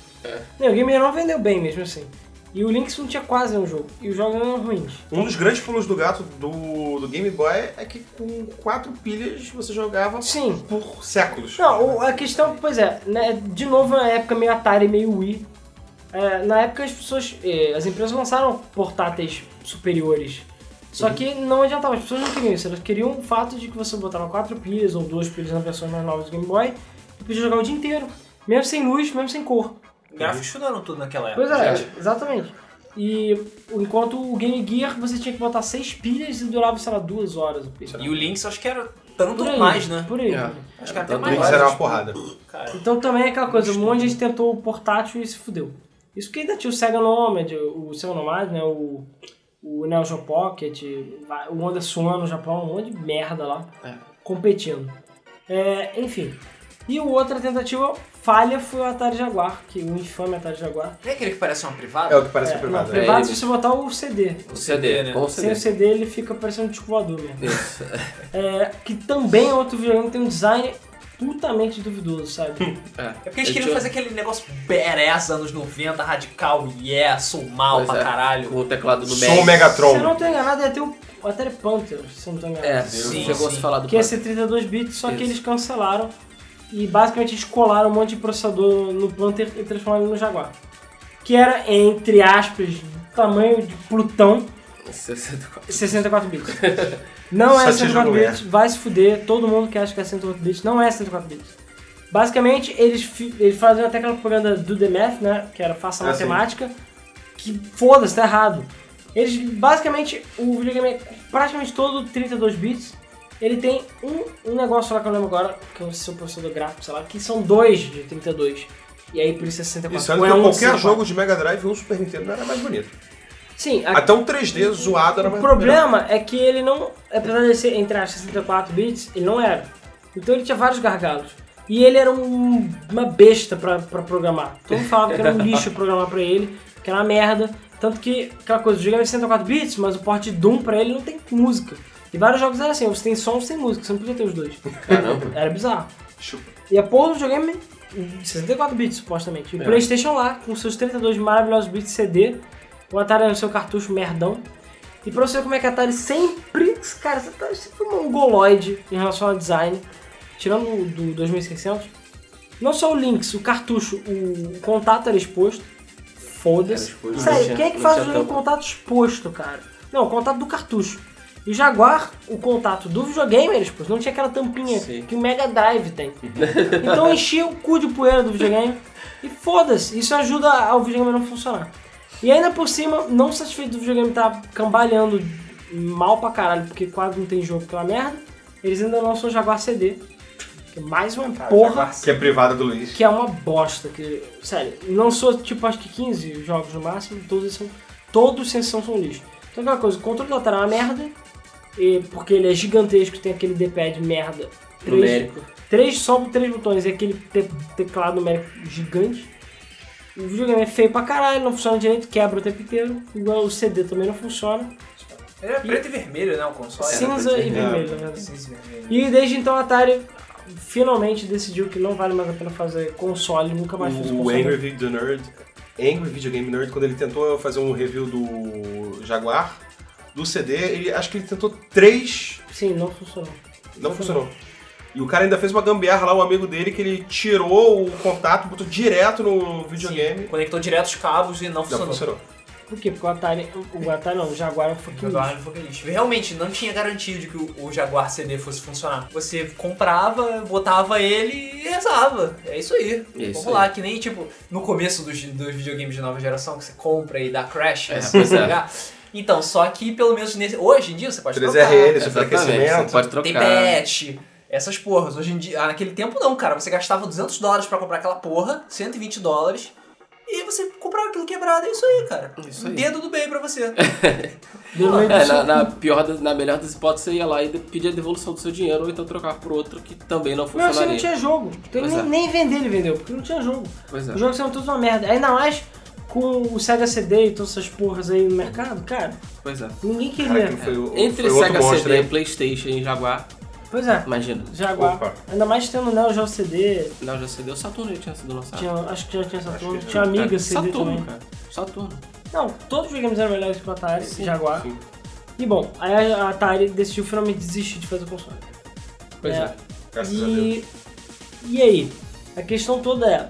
S4: Não, o Game Gear não vendeu bem mesmo assim. E o Lynx não tinha quase nenhum jogo. E os jogos eram ruins.
S3: Um dos grandes pulos do gato do, do Game Boy é que com quatro pilhas você jogava
S4: Sim.
S3: por séculos.
S4: Não, o- a questão, pois é, né, de novo na época meio Atari, meio Wii. é, na época as pessoas, é, as empresas lançaram portáteis superiores. Só que não adiantava, as pessoas não queriam isso, elas queriam o fato de que você botava quatro pilhas ou duas pilhas na versão mais nova do Game Boy e podia jogar o dia inteiro, mesmo sem luz, mesmo sem cor.
S5: Gráficos mudaram tudo naquela época.
S4: Pois é, exatamente. E enquanto o Game Gear você tinha que botar seis pilhas e durava, sei lá, duas horas. o
S1: é.
S4: pilha.
S5: E o Lynx eu acho que era tanto
S4: Por aí,
S5: mais, né?
S4: Por aí.
S2: É.
S5: Acho que até
S2: Tanto
S3: O
S5: mais.
S3: Lynx
S1: né?
S3: era uma porrada.
S5: Cara,
S4: Então também é aquela coisa, um monte de gente tentou o portátil e se fudeu. Isso que ainda tinha o Sega Nomad, o Sega Nomad, né, o, o Neo Geo Pocket, o Honda Suan no Japão, um monte de merda lá,
S2: É.
S4: competindo. É, enfim. E outra tentativa falha foi o Atari Jaguar, que o infame Atari Jaguar.
S5: não é aquele que parece uma privada?
S3: É o que parece é,
S4: Não,
S3: privado. né?
S4: privado
S2: É
S4: se você botar o CD.
S2: O CD,
S5: né?
S2: né? Com o
S4: Sem o
S2: CD.
S4: CD ele fica parecendo um disco voador mesmo.
S2: Isso.
S4: É, que também é outro videogame que tem um design putamente duvidoso, sabe?
S2: É,
S5: É porque eles queriam fazer aquele negócio badass anos 90, radical, yeah, sou mal
S2: Pois
S5: pra
S2: é.
S5: caralho.
S2: o teclado do
S3: Som
S2: Mac.
S4: Se eu não
S3: Megatron.
S4: tô enganado, ia ter o o Atari Panther, se eu não tô enganado.
S2: É,
S5: Sim,
S2: chegou a
S5: sim.
S2: [laughs] se falar do
S4: Que ia
S2: Panther.
S4: ser 32 bits, só que
S2: Isso.
S4: eles cancelaram e basicamente eles colaram um monte de processador no Planter e transformaram ele no Jaguar. Que era, entre aspas, tamanho de Plutão,
S2: 64.
S4: 64
S3: [laughs]
S4: bits. Não é
S3: Só te
S4: 64
S3: julgo,
S4: bits, vai se fuder, todo mundo que acha que é 64 bits não é 64 bits. Basicamente, eles, fi- eles faziam até aquela propaganda do The Math, né? Que era faça
S3: Ah, sim.
S4: matemática, que foda-se, tá errado. Eles, basicamente, o videogame, é praticamente todo 32 bits, ele tem um, um negócio lá que eu lembro agora, que é o seu processador gráfico, sei lá, que são dois de 32. E aí por isso é 64.
S3: Isso, sendo
S4: Ou
S3: que
S4: é um
S3: qualquer
S4: 64.
S3: jogo de Mega Drive ou Super Nintendo era mais bonito.
S4: Sim, a-
S3: Até um 3D zoado era
S4: O
S3: mais
S4: problema é que ele não, apesar de ser entre as 64 bits, ele não era. Então ele tinha vários gargalos. E ele era um- uma besta pra, pra programar. Todo mundo falava que era um lixo programar pra ele, que era uma merda. Tanto que, aquela coisa, o jogo era de 64 bits, mas o porte Doom pra ele não tem música. E vários jogos eram assim, você tem som, você tem música, você não podia ter os dois.
S2: Caramba.
S4: Era bizarro.
S3: Chupa.
S4: E a porra do videogame, 64 bits, supostamente. E o Playstation lá, com seus 32 maravilhosos bits CD, o Atari no seu cartucho merdão. E pra você ver como é que a Atari sempre, cara, você tá sempre um mongoloide em relação ao design, tirando o do 2600. Não só o Lynx, o cartucho, o contato era exposto.
S2: Era
S4: Foda-se.
S2: exposto. Não
S4: Sério,
S2: tinha-
S4: quem é que
S2: não
S4: faz o
S2: tinha
S4: jogo
S2: tampa.
S4: com contato exposto, cara? Não, o contato do cartucho. E o Jaguar, o contato do videogame era exposto. Não tinha aquela tampinha
S2: Sim.
S4: que o Mega Drive tem. Então enchia o cu de poeira do videogame e foda-se, isso ajuda ao videogame não funcionar. E ainda por cima, não satisfeito do videogame tá cambalhando mal pra caralho, porque quase não tem jogo que é uma merda, eles ainda lançam o Jaguar CD, que é mais uma porra,
S3: Que é privada do Luiz.
S4: que é uma bosta. Que, sério, lançou tipo acho que 15 jogos no máximo, todos eles são, todos sem exceção são lixo. Então aquela coisa, o controle do Atari é uma merda, e- porque ele é gigantesco, tem aquele D-pad merda. três-
S2: Numérico.
S4: Três, só com três botões e aquele te- teclado numérico gigante. O videogame é feio pra caralho, não funciona direito, quebra o tempo inteiro. Igual o CD também não funciona.
S1: Ele era preto e vermelho, né? O console.
S2: Sim.
S4: cinza e
S2: preto e
S4: vermelho, na verdade.
S1: Cinza e vermelho.
S4: E desde então a Atari finalmente decidiu que não vale mais a pena fazer console, nunca mais fez
S3: O
S4: console.
S3: Angry Video Nerd, Angry Video Game Nerd, quando ele tentou fazer um review do Jaguar, do CD, ele, acho que ele tentou três,
S4: Sim, não funcionou.
S3: não funcionou. E o cara ainda fez uma gambiarra lá, um amigo dele, que ele tirou o contato, botou direto no videogame.
S1: Conectou direto os cabos e não
S3: Não
S1: funcionou.
S3: funcionou.
S4: Por quê? Porque o Atari. O Atari não, o Jaguar é um fucking
S1: O
S4: lixo.
S1: Jaguar foi feliz. Realmente, não tinha garantia de que o o Jaguar CD fosse funcionar. Você comprava, botava ele e rezava. É isso aí.
S2: É isso
S1: Vamos lá, que nem tipo no começo dos, dos videogames de nova geração, que você compra e dá crash,
S2: É,
S1: né, pra
S2: pois
S1: você
S2: é.
S1: jogar. Então, só que pelo menos nesse, hoje em dia você pode trocar.
S3: 3RL,
S2: Exatamente. Você
S3: superaquecimento.
S2: pode trocar.
S1: Tem patch, essas porras. Hoje em dia, ah, naquele tempo não, cara. Você gastava 200 dólares pra comprar aquela porra, 120 dólares, e você comprava aquilo quebrado. É isso aí, cara.
S2: Isso aí.
S1: Dedo do bem pra
S2: [laughs]
S1: você.
S4: Deu no meio
S2: É,
S4: do
S2: na,
S4: seu-
S2: na pior, das- na melhor das hipóteses, você ia lá e de- pedia a devolução do seu dinheiro ou então trocar por outro que também não
S4: Não, você
S2: funcionaria.
S4: não tinha jogo. Então ele nem,
S2: Pois é.
S4: nem vender ele vendeu, porque não tinha jogo.
S2: Pois é.
S4: Os jogos são todos uma merda. Ainda mais com o Sega CD e todas essas porras aí no mercado, cara,
S2: Pois é.
S4: ninguém queria.
S3: Cara, aquilo foi, o-
S2: Entre
S3: foi outro
S2: Sega
S3: monstro, né?
S2: CD,
S3: hein?
S2: Playstation e Jaguar,
S4: Pois é,
S2: imagina.
S4: Jaguar.
S3: Opa.
S4: Ainda mais tendo né, o Neo Geo CD,
S2: Não, já cedeu. Saturno já tinha sido lançado.
S4: tinha, acho que já tinha Saturno,
S3: Acho que já.
S4: tinha Amiga
S2: Cara,
S4: CD
S2: Saturno,
S4: também.
S2: cara. Saturno.
S4: Não, todos os videogames eram melhores que o Atari,
S2: Sim,
S4: Jaguar.
S2: sim.
S4: E bom, aí a Atari decidiu finalmente desistir de fazer console.
S2: Pois
S4: É.
S2: é.
S3: Graças a Deus.
S4: E, e aí? A questão toda é,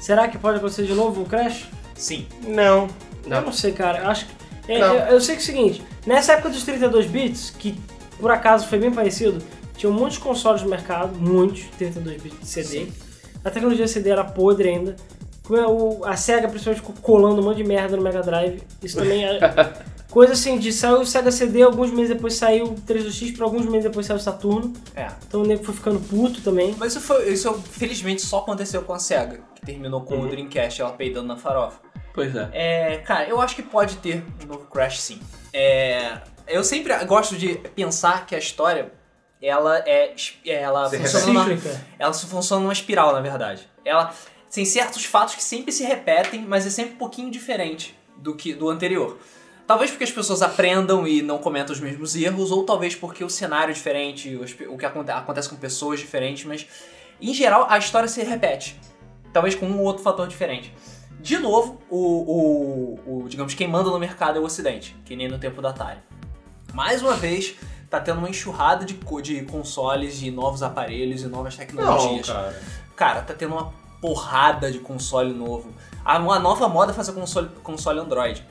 S4: será que pode acontecer de novo um crash?
S1: Sim.
S3: Não.
S4: Eu não sei, cara. Eu acho que. é,
S3: Não.
S4: eu, eu sei que é o seguinte, nessa época dos 32 bits, que por acaso foi bem parecido, tinha muitos consoles no mercado, muitos 32 bits de CD. A tecnologia CD era podre ainda. Como é o- A SEGA principalmente ficou colando um monte de merda no Mega Drive. Isso também era. Coisa assim, de saiu o Sega CD, alguns meses depois saiu o 3DX, pra alguns meses depois saiu o Saturno.
S1: É.
S4: Então o nego foi ficando puto também.
S1: Mas isso, foi, isso felizmente só aconteceu com a SEGA, que terminou com o Dreamcast, ela peidando na farofa.
S2: Pois é.
S1: É, cara, eu acho que pode ter um novo Crash sim. É, eu sempre gosto de pensar que a história, ela é. es- Ela
S3: Se
S1: funciona, numa,
S4: É Cíclica.
S1: ela se funciona numa espiral, na verdade. Ela tem certos fatos que sempre se repetem, mas é sempre um pouquinho diferente do que do anterior. Talvez porque as pessoas aprendam e não cometam os mesmos erros, ou talvez porque o cenário é diferente, os pe- o que aconte- acontece com pessoas diferentes, mas em geral a história se repete. Talvez com um ou outro fator diferente. De novo, o, o- o, digamos, quem manda no mercado é o Ocidente, que nem no tempo da Atari. Mais uma vez, tá tendo uma enxurrada de, co- de consoles, de novos aparelhos e novas
S3: Não,
S1: tecnologias.
S3: cara.
S1: Cara, tá tendo uma porrada de console novo. A, uma nova moda é fazer console, console Android.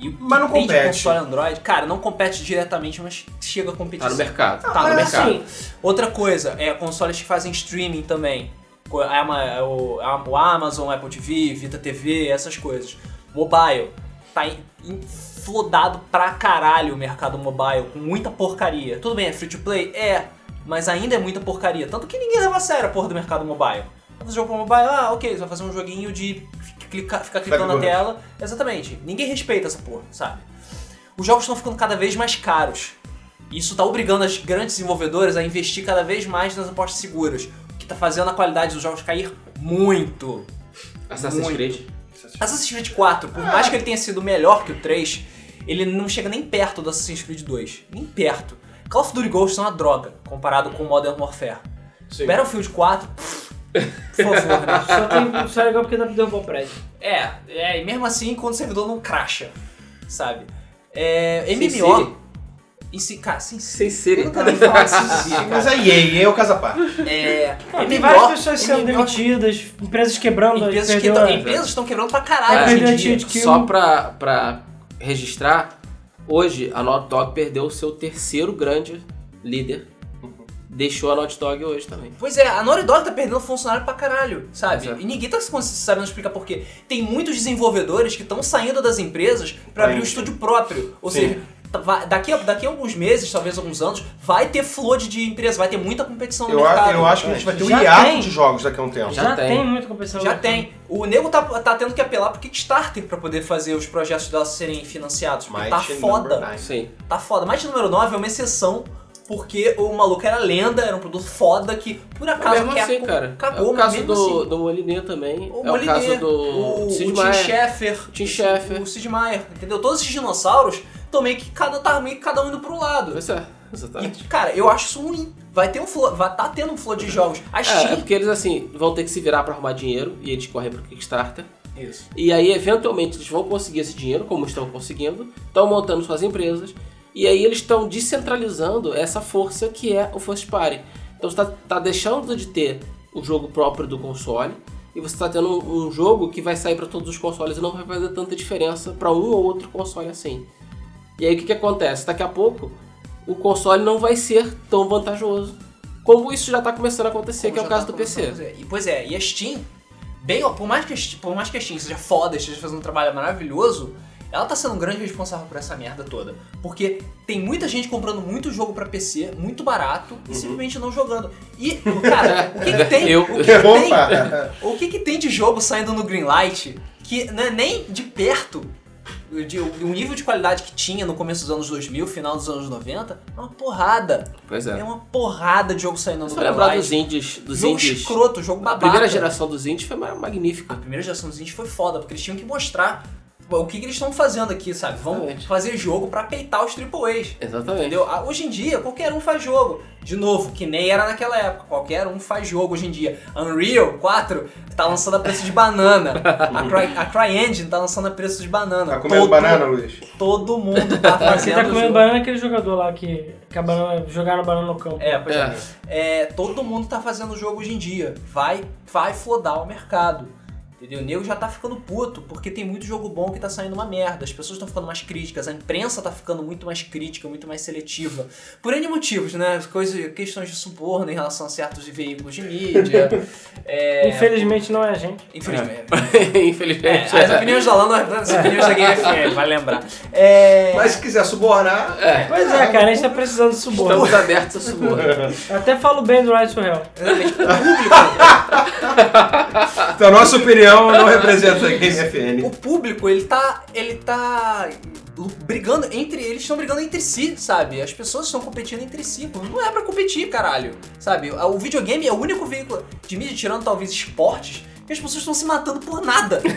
S1: E o que
S3: Mas não
S1: tem de
S3: compete.
S1: console Android, cara, não compete diretamente, mas chega a competir.
S2: Tá no
S1: sim.
S2: mercado.
S1: Tá no
S4: Mas,
S1: mercado.
S4: assim,
S1: Outra coisa, é consoles que fazem streaming também. Co- a Ama- é O a- o Amazon, Apple TV, Vita TV, essas coisas. Mobile. Tá em- em- flodado pra caralho o mercado mobile, com muita porcaria. Tudo bem, é free to play? É, mas ainda é muita porcaria. Tanto que ninguém leva a sério a porra do mercado mobile. Vai fazer jogo pra mobile? Ah, ok, você vai fazer um joguinho de clicar, ficar clicando na
S3: Flappy Bird.
S1: tela. Exatamente. Ninguém respeita essa porra, sabe? Os jogos estão ficando cada vez mais caros. Isso está obrigando as grandes desenvolvedoras a investir cada vez mais nas apostas seguras, o que está fazendo a qualidade dos jogos cair muito.
S2: Assassin's
S1: Muito.
S2: Creed.
S1: Assassin's Creed 4, por mais que ele tenha sido melhor que o 3, ele não chega nem perto do Assassin's Creed 2. Nem perto. Call of Duty Ghosts é uma droga, comparado com Modern Warfare.
S3: Sim.
S1: Battlefield 4, pff, por favor, né?
S4: Só tem só é legal porque dá pra derrubar o
S1: [laughs]
S4: prédio.
S1: É, é, e mesmo assim, quando o servidor não cracha, sabe? É,
S2: Sin
S1: MMO...
S2: City.
S1: Em si, cara, sim, sim.
S2: Sem ser.
S1: Eu
S3: então.
S1: nunca ouvi falar de Sin
S3: [laughs]
S1: City, assim, cara.
S3: Mas é EA, EA é o Casapá.
S1: É,
S4: Tem
S1: MMO
S4: várias pessoas sendo
S1: MMO
S4: demitidas, empresas quebrando,
S1: Empresas que
S4: perdeu
S1: tão-
S4: a-
S1: empresas estão quebrando pra
S4: É,
S1: caralho hoje
S4: perdeu
S1: em
S4: a
S1: dia.
S4: tier de kill.
S2: Ah, Só pra, pra registrar, hoje a Naughty Dog perdeu o seu terceiro grande líder. Deixou a Naughty Dog hoje também.
S1: Pois é, a Naughty Dog tá perdendo funcionário pra caralho, sabe?
S3: é.
S2: Exato.
S1: E ninguém tá se cons- sabendo explicar por quê. Tem muitos desenvolvedores que estão saindo das empresas pra abrir um
S3: Sim.
S1: estúdio próprio. Ou
S3: é. Sim.
S1: seja, tá- vai- daqui a, daqui a alguns meses, talvez alguns anos, vai ter flood de empresa, vai ter muita competição no
S3: Eu, a-
S1: mercado.
S3: eu acho que a gente vai ter um
S4: Já
S3: hiato
S4: tem.
S3: de jogos daqui a um tempo.
S2: Já
S4: Já,
S2: tem.
S4: tem. muita competição.
S1: Já tem. O nego tá, tá tendo que apelar pro Kickstarter pra poder fazer os projetos dela serem financiados. Porque tá
S3: Mighty
S1: foda.
S3: é number nine.
S2: Sim.
S1: Tá foda. Mas número 9 é uma exceção, porque o maluco era lenda, era um produto foda que por
S2: Mas
S1: acaso
S2: mesmo
S1: quer-
S2: assim, cara.
S1: cagou,
S2: é o
S1: mas
S2: caso
S1: mesmo
S2: do,
S1: assim.
S2: do Moliné também.
S1: O
S2: é o
S1: Moliné,
S2: caso
S1: o,
S2: do
S1: o Tim
S2: Sid Meier.
S1: Schafer,
S2: Tim Schafer.
S1: o Sid Meier, entendeu? Todos esses dinossauros estão meio que cada, tá meio que cada um indo pro lado.
S2: Pois é, exatamente.
S1: E, cara, eu acho isso ruim. Vai ter um flow, vai tá tendo um flow de jogos. A
S2: É, é
S1: Steam...
S2: porque eles assim vão ter que se virar pra arrumar dinheiro e eles correm pro Kickstarter.
S1: Isso.
S2: E aí, eventualmente, eles vão conseguir esse dinheiro, como estão conseguindo, estão montando suas empresas, e aí eles estão descentralizando essa força que é o First Party. Então você está deixando de ter o jogo próprio do console, e você está tendo um, um jogo que vai sair para todos os consoles e não vai fazer tanta diferença para um ou outro console assim. E aí o que, que acontece? Daqui a pouco, o console não vai ser tão vantajoso. Como isso já está começando a acontecer, que é o
S1: já
S2: caso
S1: tá
S2: do
S1: começando a
S2: PC.
S1: fazer. E, pois é, e a Steam, bem, ó, por, mais que a, Steam- por mais que a Steam seja foda, esteja fazendo um trabalho maravilhoso, ela tá sendo um grande responsável por essa merda toda. Porque tem muita gente comprando muito jogo pra PC, muito barato, e simplesmente não jogando. E, cara, o que,
S2: [laughs]
S1: que tem?
S2: Uhum. Eu-
S1: o que, que tem?
S3: Opa!
S1: O que, que tem de jogo saindo no Greenlight que não é nem de perto de, o nível de qualidade que tinha no começo dos anos 2000, final dos anos 90? É uma porrada.
S2: Pois
S1: É, uma porrada de jogo saindo no
S2: Só lembrar
S1: Greenlight.
S2: dos indies, dos
S1: jogo
S2: indies.
S1: escroto, jogo
S2: A
S1: babaca.
S2: primeira geração dos indies foi ma-
S1: A
S2: magnífica.
S1: primeira geração dos indies foi foda, porque eles tinham que mostrar o que, que eles estão fazendo aqui, sabe? Vamos
S2: Exatamente.
S1: fazer jogo pra peitar os AAAs.
S2: Exatamente.
S1: Entendeu? Ah, Hoje em dia, qualquer um faz jogo. De novo, que nem era naquela época. Qualquer um faz jogo hoje em dia. Unreal 4 tá lançando a preço de banana.
S2: [laughs]
S1: A, Cry, a CryEngine tá lançando a preço de banana.
S3: Tá comendo
S1: todo,
S3: banana, Luiz?
S1: Todo mundo
S2: [laughs]
S1: tá
S4: Você
S1: fazendo
S4: tá comendo
S1: jogo.
S4: banana é aquele jogador lá que, que a banana, jogaram a banana no campo.
S1: É, pois é.
S2: É.
S1: É, todo mundo tá fazendo jogo hoje em dia. Vai, vai flodar o mercado. Entendeu? O nego já tá ficando puto, porque tem muito jogo bom que tá saindo uma merda. As pessoas estão ficando mais críticas, a imprensa tá ficando muito mais crítica, muito mais seletiva. Por N motivos, né? Coisa, questões de suborno em relação a certos veículos de mídia. É,
S4: Infelizmente não é a gente.
S1: Infelizmente. É,
S2: [laughs] Infelizmente.
S1: as opiniões da Lana, as opiniões da Game FM, vai lembrar. É,
S3: Mas se quiser subornar.
S2: É.
S4: Pois é, cara, a gente tá precisando de suborno.
S2: Estamos abertos a suborno.
S4: Eu até falo bem do Rise to Hell.
S1: exatamente, o público
S3: Então, a nossa opinião não representa a Game FN.
S1: o público, ele tá. Ele tá. brigando entre. Eles estão brigando entre si, sabe? As pessoas estão competindo entre si. Não é pra competir, caralho. Sabe? O videogame é o único veículo de mídia, tirando talvez esportes, que as pessoas estão se matando por nada. [laughs]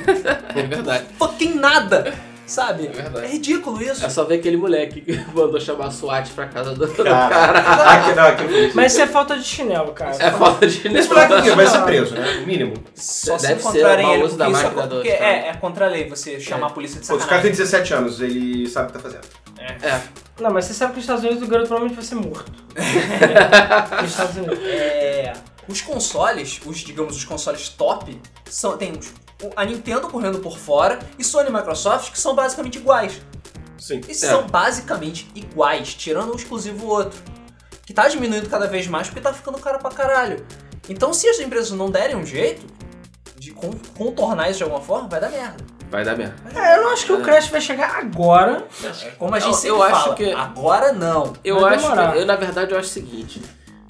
S2: É verdade.
S1: Fucking nada. Sabe?
S2: É verdade.
S1: ridículo isso.
S2: É só ver aquele moleque que [laughs] mandou chamar a SWAT pra casa do do
S3: Cara.
S2: cara.
S3: Aqui, não, aqui, Luiz.
S4: Mas isso é falta de chinelo, cara.
S2: É falta de
S3: Esse moleque aqui vai ser preso, né? No mínimo.
S1: Só
S2: Deve
S1: se
S2: ser
S1: encontrarem
S2: o mau
S1: ele.
S2: uso da
S1: porque isso
S2: máquina
S1: é,
S2: do
S1: porque
S2: Estado.
S1: é, é contra a lei você chamar a polícia de
S3: Pô, esse cara
S1: sacanagem.
S3: tem 17 anos, ele sabe o que tá fazendo.
S2: É.
S4: Não, mas você sabe que nos Estados Unidos o garoto provavelmente vai ser morto. nos Estados Unidos.
S1: É, os consoles, os digamos os consoles top, são tem os- o- a Nintendo correndo por fora e Sony e Microsoft que são basicamente iguais.
S3: Sim.
S2: É.
S1: Eles são basicamente iguais, tirando um exclusivo o outro, que tá diminuindo cada vez mais porque tá ficando caro pra caralho. Então se as empresas não derem um jeito de con- contornar isso de alguma forma, vai dar merda.
S2: Vai dar merda.
S4: É, eu não acho que o Crash vai chegar agora.
S1: Como a gente
S2: Eu-
S1: sempre
S2: eu acho
S1: fala,
S2: que-
S1: agora não.
S2: Eu
S4: Vai
S2: acho,
S4: demorar.
S2: que- eu na verdade eu acho o seguinte,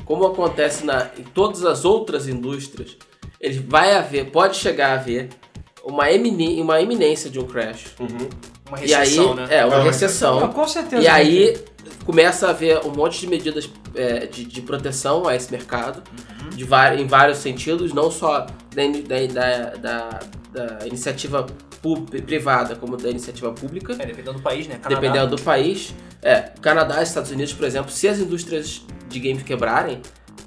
S2: como acontece na, em todas as outras indústrias, ele vai haver, pode chegar a haver uma, emini, uma eminência de um crash.
S3: Uhum.
S1: Uma
S2: e aí,
S1: recessão, né?
S2: é,
S3: Não,
S2: uma
S4: Não,
S2: recessão.
S4: com certeza.
S2: E
S1: um
S2: aí começa a haver um monte de medidas é, de, de proteção a esse mercado, de vari- em vários sentidos, não só da, in- da, da- da- da iniciativa pub- privada, como da iniciativa pública.
S1: É, dependendo do país, né? Canadá.
S2: Dependendo do país. É, Canadá, Estados Unidos, por exemplo, se as indústrias de games quebrarem,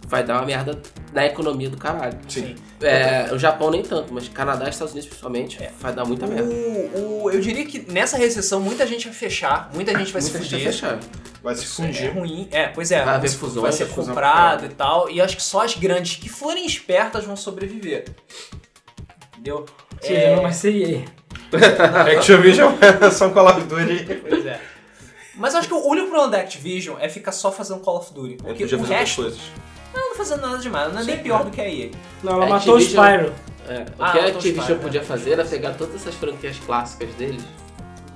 S2: vai dar uma merda na economia do caralho.
S3: Sim.
S2: É, o Japão nem tanto, mas Canadá, Estados Unidos principalmente,
S1: É.
S2: vai dar
S1: Uh,
S2: muita merda.
S1: O, o- eu diria que nessa recessão muita gente vai fechar, muita gente vai se
S2: Muita gente
S1: fuder.
S2: vai fechar.
S3: Vai se
S1: É
S3: fundir.
S1: ruim, é, pois é.
S2: Vai haver
S1: se-
S2: fusão,
S1: vai
S2: vai
S1: ser
S3: ter fusão.
S1: comprado e tal. E acho que só as grandes que forem espertas vão sobreviver. Entendeu?
S4: Sim,
S1: É,
S4: não, mas seria.
S3: Activision [laughs] são Call of Duty.
S1: Pois é. Mas acho que o único problema da Activision é ficar só fazendo Call of Duty.
S3: Eu
S1: Porque
S3: podia
S1: o
S3: fazer outras
S1: resto
S3: coisas.
S1: não tá fazendo nada demais, não é nem pior do que a EA.
S4: Não, ela
S2: É,
S4: matou o
S2: Activision-
S4: Spyro.
S2: É, o
S1: Ah,
S2: que a
S1: eu tô
S2: Activision
S1: otimista,
S2: podia fazer era pegar todas essas franquias clássicas deles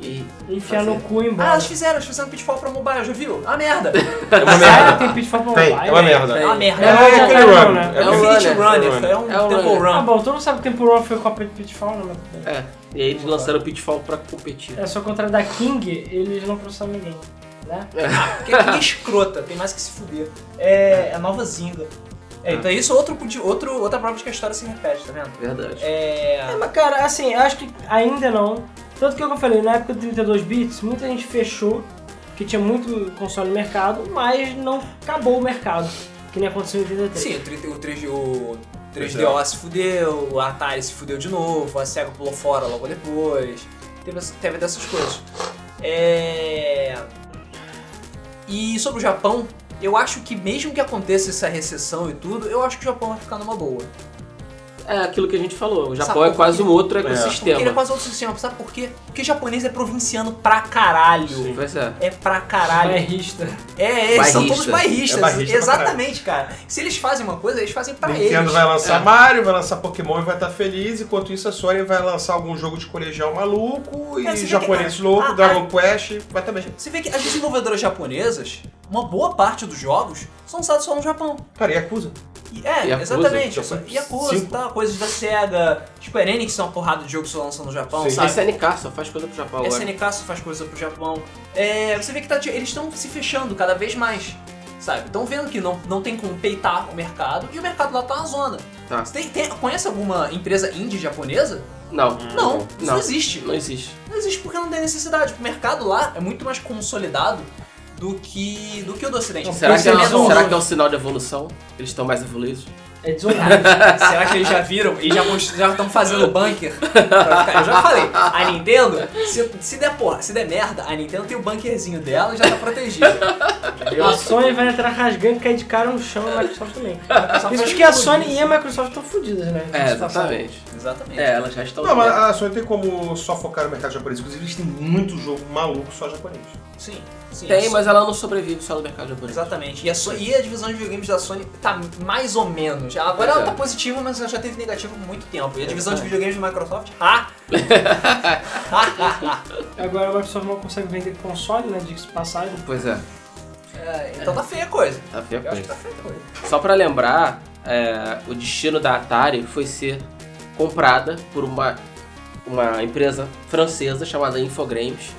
S2: e.
S4: Enfiar no
S2: fazer.
S4: cu e ir
S1: Ah,
S4: embora.
S1: elas fizeram, elas fizeram Pitfall pra mobile, já viu? Ah,
S2: [laughs]
S1: merda!
S3: É uma
S4: Ah,
S3: merda.
S4: tem pitfall pra
S3: Tem,
S4: mobile?
S3: é uma merda.
S1: É uma merda.
S4: É,
S3: É
S4: já
S3: aquele
S4: tá
S3: run.
S4: bom, né?
S1: um
S3: É
S2: um
S3: aquele-
S2: runner,
S1: Infinity Runner,
S3: é um
S1: é um
S2: É um
S1: Temple
S2: runner.
S4: Ah,
S1: Run.
S4: bom, todo mundo sabe que Temporal foi com a Pitfall, né? mas-
S2: É, e aí eles lançaram o Pitfall pra competir.
S4: É só contra a da King, eles não processaram ninguém, né?
S1: Porque aquilo é escrota, tem mais que se fuder. É, é a nova Zinga. É, então isso é outro, de- outro, outra prova de que a história se repete, tá vendo?
S2: Verdade.
S1: É.
S4: É, mas cara, assim, eu acho que ainda não. Tanto que, como eu falei, na época de 32 bits, muita gente fechou, porque tinha muito console no mercado, mas não acabou o mercado, que nem aconteceu em 83.
S1: Sim, o 3D, o 3D, o
S3: Pois
S1: 3DO se fudeu, o Atari se fudeu de novo, a SEGA pulou fora logo depois. Teve, essa- teve dessas coisas. É. E sobre o Japão, eu acho que mesmo que aconteça essa recessão e tudo, eu acho que o Japão vai ficar numa boa.
S2: É aquilo que a gente falou. O Japão
S1: Sacou?
S2: é quase um outro
S1: Porque ele é
S2: ecossistema.
S1: quase outro sistema, sabe por quê? Porque japonês é provinciano pra caralho.
S2: Pois é.
S1: É pra caralho.
S4: Bairrista.
S1: É, eles são todos bairristas.
S2: Bairrista.
S3: É bairrista pra
S1: Exatamente, cara. Se eles fazem uma coisa, eles fazem pra
S3: Nintendo
S1: eles.
S3: vai lançar Mario, vai lançar Pokémon e vai estar feliz. Enquanto isso, a Sony vai lançar algum jogo de colegial maluco e
S1: É, você vê que-
S3: japonês louco,
S1: Ah,
S3: Dragon Quest, vai também.
S1: Você vê que as desenvolvedoras japonesas, uma boa parte dos jogos são lançados só no Japão.
S3: Cara, Yakuza.
S1: E- é,
S2: Yakuza,
S1: exatamente.
S3: Japão.
S1: E a coisa,
S3: Cinco.
S1: tá? Coisas da SEGA. Tipo, a Enix tem uma porrada de jogos que só lançam no Japão,
S3: Sim.
S1: sabe?
S2: SNK só faz coisa pro Japão agora.
S1: SNK só faz coisa pro Japão. É, você vê que tá, eles estão se fechando cada vez mais, sabe? Estão vendo que não, não tem como peitar o mercado e o mercado lá tá na zona.
S2: Tá.
S1: Você tem- tem- conhece alguma empresa indie japonesa?
S2: Não.
S1: Não, isso não
S2: Não.
S1: existe.
S2: Não existe.
S1: Não existe porque não tem necessidade. O mercado lá é muito mais consolidado do que, do que o do Ocidente.
S2: Será que,
S1: Porque
S2: é,
S1: eles
S4: Eles
S1: são-
S2: será que é um sinal de evolução? Eles estão mais evoluídos?
S4: É desonrado.
S1: Será que eles já viram e já mos- já estão fazendo bunker? pra ficar? Eu já falei, a Nintendo, se, se der porra, se der merda, a Nintendo tem o bunkerzinho dela e já tá protegida.
S4: a Sony vai entrar rasgando e cair de cara no chão a Microsoft
S2: [laughs]
S4: também. Isso porque a Sony e a Microsoft estão fodidas, né?
S2: É,
S4: Situação.
S2: exatamente.
S1: Exatamente.
S2: É, elas já estão.
S3: Não, mas a Sony tem como só focar no mercado japonês. Inclusive, eles têm muito jogo maluco só japonês.
S1: Sim, sim.
S2: Tem, mas ela não sobrevive só no mercado japonês.
S1: Exatamente. E a, So- e a divisão de videogames da Sony tá mais ou menos. Agora
S2: Pois
S1: ela
S2: é.
S1: tá positiva, mas ela já teve negativa por muito tempo. E a divisão de videogames da Microsoft, ah! ha! Ha, ha, ha.
S4: Agora a Microsoft não consegue vender console, né? Diga-se de passagem.
S2: Pois é,
S1: [laughs] É, então tá feia a coisa.
S2: tá feia a
S1: Eu acho que
S2: coisa.
S1: tá feia a coisa.
S2: Só pra lembrar, é, o destino da Atari foi ser comprada por uma, uma empresa francesa chamada Infogrames,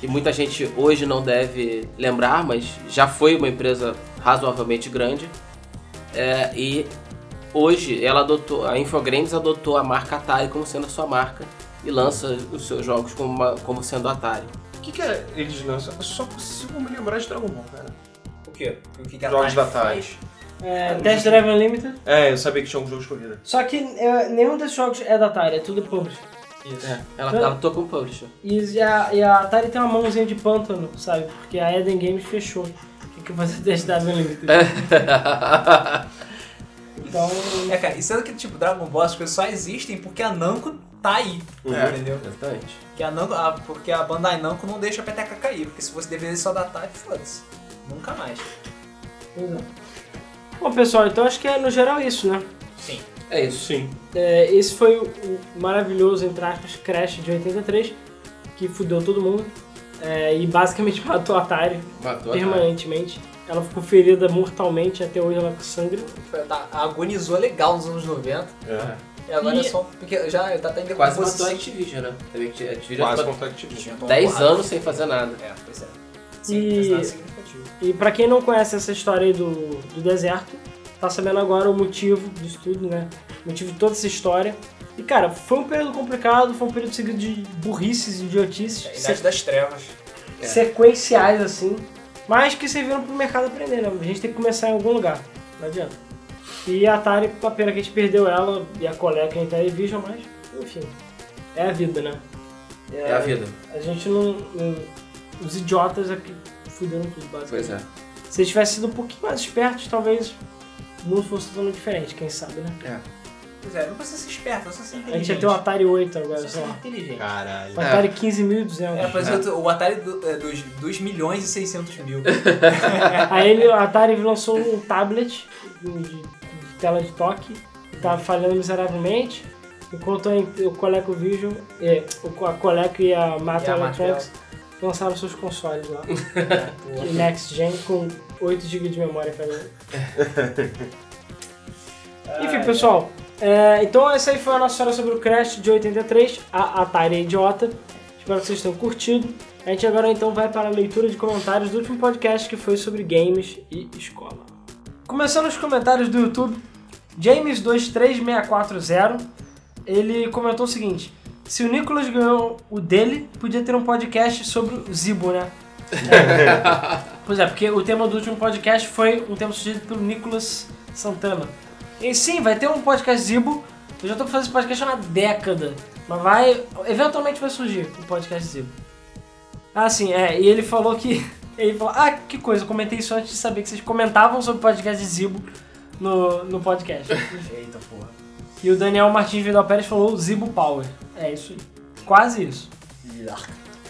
S2: que muita gente hoje não deve lembrar, mas já foi uma empresa razoavelmente grande. É, e hoje ela adotou, a Infogrames adotou a marca Atari como sendo a sua marca e lança os seus jogos como, uma- como sendo Atari.
S3: O que, que é eles lançam? Eu só consigo me lembrar de Dragon Ball, cara.
S1: O quê? O que que a
S3: Jogos da Atari.
S1: faz?
S4: É, Test Drive Unlimited.
S3: É, eu sabia que tinha um jogo de corrida.
S4: Só que é, nenhum desses jogos é da Atari, é tudo published. Isso.
S2: É, ela, ela toca com o publisher.
S4: E, a, e a Atari tem uma mãozinha de pântano, sabe? Porque a Eden Games fechou. O que você testar no Limited? Então,
S1: É, cara, e sendo que, tipo, Dragon Ball, as coisas só existem porque a Namco tá aí,
S3: Uhum.
S1: entendeu?
S2: Exatamente.
S1: Que a Namco, a- porque a Bandai Namco não deixa a peteca cair, porque se você deveria só datar, foda-se. Nunca mais.
S4: pois é. Bom, pessoal, então acho que é no geral isso, né?
S1: Sim.
S2: É isso.
S3: Sim.
S4: É, esse foi o, o maravilhoso, entre aspas, Crash de 83, que fudeu todo mundo. é, e basicamente [laughs] matou a Atari
S2: Matou a Atari.
S4: permanentemente. Ela ficou ferida mortalmente, até hoje ela sangra.
S1: Foi- tá, agonizou legal nos anos 90.
S3: É.
S1: E agora
S4: E-
S1: é só. Porque já tá tendo
S2: É Quase matou a Activision, né? Também que a Activision
S3: Quase
S2: ficou
S3: contra a Activision.
S2: 10 anos sem fazer nada.
S1: né? É, pois é.
S4: E-
S1: Sim, e... significativo.
S4: E pra quem não conhece essa história aí do, do deserto, tá sabendo agora o motivo disso tudo, né? O motivo de toda essa história. E cara, foi um período complicado, foi um período seguido de burrices, idiotices,
S1: É a
S4: se-
S1: idade das trevas.
S2: É.
S4: sequenciais assim, mas que serviram pro mercado aprender, né? A gente tem que começar em algum lugar, não adianta. E a Atari, a pena que a gente perdeu ela e a tá colega em Television, mas enfim, é a vida, né?
S2: É a vida.
S4: A gente não. não os idiotas aqui fuderam tudo, basicamente.
S2: Pois é.
S4: Se eles tivessem sido um pouquinho mais espertos, talvez o mundo fosse totalmente diferente, quem sabe, né?
S1: Pois é, não precisa ser esperto, não precisa ser
S4: A
S1: inteligente.
S4: gente ia ter o Atari 8 agora,
S1: Precisa
S4: sei
S1: ser
S4: lá.
S1: inteligente.
S3: Caralho.
S4: O Atari 15.200.
S1: É, pois é, o Atari do, é, dos 2 milhões e 600 [laughs] mil.
S2: É.
S4: Aí ele, a Atari lançou um tablet de, de tela de toque, que tava falhando miseravelmente, enquanto a, o ColecoVision, é, o, co- a Coleco e a
S1: E
S4: Mata
S1: a
S4: Electronics lançaram seus consoles lá. E Next Gen com 8 GB de memória pra mim. [laughs] Enfim, pessoal. é, então essa aí foi a nossa história sobre o Crash de 83, a Atari é Idiota. Espero que vocês tenham curtido. A gente agora então vai para a leitura de comentários do último podcast que foi sobre games e escola. Começando os comentários do YouTube, James23640, ele comentou o seguinte: se o Nicolas ganhou o dele, podia ter um podcast sobre o Zibo, né? Pois é, porque o tema do último podcast foi um tema sugerido pelo Nicolas Santana. E sim, vai ter um podcast Zibo. Eu já tô fazendo esse podcast há uma década. Mas vai. Eventualmente vai surgir o podcast Zibo. Ah, sim, é. E ele falou que. [laughs] Ele falou, ah, que coisa, eu comentei isso antes de saber que vocês comentavam sobre o podcast Zibo no, no
S1: [laughs]
S4: podcast.
S1: Eita porra.
S4: E o Daniel Martins Vidal Pérez falou Zibo Power. É isso aí. Quase isso.
S3: Cara,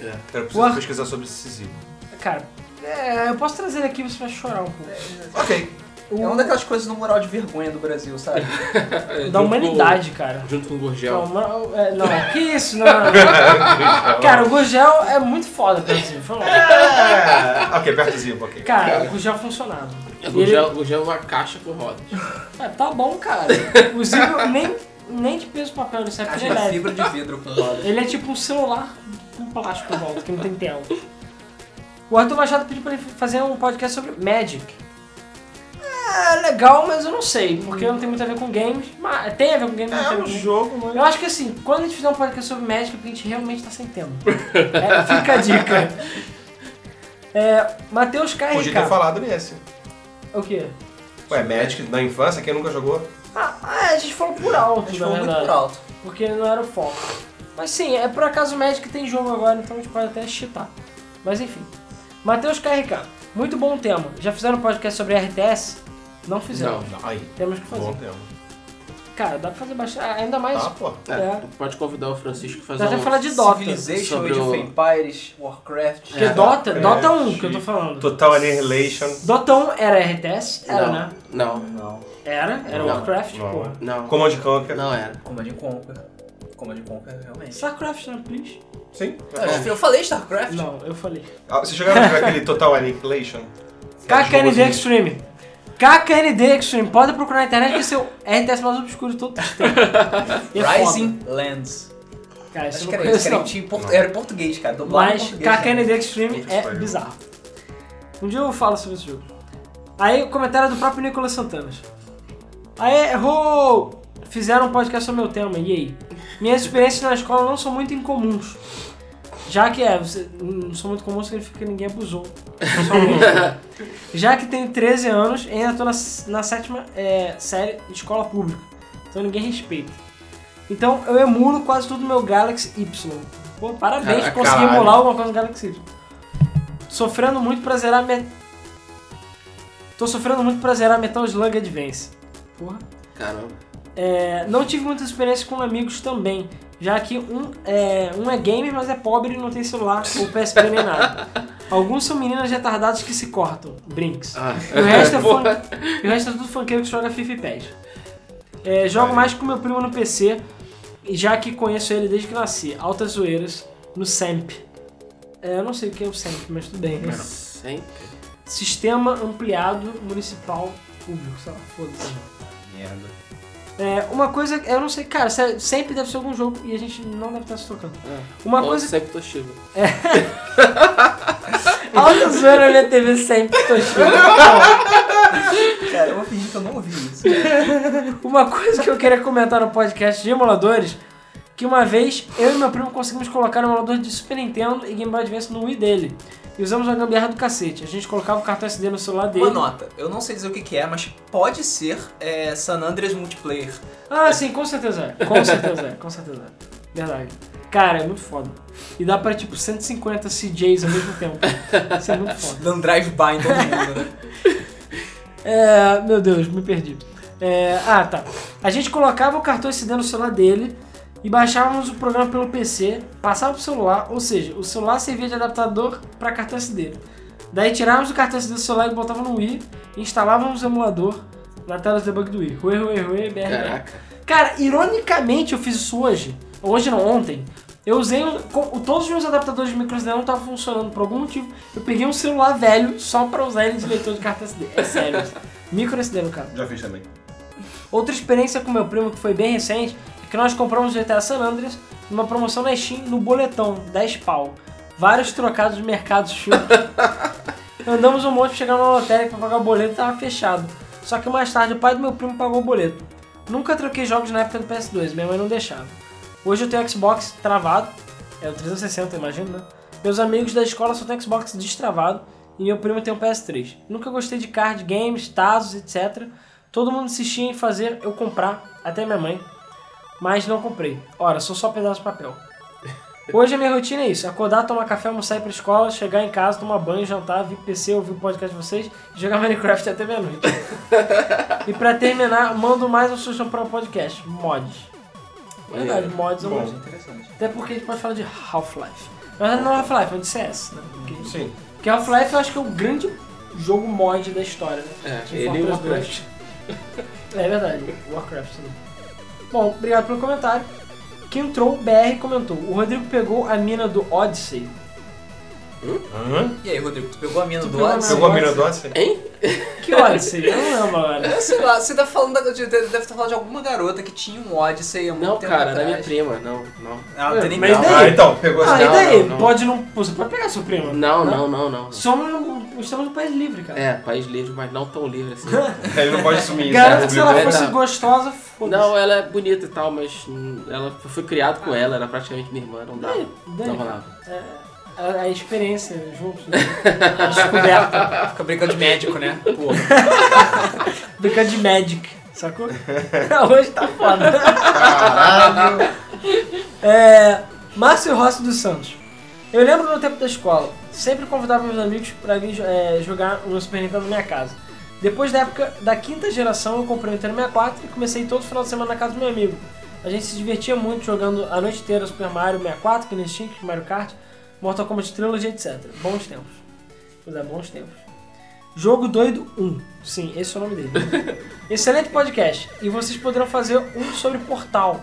S3: eu preciso
S4: Porra.
S3: pesquisar sobre esse Zibo.
S4: Cara, é, eu posso trazer aqui você vai chorar um pouco.
S3: Ok.
S1: É uma daquelas coisas no moral de vergonha do Brasil,
S4: [laughs]
S1: sabe?
S2: Tipo,
S4: Da humanidade, cara.
S2: junto É, com o
S4: Não,
S2: Gurgel.
S4: mas- é, não, que isso, não, não, não. Ah, Cara, o Gurgel é muito foda, por exemplo. Foi lá.
S3: É, ok, perto do Zibo, ok.
S4: Cara, o Gurgel funcionava.
S2: O
S4: E ele-
S2: Gurgel, o Gurgel é uma caixa com rodas.
S4: É, tá bom, cara. Ah, O Zibo nem, nem de peso papel, ele serve
S1: Acho
S4: de
S1: que é
S4: leve.
S1: fibra de vidro com roda.
S4: Ele é tipo um celular com plástico em volta, que não tem tela. O Arthur Machado pediu pra ele fazer um podcast sobre Magic. É legal, mas eu não sei, porque não tem muito a ver com games. Mas tem a ver com games, mas não
S3: É
S4: tem a
S3: um
S4: ver com
S3: jogo, mas...
S4: Eu acho que assim, quando a gente fizer um podcast sobre Magic, é porque a gente realmente tá sem tempo. É, fica a dica. É, Matheus
S3: Podia
S4: Carri,
S3: ter
S4: cara.
S3: falado nesse.
S4: O quê?
S3: Ué, Magic na infância, quem nunca jogou?
S4: Ah, ah, a gente falou por alto,
S1: Acho que
S4: na
S1: foi muito
S4: verdade.
S1: por alto.
S4: Porque não era o foco. Mas sim, é por acaso o Magic tem jogo agora, então a gente pode até chitar. Mas enfim. Matheus KRK, muito bom tema. Já fizeram um podcast sobre RTS? Não fizeram.
S2: Não.
S3: Aí,
S4: Temos que fazer.
S3: bom tempo.
S4: Cara, dá pra fazer bastante. ah, Ainda mais.
S3: Tá, pô.
S4: É.
S2: Tu Pode convidar o Francisco pra fazer
S4: Dá até
S2: um...
S4: falar de Dota.
S1: Civilization,
S2: Sobre
S1: Age
S2: o-
S1: of Empires, Warcraft.
S4: Porque Dota,
S3: É,
S4: Dota 1 que eu tô
S3: sim.
S4: falando.
S3: Total Annihilation.
S4: Dota 1 era RTS? Era,
S2: Não,
S4: né?
S2: não,
S1: Não.
S4: Era, era
S2: Não,
S4: Warcraft,
S3: não.
S4: porra.
S2: não.
S3: Command Conquer.
S2: Não era.
S1: Command Conquer. Command Conquer, realmente.
S4: StarCraft, não, please?
S3: Sim.
S4: É.
S1: Eu falei StarCraft.
S4: Não, eu falei.
S3: Ah, Vocês chegaram a jogar aquele Total Annihilation?
S4: KKND
S3: Jogozinho.
S4: Extreme. KKND Extreme. Pode procurar na internet que esse é o RTS mais obscuro de todo o
S1: [laughs]
S4: tempo. E é foda.
S1: Rising Lands.
S4: Cara, isso
S1: Acho
S4: eu
S1: que
S4: não
S1: era isso,
S4: conheço,
S1: que era,
S4: não.
S1: em ti- em portu- era em português, cara. Dublado em
S4: Mas
S1: português. né? cara.
S4: KKND Extreme
S3: Puta que
S4: é
S3: pariu.
S4: bizarro. Um dia eu falo sobre esse jogo. Aí o comentário é do próprio Nicolas Santana. Aê, errou! Fizeram um podcast sobre meu tema, e aí? Minhas experiências na escola não são muito incomuns. Já que é, você- não são muito comuns significa que ninguém abusou. pessoalmente. [laughs] Já que tenho 13 anos, ainda estou na, na sétima é, série de escola pública. Então ninguém respeita. Então eu emulo quase tudo meu Galaxy Y. Pô, parabéns,
S2: Cara,
S4: consegui
S3: caralho.
S4: emular alguma coisa no Galaxy Y. Sofrendo muito pra zerar minha... Tô sofrendo muito pra zerar Metal Slug Advance. Porra.
S2: Caramba.
S4: É, não tive muita experiência com amigos também, já que um é, um é gamer, mas é pobre e não tem celular ou PSP nem nada. Alguns são meninas retardadas que se cortam,
S2: [laughs]
S4: brinks.
S2: Ah.
S4: E o resto é, fun...
S2: Porra.
S4: e o resto é tudo funkeiro que joga FIFA e PES. É, jogo mais com meu primo no PC, e já que conheço ele desde que nasci. Altas zoeiras, no SEMP. É, eu não sei o que é o SEMP, mas tudo bem.
S2: Sem-
S4: Sistema Ampliado Municipal Público, sei lá, foda-se.
S1: Merda.
S4: É, uma coisa, eu não sei, cara, se- sempre deve ser algum jogo e a gente não deve estar se tocando.
S2: É.
S4: Uma
S2: Bom,
S4: coisa.
S2: Sempre Toshiba.
S4: Alta zoeira na minha TV sempre, Toshiba.
S1: Cara, eu vou fingir que eu não ouvi isso.
S4: Uma coisa que eu queria comentar no podcast de emuladores: que uma vez eu e meu primo conseguimos colocar um emulador de Super Nintendo e Game Boy Advance no Wii dele. E usamos uma gambiarra do cacete. A gente colocava o cartão SD no celular dele.
S1: Uma nota, eu não sei dizer o que, que é, mas pode ser é, San Andreas Multiplayer.
S4: Ah, sim, com certeza é. Com certeza é, com certeza é. Verdade. Cara, é muito foda. E dá pra tipo 150 CJs ao mesmo tempo. Isso é muito foda.
S1: Dando drive-by em todo mundo, né?
S4: É, meu Deus, me perdi. É, ah, tá. A gente colocava o cartão SD no celular dele e baixávamos o programa pelo PC, passava pro celular, ou seja, o celular servia de adaptador para cartão SD. Daí tirávamos o cartão SD do celular e botava no Wii, instalávamos o emulador na tela de debug do Wii. Rui, rui, rui, BR.
S2: Caraca.
S4: Cara, ironicamente eu fiz isso hoje. Hoje não, ontem. Eu usei um, co- todos os meus adaptadores de micro SD não estavam funcionando por algum motivo. Eu peguei um celular velho só pra usar ele de leitor de carta SD. É sério. micro SD no caso.
S3: Já fiz também.
S4: Outra experiência com meu primo que foi bem recente é que nós compramos o GTA San Andreas numa promoção na Steam no boletão 10 pau. Vários trocados de mercado chutos. Andamos um monte chegando na lotérica pra pagar o boleto e tava fechado. Só que mais tarde o pai do meu primo pagou o boleto. Nunca troquei jogos na época do PS2, minha mãe não deixava. Hoje eu tenho Xbox travado, é o 360, imagina, né? Meus amigos da escola só têm Xbox destravado e meu primo tem um PS3. Nunca gostei de card games, tazos, etc. Todo mundo insistia em fazer eu comprar, até minha mãe, mas não comprei. Ora, sou só pedaço de papel. Hoje a minha rotina é isso: acordar, tomar café, almoçar, ir pra escola, chegar em casa, tomar banho, jantar, vir pro PC, ouvir o podcast de vocês [laughs] e jogar Minecraft até meia-noite. e pra terminar, mando mais uma sugestão para o podcast: mods. Verdade,
S2: Maneiro.
S4: mods é
S3: Bom.
S4: mods.
S1: Interessante.
S4: Até porque a gente pode falar de Half-Life. Mas não é Half-Life, mas de CS, né? Porque,
S3: Sim.
S4: porque Half-Life eu acho que é o grande jogo mod da história, né?
S2: É, né?
S4: De
S2: ele e o
S4: Fortress
S2: Warcraft.
S4: 2. É verdade, Warcraft também. Bom, obrigado pelo comentário. Quem entrou, BR comentou. O Rodrigo pegou a mina do Odyssey.
S3: Hã?
S1: E aí, Rodrigo, tu pegou a mina
S4: Tu
S1: do
S4: pegou a
S1: Odyssey?
S3: Pegou a mina do Odyssey?
S4: Que Odyssey? Eu não lembro agora.
S1: Eu sei lá, você tá falando da- de, deve estar falando de alguma garota que tinha um Odyssey há muito
S2: Não,
S1: tempo
S2: cara,
S1: atrás.
S2: da minha prima. Não, não.
S1: Ah, não tem nem
S4: Mas
S1: graça.
S4: daí?
S3: Ah, então, pegou
S4: Ah,
S3: essa.
S4: e daí?
S2: não, não.
S4: Pode não. Você pode pegar sua prima?
S2: Não, não, não, não.
S4: Somos, um- estamos no país livre, cara.
S2: É, país livre, mas não tão
S4: [laughs]
S2: livre assim.
S3: Ele não pode sumir isso.
S4: Garanto
S3: né?
S4: que se ela
S2: Não.
S4: fosse gostosa, foda-se.
S2: Não, ela é bonita e tal, mas hum, ela eu fui criado com ela, era praticamente minha irmã, não dava.
S4: daí?
S2: Não rolava.
S4: É, a, a experiência juntos, né? a descoberta.
S1: Fica brincando de médico, né? Porra.
S4: Brincar de Magic, sacou? [laughs] Hoje tá foda.
S3: Caralho.
S4: É, Márcio Rossi dos Santos. Eu lembro do meu tempo da escola. Sempre convidava meus amigos pra vir é, jogar no Super Nintendo na minha casa. Depois da época da quinta geração, eu comprei o Nintendo 64 e comecei todo final de semana na casa do meu amigo. A gente se divertia muito jogando a noite inteira Super Mario 64, Kinestink, Mario Kart, Mortal Kombat Trilogy, etc. Bons tempos. Pois é, bons tempos. Jogo Doido 1. Sim, esse é o nome dele. Excelente podcast. E vocês poderão fazer um sobre Portal.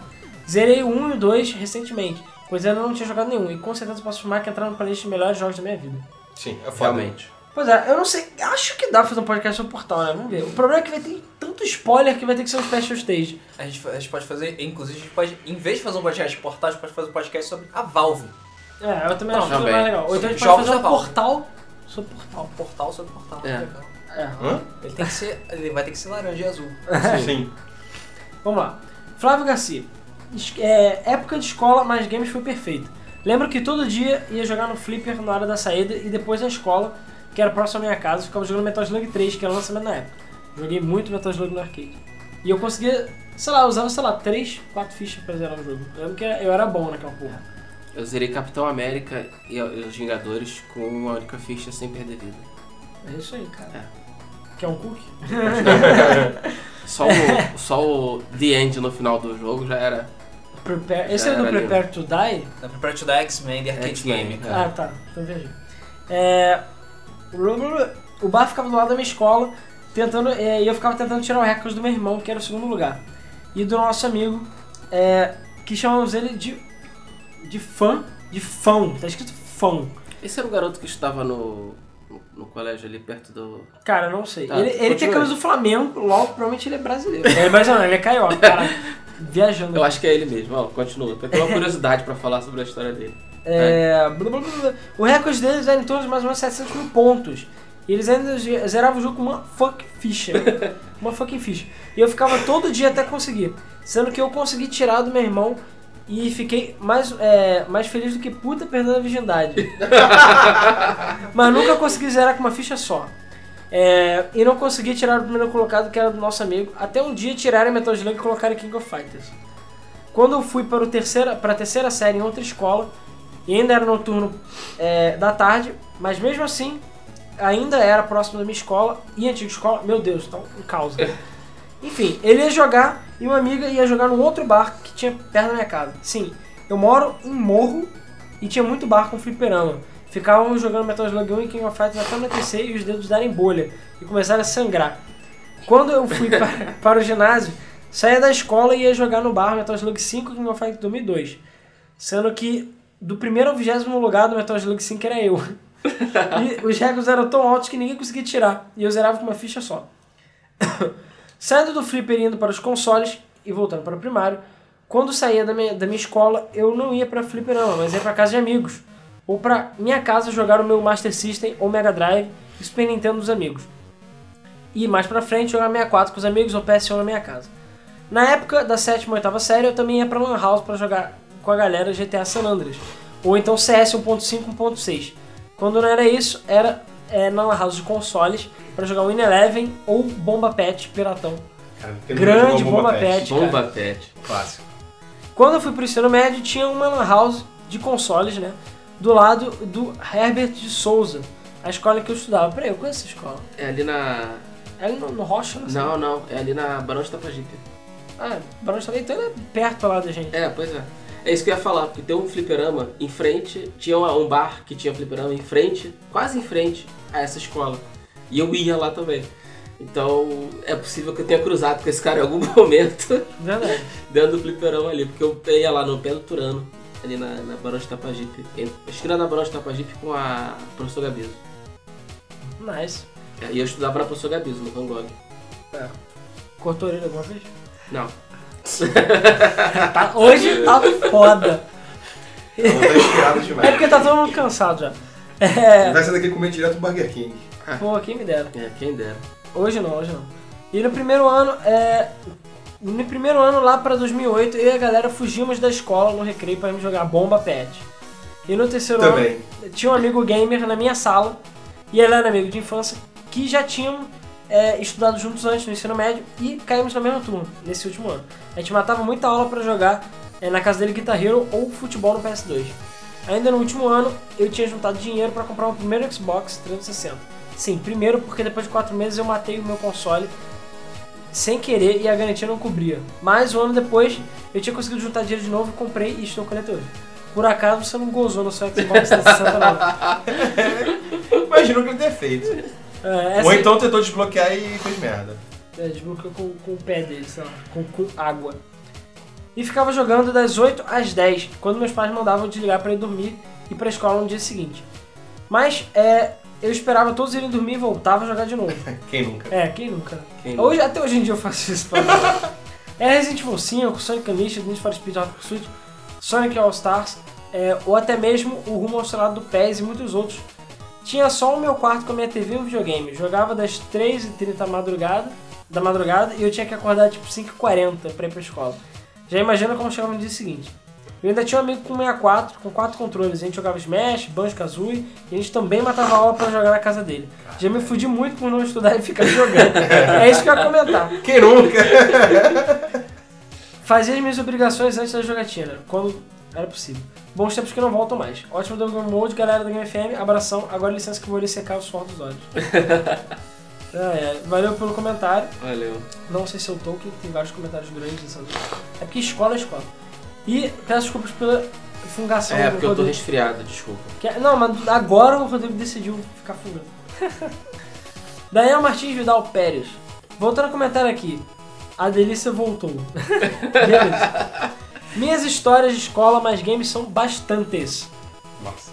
S4: Zerei o 1 e o 2 recentemente, pois eu não tinha jogado nenhum. E com certeza posso afirmar que entraram na playlist de melhores jogos da minha vida.
S3: Sim, é foda.
S2: Realmente.
S4: Pois é, eu não sei. Acho que dá pra fazer um podcast sobre Portal, né? Vamos ver. O problema é que vai ter tanto spoiler que vai ter que ser um special stage.
S1: A gente, fa- a gente pode fazer, inclusive, a gente pode, em vez de fazer um podcast de portal, a gente pode fazer um podcast sobre a Valve.
S4: É, eu também acho que
S2: também.
S4: mais legal. Ou então a gente pode
S1: Jogos
S4: fazer um
S1: da Valve.
S4: Portal sobre Portal.
S1: Portal sobre portal.
S2: É.
S1: Legal.
S4: É.
S1: Ele tem que ser. Ele vai ter que ser laranja e azul.
S3: Sim.
S4: É. Vamos lá. Flávio Garcia. Es- é, época de escola, mas games foi perfeita. Lembro que todo dia ia jogar no Flipper na hora da saída e depois na escola, que era próximo à minha casa, ficava jogando Metal Slug 3, que era o lançamento na época. Joguei muito Metal Slug no arcade. E eu conseguia sei lá, eu usava, sei lá, 3, 4 fichas pra zerar o jogo. Eu lembro que eu era bom naquela porra.
S2: Eu zerei Capitão América e os Vingadores com uma única ficha sem perder vida.
S4: É isso aí, cara. Quer um cookie?
S2: Só o, só o The End no final do jogo já era.
S4: Prepare. Esse
S2: Já
S4: é do
S2: era ali.
S4: Prepare to Die?
S1: Da Prepare to Die X-Men, The Arcade
S2: X-Men,
S1: Game.
S2: é.
S4: Ah, tá. Então viajei. É... O bar ficava do lado da minha escola, tentando, é, e eu ficava tentando tirar o recorde do meu irmão, que era o segundo lugar. E do nosso amigo, é, que chamamos ele de. de fã. De fão. Tá escrito fão.
S2: É. Esse era o garoto que estava no, no, no colégio ali perto do.
S4: Cara, não sei.
S2: Tá,
S4: ele ele tem
S2: continua.
S4: a camisa do Flamengo, logo provavelmente ele é
S2: [laughs]
S4: brasileiro. Ele é brasileiro, não, ele é carioca, cara. Viajando.
S2: Eu acho que é ele mesmo, ó, continua. Tem uma curiosidade pra falar sobre a história dele.
S4: É, blá, blá, blá, blá. O recorde deles era em torno de mais ou menos 700 mil pontos. E eles ainda ze- zeravam o jogo com uma fuck ficha. uma fucking ficha. E eu ficava todo dia até conseguir. Sendo que eu consegui tirar do meu irmão e fiquei mais, é, mais feliz do que puta perdendo a virgindade. Mas nunca consegui zerar com uma ficha só. É, e não consegui tirar o primeiro colocado, que era do nosso amigo, até um dia tirarem Metal Slug e colocarem King of Fighters. Quando eu fui para, o terceira, para a terceira série em outra escola, e ainda era noturno é, da tarde, mas mesmo assim, ainda era próximo da minha escola e antiga escola. Meu Deus, tá um caos. né? Enfim, ele ia jogar e uma amiga ia jogar num outro bar que tinha perto da minha casa. Sim, eu moro em Morro e tinha muito bar com fliperama. Ficavam jogando Metal Slug 1 e King of Fighters até anoitecer e os dedos darem bolha e começaram a sangrar. Quando eu fui para, para o ginásio, saía da escola e ia jogar no bar Metal Slug 5 e King of Fighters 2002. Sendo que do primeiro ao vigésimo lugar do Metal Slug 5 era eu. e os recordes eram tão altos que ninguém conseguia tirar. E eu zerava com uma ficha só. [coughs] Saindo do flipper e indo para os consoles e voltando para o primário, quando saía da minha, da minha escola, eu não ia para fliperama, mas ia para casa de amigos. Ou para minha casa jogar o meu Master System ou Mega Drive e Super Nintendo dos amigos. E mais pra frente jogar 64 com os amigos ou PS1 na minha casa. Na época da sétima e oitava série, eu também ia pra Lan House pra jogar com a galera GTA San Andreas. Ou então CS 1.5, 1.6. Quando não era isso, era é, na Lan House de consoles pra jogar Win Eleven ou Bomba Pet Piratão.
S3: Cara, não tem
S4: Grande
S3: ninguém que jogou
S4: Bomba Pet, cara.
S2: Bomba Pet.
S3: Clássico.
S4: Quando eu fui pro ensino médio, tinha uma lan house de consoles, né? Do lado do Herbert de Souza, a escola que eu estudava. Peraí, eu conheço essa escola.
S2: É ali na.
S4: É ali no, no Rocha, não sei.
S2: Não, não, é ali na Barão de Tapajipe.
S4: Ah, Barão de Salé, então ele é perto lá da gente.
S2: É, pois é. É isso que eu ia falar, porque tem um fliperama em frente, tinha uma- um bar que tinha fliperama em frente, quase em frente a essa escola. E eu ia lá também. Então é possível que eu tenha cruzado com esse cara em algum [laughs] momento
S4: Verdade.
S2: dentro do fliperama ali, porque eu ia lá no pé do Turano, ali na, na Barão de Tapajipe. em- Esquina da Barão de Tapajipe com a professora Gabizo.
S4: Nice.
S2: É, E eu estudava na professora Gabizo, no Van Gogh.
S4: Cortou a orelha alguma vez?
S2: Não,
S4: Tá, hoje tá foda.
S3: Então tá inspirado demais.
S4: É porque tá todo mundo cansado já.
S3: Ele vai sair daqui comendo direto o Burger King.
S4: Pô, quem me dera.
S2: é, quem dera.
S4: Hoje não, hoje não. E no primeiro ano, é... No primeiro ano, lá pra 2008, eu e a galera fugimos da escola no recreio pra irmos jogar bomba pet. E no terceiro [laughs]
S3: Também.
S4: ano, tinha um amigo gamer na minha sala, e ele era amigo de infância, que já tinham é, estudado juntos antes no ensino médio, e caímos na mesma turma, nesse último ano. A gente matava muita aula pra jogar é, na casa dele Guitar Hero ou futebol no PS2. Ainda no último ano, eu tinha juntado dinheiro pra comprar o meu primeiro Xbox 360. Sim, primeiro porque depois de quatro meses eu matei o meu console sem querer e a garantia não cobria. Mas um ano depois, eu tinha conseguido juntar dinheiro de novo, comprei e estou com ele até hoje. Por acaso você não gozou no seu Xbox 360 não.
S3: Imagino que ele tenha feito.
S4: É,
S3: Ou
S4: essa-
S3: então tentou desbloquear e fez merda.
S4: É, desbloqueou com, com o pé dele, sei lá, com, com água. E ficava jogando das 8 às 10, quando meus pais mandavam desligar para ir dormir e para escola no dia seguinte. Mas é, eu esperava todos irem dormir e voltava a jogar de novo.
S3: Quem nunca?
S4: É, quem nunca? né?
S2: Quem
S4: Hoje, até hoje em dia eu faço isso. pra mim. é Resident Evil 5, Sonic Unleashed, Need for Speed Hot Pursuit, Sonic All Stars, é, ou até mesmo o Rumo ao Estrelado do PES e muitos outros. Tinha só o meu quarto com a minha TV e um videogame. Jogava das 3h30 da madrugada, da madrugada e eu tinha que acordar tipo 5h40 pra ir pra escola. Já imagina como chegava no dia seguinte. Eu ainda tinha um amigo com 64, com quatro controles. A gente jogava Smash, Banjo-Kazooie e a gente também matava aula pra jogar na casa dele. Já me fudi [laughs] muito por não estudar e ficar jogando. é isso que eu ia comentar.
S3: Quem nunca?
S4: Fazia as minhas obrigações antes da jogatina, quando era possível. Bons tempos que não voltam mais. Ótimo Doug Mode, galera da Game FM. Abração. Agora licença que eu vou lhe secar o suor dos
S2: [laughs]
S4: olhos. É, é. Valeu pelo comentário.
S2: Valeu.
S4: Não sei se eu tô, que tem vários comentários grandes nessa noite. É porque escola é escola. E peço desculpas pela fungação
S2: É,
S4: do
S2: porque eu tô
S4: Rodrigo.
S2: resfriado, [laughs] desculpa.
S4: Que- é- Não, mas agora o Rodrigo decidiu ficar fungando. Daniel Martins Vidal Pérez. Voltando a comentar aqui. A delícia voltou. Beleza. Minhas histórias de escola mais games são bastantes.
S3: Nossa.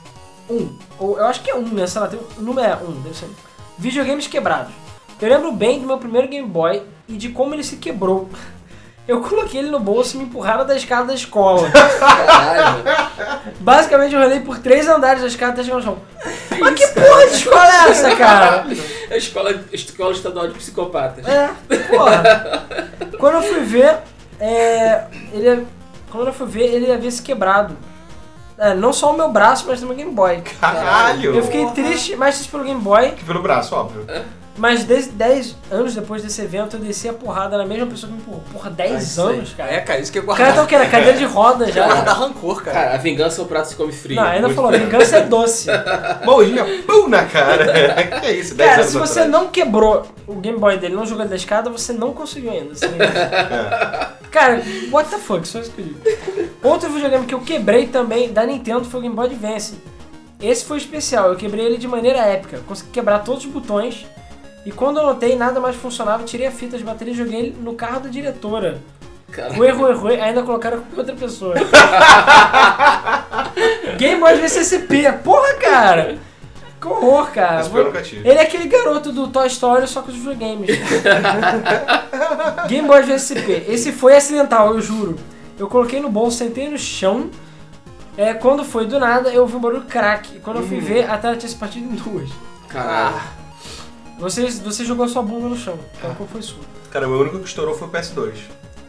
S4: Um. Ou eu acho que é um, né? Sei lá, tem um- o número é um, deve ser um. Videogames quebrados. Eu lembro bem do meu primeiro Game Boy e de como ele se quebrou. [laughs] Eu coloquei ele no bolso e me empurraram da escada da escola.
S2: Caralho.
S4: Basicamente eu rolei por três andares da escada até chegar no chão. Mas que porra de escola é essa, cara?
S2: É a escola, a escola estadual de psicopatas.
S4: É, porra. Quando eu fui ver, é, ele, quando eu fui ver, ele havia se quebrado. É, não só o meu braço, mas também o Game Boy.
S3: [laughs] Caralho!
S4: Eu fiquei triste, mais triste pelo Game Boy,
S3: Pelo braço, [laughs] óbvio.
S4: mas 10 dez anos depois desse evento eu desci a porrada na mesma pessoa que me empurrou. Porra, 10
S2: Ai,
S4: anos,
S1: É,
S4: cara?
S1: cara, isso que é
S4: O cara tá
S1: guardado.
S4: o quê? Na cadeira de roda já?
S1: Cara, dá é rancor, cara.
S2: Cara, a vingança é o prato que se come frio.
S4: Não, ainda
S2: Muito
S4: falou,
S2: bem.
S4: vingança é doce.
S3: Mãozinha, pum na cara. [laughs] que isso, 10
S4: Cara,
S3: anos
S4: se você
S3: atrás.
S4: não quebrou o Game Boy dele, não jogou ele da escada, você não conseguiu ainda. Assim.
S3: É.
S4: Cara, what the fuck, só isso que eu digo. Outro videogame que eu quebrei também da Nintendo foi o Game Boy Advance. Esse foi especial, eu quebrei ele de maneira épica. Consegui quebrar todos os botões. E quando eu notei, nada mais funcionava, tirei a fita de bateria e joguei ele no carro da diretora.
S2: Cara,
S4: O erro, erro, erro, ainda colocaram com outra
S3: [laughs]
S4: pessoa. Game Boy VCCP, porra, cara! Que horror, cara!
S3: Esse eu nunca tive.
S4: Ele é aquele garoto do Toy Story, só com os videogames. Game Boy VSP. Esse foi acidental, eu juro. Eu coloquei no bolso, sentei no chão. É, quando foi do nada, eu ouvi um barulho crack. E quando eu fui ver, a tela tinha se partido em duas. Ah,
S2: caralho.
S4: Você, você jogou sua bunda no chão. Então qual foi sua?
S3: Cara, o meu único que estourou foi o PS2.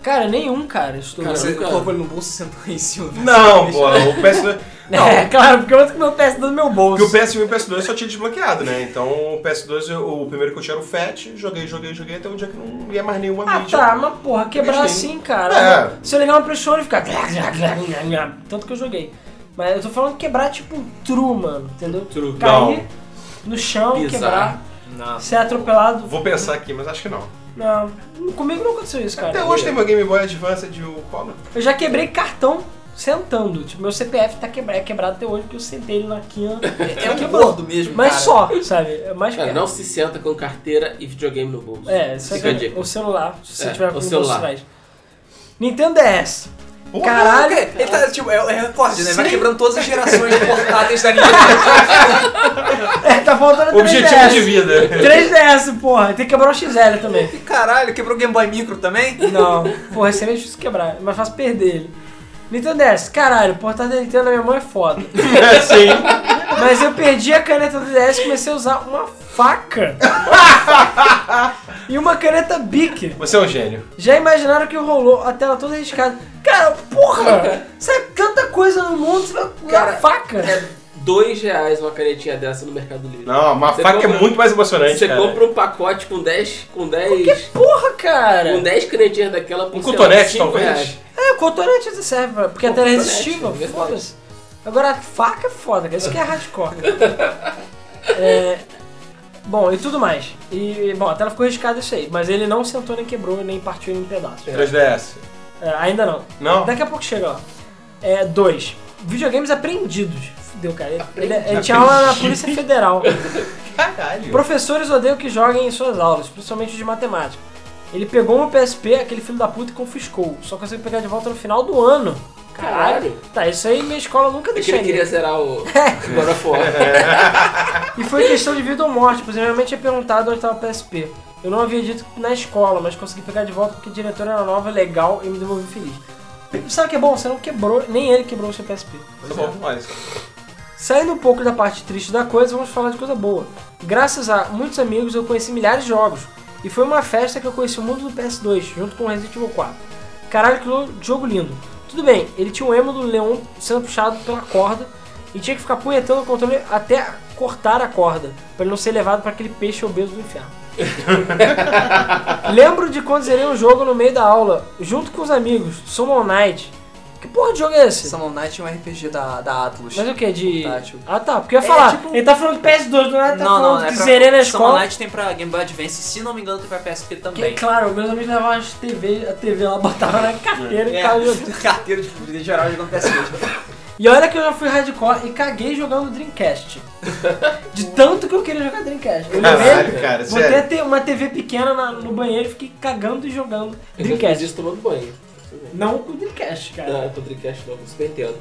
S4: Cara, nenhum, cara. Estou...
S1: Cara, você
S2: nunca.
S1: colocou ele no bolso e sentou em cima.
S3: Não, pô, o [laughs] PS2. Não,
S4: É, [laughs] claro, porque eu outro que meu teste do meu
S3: porque
S4: bolso.
S3: o PS1 e o PS2 eu só tinha desbloqueado, né? Então o PS2, eu- o primeiro que eu tinha era o FAT, joguei, joguei, joguei, até um dia que não ia mais nenhuma
S4: Ah
S3: mídia.
S4: tá, mas porra, quebrar
S3: Gostei.
S4: assim, cara.
S3: É.
S4: Se eu ligar uma pressione e ficar. [laughs] Tanto que eu joguei. Mas eu tô falando quebrar tipo um true, mano, entendeu?
S2: True.
S4: Cair no chão,
S2: Pisar.
S4: quebrar,
S1: Nossa.
S4: ser atropelado.
S3: Vou pensar aqui, mas acho que não.
S4: Não, comigo não aconteceu isso, cara.
S3: Até hoje tem meu Game Boy Advance de o qual, né?
S4: Eu já quebrei cartão sentando. Tipo, meu CPF tá quebra- é quebrado até hoje porque eu sentei ele na quina.
S1: É um gordo mesmo,
S4: Mas
S1: cara.
S4: só, sabe? É mais
S2: Cara,
S4: perto.
S2: não se senta com carteira e videogame no bolso.
S4: É, isso
S2: Fica a
S4: aqui,
S2: dica.
S4: o celular, se você
S2: É,
S4: tiver
S2: o
S4: com
S2: celular.
S4: atrás. Nintendo DS.
S3: Porra,
S4: Caralho,
S1: Ele tá, tipo, é, é recorde, né? Vai
S4: Sim.
S1: quebrando todas as gerações
S4: [laughs]
S1: de portáteis da Nintendo.
S4: É, tá faltando 3DS.
S3: Objetivo de [laughs] vida.
S4: 3DS, porra. Tem que quebrar o XL também.
S1: Caralho, quebrou o Game Boy Micro também?
S4: Não, porra, esse é meio difícil quebrar. Mas fácil perder ele. Nintendo DS, caralho, o portátil da Nintendo na minha mão é foda.
S3: É, sim.
S4: Mas eu perdi a caneta do DS e comecei a usar uma faca. e uma caneta Bic.
S3: Você é um gênio.
S4: Já imaginaram o que rolou? A tela toda riscada. Cara, porra! Sabe tanta coisa no mundo, você vai usar
S2: Cara, é
S4: faca.
S2: Dois reais uma canetinha dessa no Mercado Livre.
S3: Não, uma
S2: Você
S3: faca
S2: compra-
S3: é muito mais emocionante,
S2: Você
S3: cara.
S2: compra um pacote com 10. Com 10.
S4: Porra, cara!
S2: Com 10 canetinhas daquela por
S3: Um
S2: sei lá,
S3: cotonete,
S2: cinco
S3: talvez.
S2: reais.
S4: É, o cotonete ainda serve, pra- porque a tela é
S2: Cotonete,
S4: resistível,
S2: é verdade.
S4: foda-se. Agora, a faca é foda, cara. Isso que é hardcore. É, bom, e tudo mais. E, bom, a tela ficou riscada isso aí, mas ele não sentou, nem quebrou, nem partiu em pedaços.
S3: 3DS.
S4: É, ainda não.
S3: Não?
S4: Daqui a pouco chega lá. É, dois. Videogames apreendidos. Fudeu, cara. Ele- Ele, ele
S3: Aprendi-
S4: tinha aula na Polícia
S2: [laughs]
S4: Federal.
S3: Caralho.
S4: Professores odeiam que joguem em suas aulas, principalmente de matemática. Ele pegou um PSP, aquele filho da puta, e confiscou. Só conseguiu pegar de volta no final do ano.
S2: Caralho.
S4: Tá, isso aí minha escola nunca
S2: É que ele
S4: deixaria.
S2: queria zerar
S4: [laughs]
S2: o
S4: É.
S2: God of
S3: É.
S2: War.
S4: E foi questão de vida ou morte, pois eu realmente tinha perguntado onde estava o PSP. Eu não havia dito na escola, mas consegui pegar de volta porque a diretora era nova, legal e me devolvi feliz. Sabe o que é bom? Você não quebrou, nem ele quebrou o seu PSP.
S3: Tá bom, olha isso.
S4: Saindo um pouco da parte triste da coisa, vamos falar de coisa boa. Graças a muitos amigos, eu conheci milhares de jogos. E foi uma festa que eu conheci o mundo do PS2, junto com o Resident Evil 4. Caralho, que lo- jogo lindo. Tudo bem, ele tinha um emo do Leon sendo puxado pela corda e tinha que ficar punhetando o controle até cortar a corda, para ele não ser levado para aquele peixe obeso do inferno. Lembro de quando zerei um jogo no meio da aula, junto com os amigos, Summon Night. Que porra de jogo é esse?
S1: Summon Night é um RPG da, da Atlus.
S4: Mas o que? De.
S1: Portátil.
S4: Ah tá, porque eu ia
S1: É,
S4: falar.
S1: tipo-
S4: Ele tá falando de PS2, não é? Tá falando
S1: é
S4: que zerei
S1: Summon
S4: na escola.
S1: Night tem pra Game Boy Advance, se não me engano tem pra PSP
S4: Porque,
S1: também.
S4: claro, meus amigos levavam as TV, a TV lá, botavam na carteira
S1: É.
S4: e ficava jogando.
S1: [laughs] carteiro de polícia geral jogando PS2.
S4: E olha que eu já fui hardcore e caguei jogando Dreamcast. De tanto que eu queria jogar Dreamcast. Eu levei,
S3: Caralho, cara, é
S4: botei
S3: sério.
S4: até uma TV pequena na- no banheiro e fiquei cagando e jogando Dreamcast.
S2: Isso tomando banho.
S4: Não com Dreamcast, cara.
S2: Não, eu tô Dreamcast novo, Super Nintendo.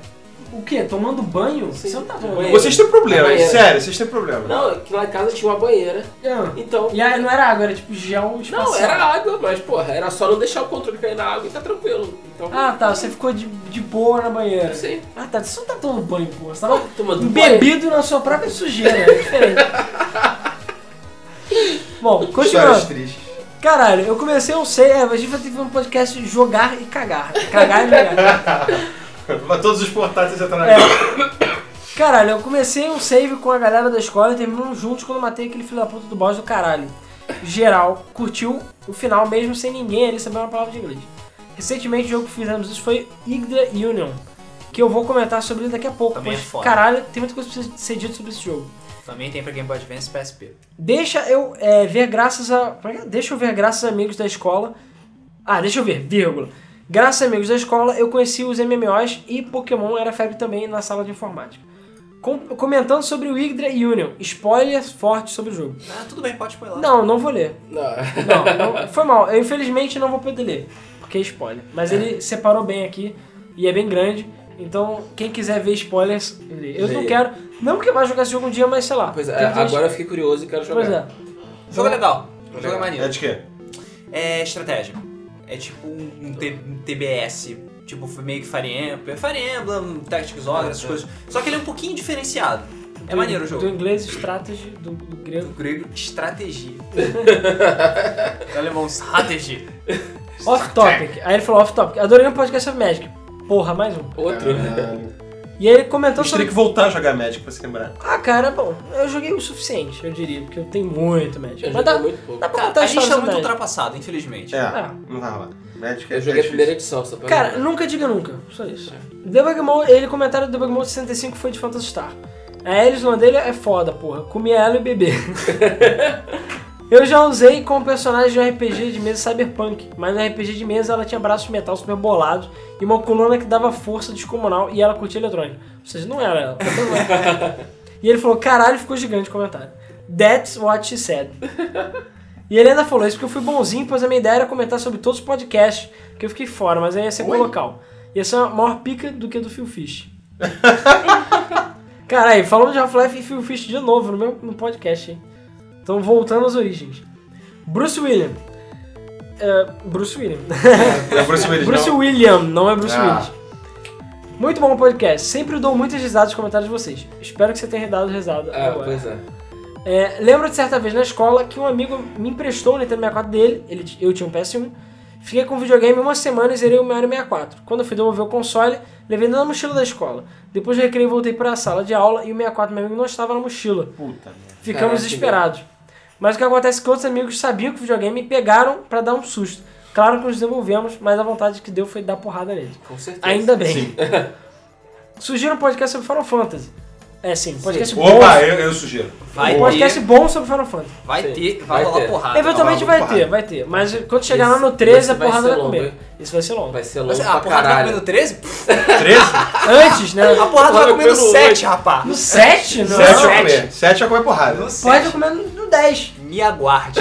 S4: O quê? Tomando banho?
S2: Sim.
S4: Você não tá
S2: Tomando
S4: tomando
S2: banho.
S4: banho.
S3: Vocês têm problema,
S2: Banheiro.
S3: sério, vocês têm problema.
S2: Não, é que lá em casa tinha uma banheira.
S4: Não.
S2: Então.
S4: Ah. E aí não era água, era tipo gel espacial.
S2: Não, era água, mas porra, era só não deixar o controle cair na água e tá tranquilo. Então. é assim.
S4: Ah tá, você ficou de, de boa na banheira.
S2: Sim.
S4: Ah tá, você não tá tomando banho, pô. Você tava
S2: Tomando
S4: bebido na sua própria sujeira. É
S1: [laughs]
S4: diferente. Bom,
S3: Histórias
S4: continuando.
S3: tristes.
S4: Caralho, eu comecei, eu sei, é, a gente vai ter que fazer um podcast de jogar e cagar. Cagar e jogar.
S3: Pra todos os portáteis entrar na
S4: É. Caralho, eu comecei um save com a galera da escola e terminamos juntos quando matei aquele filho da puta do boss do caralho. Geral, curtiu o final mesmo sem ninguém ali saber uma palavra de inglês. Recentemente o jogo que fizemos isso foi Igdra Union, que eu vou comentar sobre ele daqui a pouco.
S1: Também é
S4: mas,
S1: foda.
S4: caralho, tem muita coisa que precisa ser dito sobre esse jogo.
S1: Também tem pra Game Boy Advance e PSP.
S4: Deixa eu é, ver graças a. como é que é? Deixa eu ver graças a amigos da escola. Ah, deixa eu ver, vírgula. Graças a amigos da escola, eu conheci os MMOs e Pokémon era febre também na sala de informática. Com- comentando sobre o Yggdra Union. Spoiler forte sobre o jogo.
S1: Ah, tudo bem, pode spoiler.
S4: Não, não vou ler.
S2: Não.
S4: Não,
S2: [laughs]
S4: não- foi mal. Eu infelizmente não vou poder ler, porque é spoiler. Mas ele separou bem aqui e é bem grande. Então, quem quiser ver spoilers, lê. eu não
S2: Leia.
S4: quero. Não que vai jogar esse jogo um dia, mas sei lá.
S2: Pois é,
S4: Tem muita gente-
S2: agora eu fiquei curioso e quero jogar.
S4: Pois é.
S1: Jogo é legal. Jogo é
S3: É
S1: maneiro.
S3: de quê?
S1: É estratégia. É tipo um, um T- um TBS. Tipo, foi meio que Fire Emblem. Fire Emblem, Tactics Ogre, essas coisas. Só que ele é um pouquinho diferenciado. É
S4: Do-
S1: maneiro o
S4: Do
S1: jogo.
S4: inglês strategy, do, do grego.
S1: Do grego, estratégia. um Do alemão, strategy.
S4: Off topic. Aí ele falou off topic. Adorei um podcast sobre Magic. Porra, mais um.
S2: Outro.
S3: Ah,
S4: E aí ele comentou
S3: a gente
S4: sobre.
S3: teria que voltar a jogar Magic pra se lembrar.
S4: Ah, cara, bom, eu joguei o suficiente, eu diria, porque eu tenho muito Magic.
S2: Eu
S4: Mas
S2: joguei
S4: dá,
S2: muito pouco.
S4: dá pra
S1: Cara,
S4: contar
S1: a gente
S4: história
S1: tá
S4: sobre
S1: muito
S4: Magic.
S1: ultrapassado, infelizmente.
S3: É,
S4: Ah.
S3: não vai rolar. Magic é
S2: Eu joguei a
S3: difícil.
S2: primeira edição, só pra
S4: Cara, nunca diga nunca. Só isso. The Bug Mode, ele comentário do The Bug Mode 65 foi de Phantasy Star. A Alice no dele é foda, porra. Comia ela e bebê. Eu já usei como personagem de um RPG de mesa cyberpunk, mas no RPG de mesa ela tinha braços de metal super bolados e uma coluna que dava força descomunal e ela curtia eletrônica. Ou seja, não era ela. e ele falou, caralho, ficou gigante o comentário. That's what she said. E ele ainda falou isso porque eu fui bonzinho, pois a minha ideia era comentar sobre todos os podcasts, que eu fiquei fora, mas aí ia ser com o
S3: Oi?
S4: local. Ia ser uma maior pica do que a do Phil Fish. [laughs] Caralho, falamos de Half-Life e Phil Fish de novo no meu no podcast, hein? Então voltando às origens. Bruce William. É, Bruce William. [laughs]
S3: É Bruce Willis,
S4: Bruce
S3: não?
S4: William, não é Bruce
S3: Ah.
S4: Willis. Muito bom o podcast. Sempre dou muitas risadas nos comentários de vocês. Espero que você tenha dado risada
S2: Ah,
S4: agora.
S2: pois é.
S4: É, lembro de certa vez na escola que um amigo me emprestou o Nintendo 64 dele, ele, t- eu tinha um PS1. Fiquei com o videogame uma semana e zerei o Mario 64. Quando eu fui devolver o console, levei na mochila da escola. Depois do recreio, voltei para a sala de aula e o 64 meu amigo não estava na mochila.
S3: Puta merda.
S4: Ficamos
S2: Caraca,
S4: desesperados. Mas o que acontece é que outros amigos sabiam que o videogame e pegaram para dar um susto. Claro que nos devolvemos, mas a vontade que deu foi dar porrada nele.
S2: Com certeza.
S4: Ainda bem. Surgiram um podcast sobre Final Fantasy. É sim, podcast bom.
S3: Opa, eu, eu sugiro.
S1: Vai
S4: um
S1: ter,
S4: podcast bom sobre Final Fantasy.
S1: vai
S2: Sim,
S1: ter, vai
S2: vai
S1: rolar
S2: ter.
S1: porrada.
S4: Eventualmente
S3: vai
S4: vai
S3: rolar
S4: ter,
S3: porrada.
S4: vai ter. Mas quando chegar lá no
S2: Esse-
S4: 13, a
S2: esse vai
S4: porrada
S2: ser
S4: vai comer.
S2: longo,
S4: Isso vai ser longo.
S2: Vai ser
S1: Mas
S4: ah,
S2: longo
S1: a
S2: pra
S1: Ah, porrada vai
S2: caralho.
S1: comendo 13? Pff,
S3: 13?
S4: Antes, né?
S1: A porrada vai
S2: Porra,
S1: comendo
S2: comendo
S1: 7,
S2: oito.
S1: rapá.
S4: No 7? Não.
S3: Sete
S4: Não.
S3: vai comer. Sete vai comer porrada.
S1: No
S4: Pode
S1: 7.
S4: comer no 10.
S1: Me aguarde.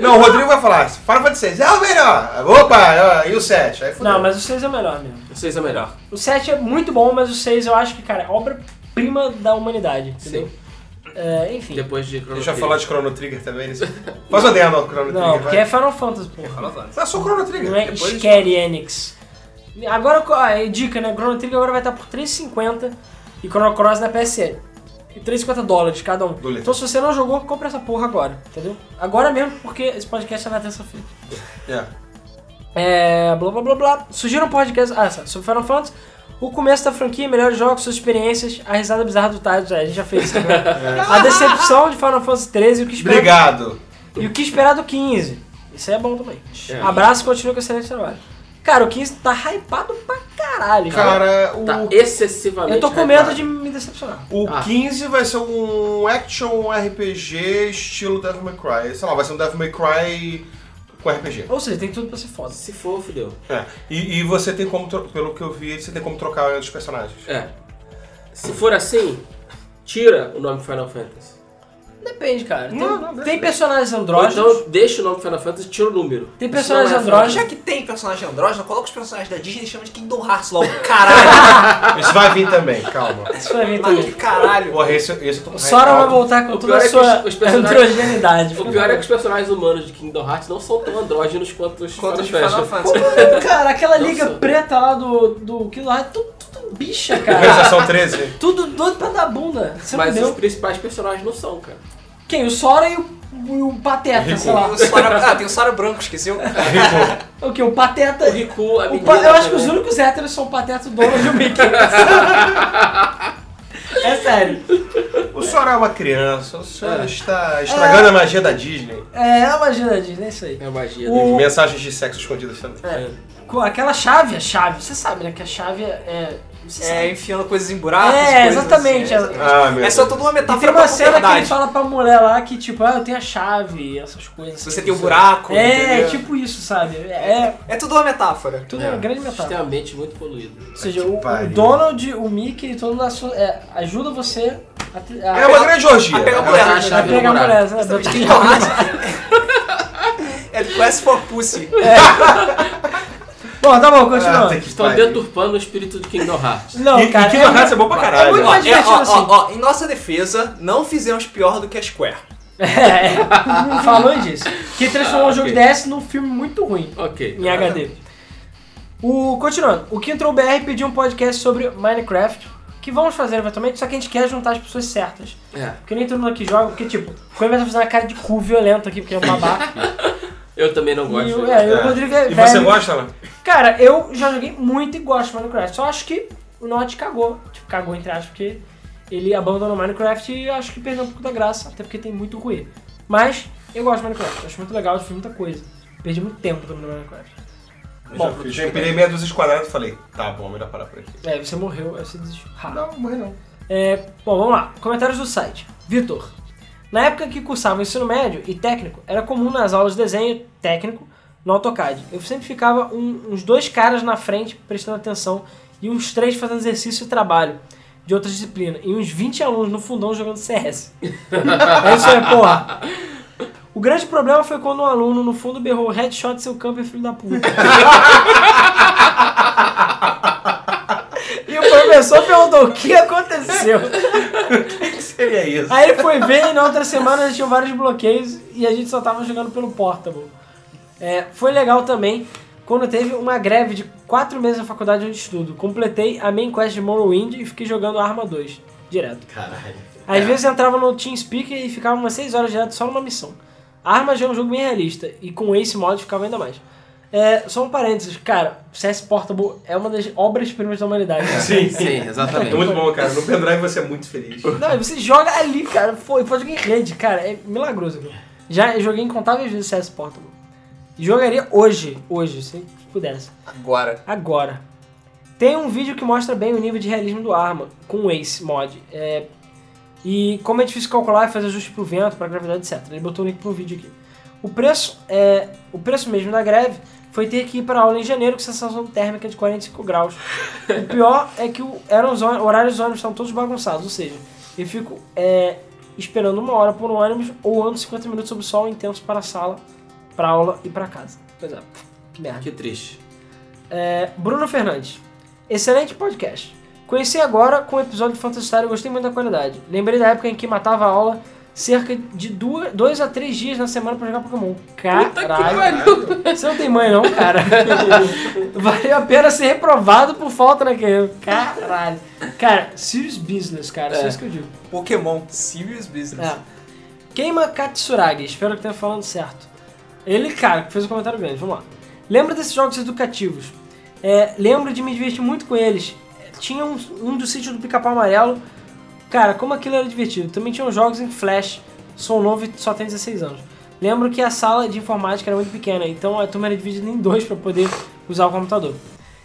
S3: Não, o Rodrigo vai falar. Fala pra vocês. É o melhor. Opa, ó, e o sete? Aí fudeu.
S4: Não, mas o 6 é o melhor mesmo.
S2: Vocês é melhor.
S4: O 7 é muito bom, mas o 6 eu acho que, cara, é obra-prima da humanidade, entendeu?
S2: Sim.
S4: É, enfim.
S2: Depois de Chrono
S3: Deixa eu
S2: Trigger.
S3: falar de Chrono Trigger
S4: [laughs]
S3: também. Nesse... Faz o demo ao Chrono Trigger.
S4: Não, porque é
S3: vai.
S4: Final Fantasy, porra.
S1: Fala, fala.
S3: Ah, só o Chrono Trigger.
S4: Não é
S3: Depois-
S4: Scary Enix. Agora, ah, é dica, né? Chrono Trigger agora vai estar por 3,50 e Chrono Cross na PSN. E 3,50 dólares cada um.
S3: Doleta.
S4: Então se você não jogou, compra essa porra agora, entendeu? Agora mesmo, porque esse podcast é na terça-feira.
S3: É.
S4: É, blá blá blá blá. Surgiram podcasts ah, sabe, sobre Final Fantasy. O começo da franquia, melhores jogos, suas experiências, a risada bizarra do Tades, é, a gente já fez isso também.
S3: [laughs]
S4: A decepção de Final Fantasy XIII e o que
S3: Tipo,
S4: esperar,
S3: Obrigado.
S4: e o que esperar do 15. Isso aí é bom também. Abraço e continua com excelente trabalho. Cara, o 15 tá hypado pra caralho.
S3: Cara, o,
S2: Tá excessivamente.
S4: eu tô com medo
S2: hypado.
S4: de me decepcionar.
S3: o
S2: Ah.
S3: 15 vai ser um action RPG estilo Devil May Cry. Sei lá, vai ser um Devil May Cry com RPG.
S4: Ou seja, tem tudo pra ser foda.
S2: Se for, fudeu.
S3: É. E, e você tem como, tro- pelo que eu vi, você tem como trocar os personagens.
S2: É. Se for assim, tira o nome Final Fantasy.
S4: Depende, cara.
S2: É,
S4: Tem,
S3: Não, não,
S4: tem
S3: beleza.
S4: personagens
S2: Ou
S4: andrógenos.
S2: então deixa o nome Final Fantasy e tira o número.
S4: Tem
S2: Isso
S4: personagens
S2: não é Final
S4: andrógenos.
S1: Já que tem personagem andrógeno, coloca os personagens da Disney e chama de Kingdom Hearts
S4: [laughs]
S1: logo. Caralho!
S3: [laughs] Isso vai vir também, calma.
S4: Isso vai vir
S1: Mas
S4: também.
S1: que caralho!
S3: Porra, esse, esse eu tô com
S4: O Sora vai
S3: raiva.
S4: voltar com
S2: O
S4: toda a
S2: pior é que
S4: sua
S2: os- os personagens-
S4: androgenidade.
S2: O pior é que os personagens humanos de Kingdom Hearts não são tão andrógenos quanto os
S1: Quanto
S2: Final
S1: de Final
S2: Fantasy.
S1: Fantasy.
S4: Cara, aquela
S2: Não
S4: liga
S2: sou.
S4: preta lá do, do Kilo Hearts, tudo, tudo bicha,
S2: [laughs]
S4: cara.
S3: Organização [laughs] 13.
S4: tudo doido pra dar bunda. Você não
S2: Mas os
S4: deu?
S2: principais personagens não são, cara.
S4: Quem? O Sora e o, e o Pateta, sei lá.
S1: O Sora- ah, tem o Sora Branco, esqueceu?
S4: O que? O Pateta.
S2: O Riku, a
S4: É. O
S2: menina... né?
S4: pa- eu acho que os
S2: também.
S4: únicos héteros são o Pateta, o Donald e o Mickey. [laughs] é sério.
S3: O Sora é uma criança, o Sora está estragando a magia da Disney.
S4: É, imagina, Disney, é isso aí.
S2: É magia.
S4: O-
S2: né?
S3: Mensagens de sexo escondidas também.
S4: Com aquela chave, a chave, você sabe, né? Que a chave é. Você sabe.
S1: É, enfiando coisas em buracos.
S4: É,
S1: coisas
S4: exatamente,
S1: assim, é,
S3: Ah, meu
S1: é só
S3: Deus.
S1: toda uma
S4: E tem
S1: metáfora
S4: uma
S1: pra
S4: cena que ele
S1: verdade.
S4: fala pra mulher lá que, tipo, ah, eu tenho a chave, essas coisas.
S1: Você tem o buraco,
S4: É,
S1: entendeu?
S4: tipo isso, sabe? É, é
S1: É tudo uma metáfora.
S4: tudo uma grande
S2: Eles têm
S4: metáfora.
S2: a mente muito poluída.
S4: Ou seja,
S3: Que
S4: o, o
S3: pariu.
S4: Donald, o Mickey, todo mundo assu- é, ajuda você a, tri- a-
S3: É uma grande orgia.
S1: a pega
S3: É
S1: a mulher.
S2: botar
S1: né?
S2: a
S4: a
S2: chave
S4: pegar a
S2: no buraco.
S4: mulher, né?
S1: Exatamente, Kingdom Hearts. É Quest for Pussy.
S4: Bom, tá bom,
S3: Ah,
S4: continua.
S3: tem que
S2: Estão
S3: parar.
S2: deturpando o espírito de Kingdom Hearts.
S4: [laughs] Não,
S3: E-
S4: cara.
S3: e Kingdom
S4: é-
S3: Hearts é bom pra caralho.
S4: É muito mais
S1: É,
S4: divertido
S1: ó,
S4: assim.
S1: ó, ó, em nossa defesa, não fizemos pior do que a Square.
S4: É, é. falou disso. Que transformou
S2: Ah,
S4: o jogo
S2: ok.
S4: DS num filme muito ruim.
S2: Ok.
S4: Em HD. O, continuando, o Quintrol BR pediu um podcast sobre Minecraft, que vamos fazer eventualmente, só que a gente quer juntar as pessoas certas.
S2: É.
S4: Porque nem todo mundo aqui joga, porque tipo, o Coimbra tá fazendo uma cara de cu violento aqui, porque é um babaca.
S2: Eu também não
S4: e o,
S2: gosto.
S4: é, e o
S3: É.
S4: Rodrigo é
S3: E
S4: velho.
S3: você gosta, Alan?
S4: Cara, eu já joguei muito e gosto de Minecraft, só acho que o Notch cagou. Tipo, cagou entre aspas, porque ele abandonou Minecraft e acho que perdeu um pouco da graça, até porque tem muito ruim. Mas eu gosto de Minecraft, acho muito legal, eu fiz muita coisa. Perdi muito tempo dominando Minecraft.
S3: Eu
S4: Bom,
S3: já fiz. já empirei meia dúzia de quadrados e falei, tá bom, melhor parar por aqui.
S4: É, você morreu, aí você desistiu. Ha.
S3: Não, morri não.
S4: É, bom, vamos lá. Comentários do site. Vitor. Na época que cursava o ensino médio e técnico, era comum nas aulas de desenho técnico no AutoCAD. Eu sempre ficava um- uns dois caras na frente prestando atenção e uns três fazendo exercício e trabalho de outra disciplina. E uns 20 alunos no fundão jogando CS. é isso aí, porra. O grande problema foi quando um aluno no fundo berrou headshot seu campo é filho da puta. e o professor perguntou o que aconteceu.
S3: Seria é isso.
S4: Aí ele foi ver e na outra semana já tinham vários bloqueios e a gente só tava jogando pelo Portable. É, foi legal também quando teve uma greve de 4 meses na faculdade onde estudo. Completei a main quest de Morrowind e fiquei jogando Arma 2 direto.
S2: Caralho.
S4: Às vezes eu entrava no TeamSpeak e ficava umas 6 horas direto só numa missão. Arma já é um jogo bem realista e com esse mod ficava ainda mais. É, só um parênteses, cara, CS Portable é uma das obras-primas da humanidade.
S3: Sim,
S2: Sim,
S3: É
S2: exatamente.
S3: muito bom, cara. No pendrive você é muito feliz.
S4: Não, e você joga ali, cara. Foi, pode jogar em rede, cara. É milagroso aquilo. Já joguei incontáveis vezes CS Portable. Jogaria hoje, hoje, se pudesse.
S1: Agora.
S4: Agora. Tem um vídeo que mostra bem o nível de realismo do Arma, com o Ace mod. É, e como é difícil calcular e fazer ajuste pro vento, pra gravidade, etc. Ele botou o link pro vídeo aqui. O preço, é, o preço mesmo da greve foi ter que ir pra aula em janeiro com sensação térmica de 45 graus. O pior é que o, eram os hor- horários dos ônibus estão todos bagunçados, ou seja, eu fico é, esperando uma hora por um ônibus ou ando 50 minutos sob sol intenso para a sala, pra aula e pra casa. Pois é, que merda.
S2: Que triste.
S4: É, Bruno Fernandes. Excelente podcast. Conheci agora com o episódio do Phantasy Star e gostei muito da qualidade. Lembrei da época em que matava a aula cerca de duas, dois a três dias na semana pra jogar Pokémon. Caralho. Você não tem mãe não, cara. Valeu a pena ser reprovado por falta naquele. Caralho. Cara, serious business, cara. Isso é
S2: É.
S4: isso que eu digo.
S1: Pokémon Serious Business.
S4: É. Queima Katsuragi, espero que tenha falando certo. Ele, cara, fez um comentário grande, vamos lá. Lembro desses jogos educativos. É, lembro de me divertir muito com eles. É, Tinha um, um do sítio do Pica-Pau Amarelo. Cara, como aquilo era divertido. Também tinham jogos em Flash. Sou um novo e só tenho 16 anos. Lembro que a sala de informática era muito pequena, então a turma era dividida em dois para poder usar o computador.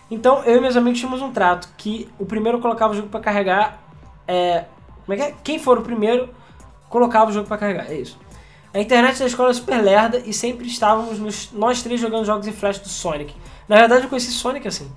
S4: Então eu e meus amigos tínhamos um trato que o primeiro colocava o jogo para carregar. É, como é que é? Quem for o primeiro colocava o jogo para carregar. É isso. A internet da escola era super lerda e sempre estávamos nos- nós três jogando jogos em flash do Sonic. Na verdade, eu conheci Sonic assim.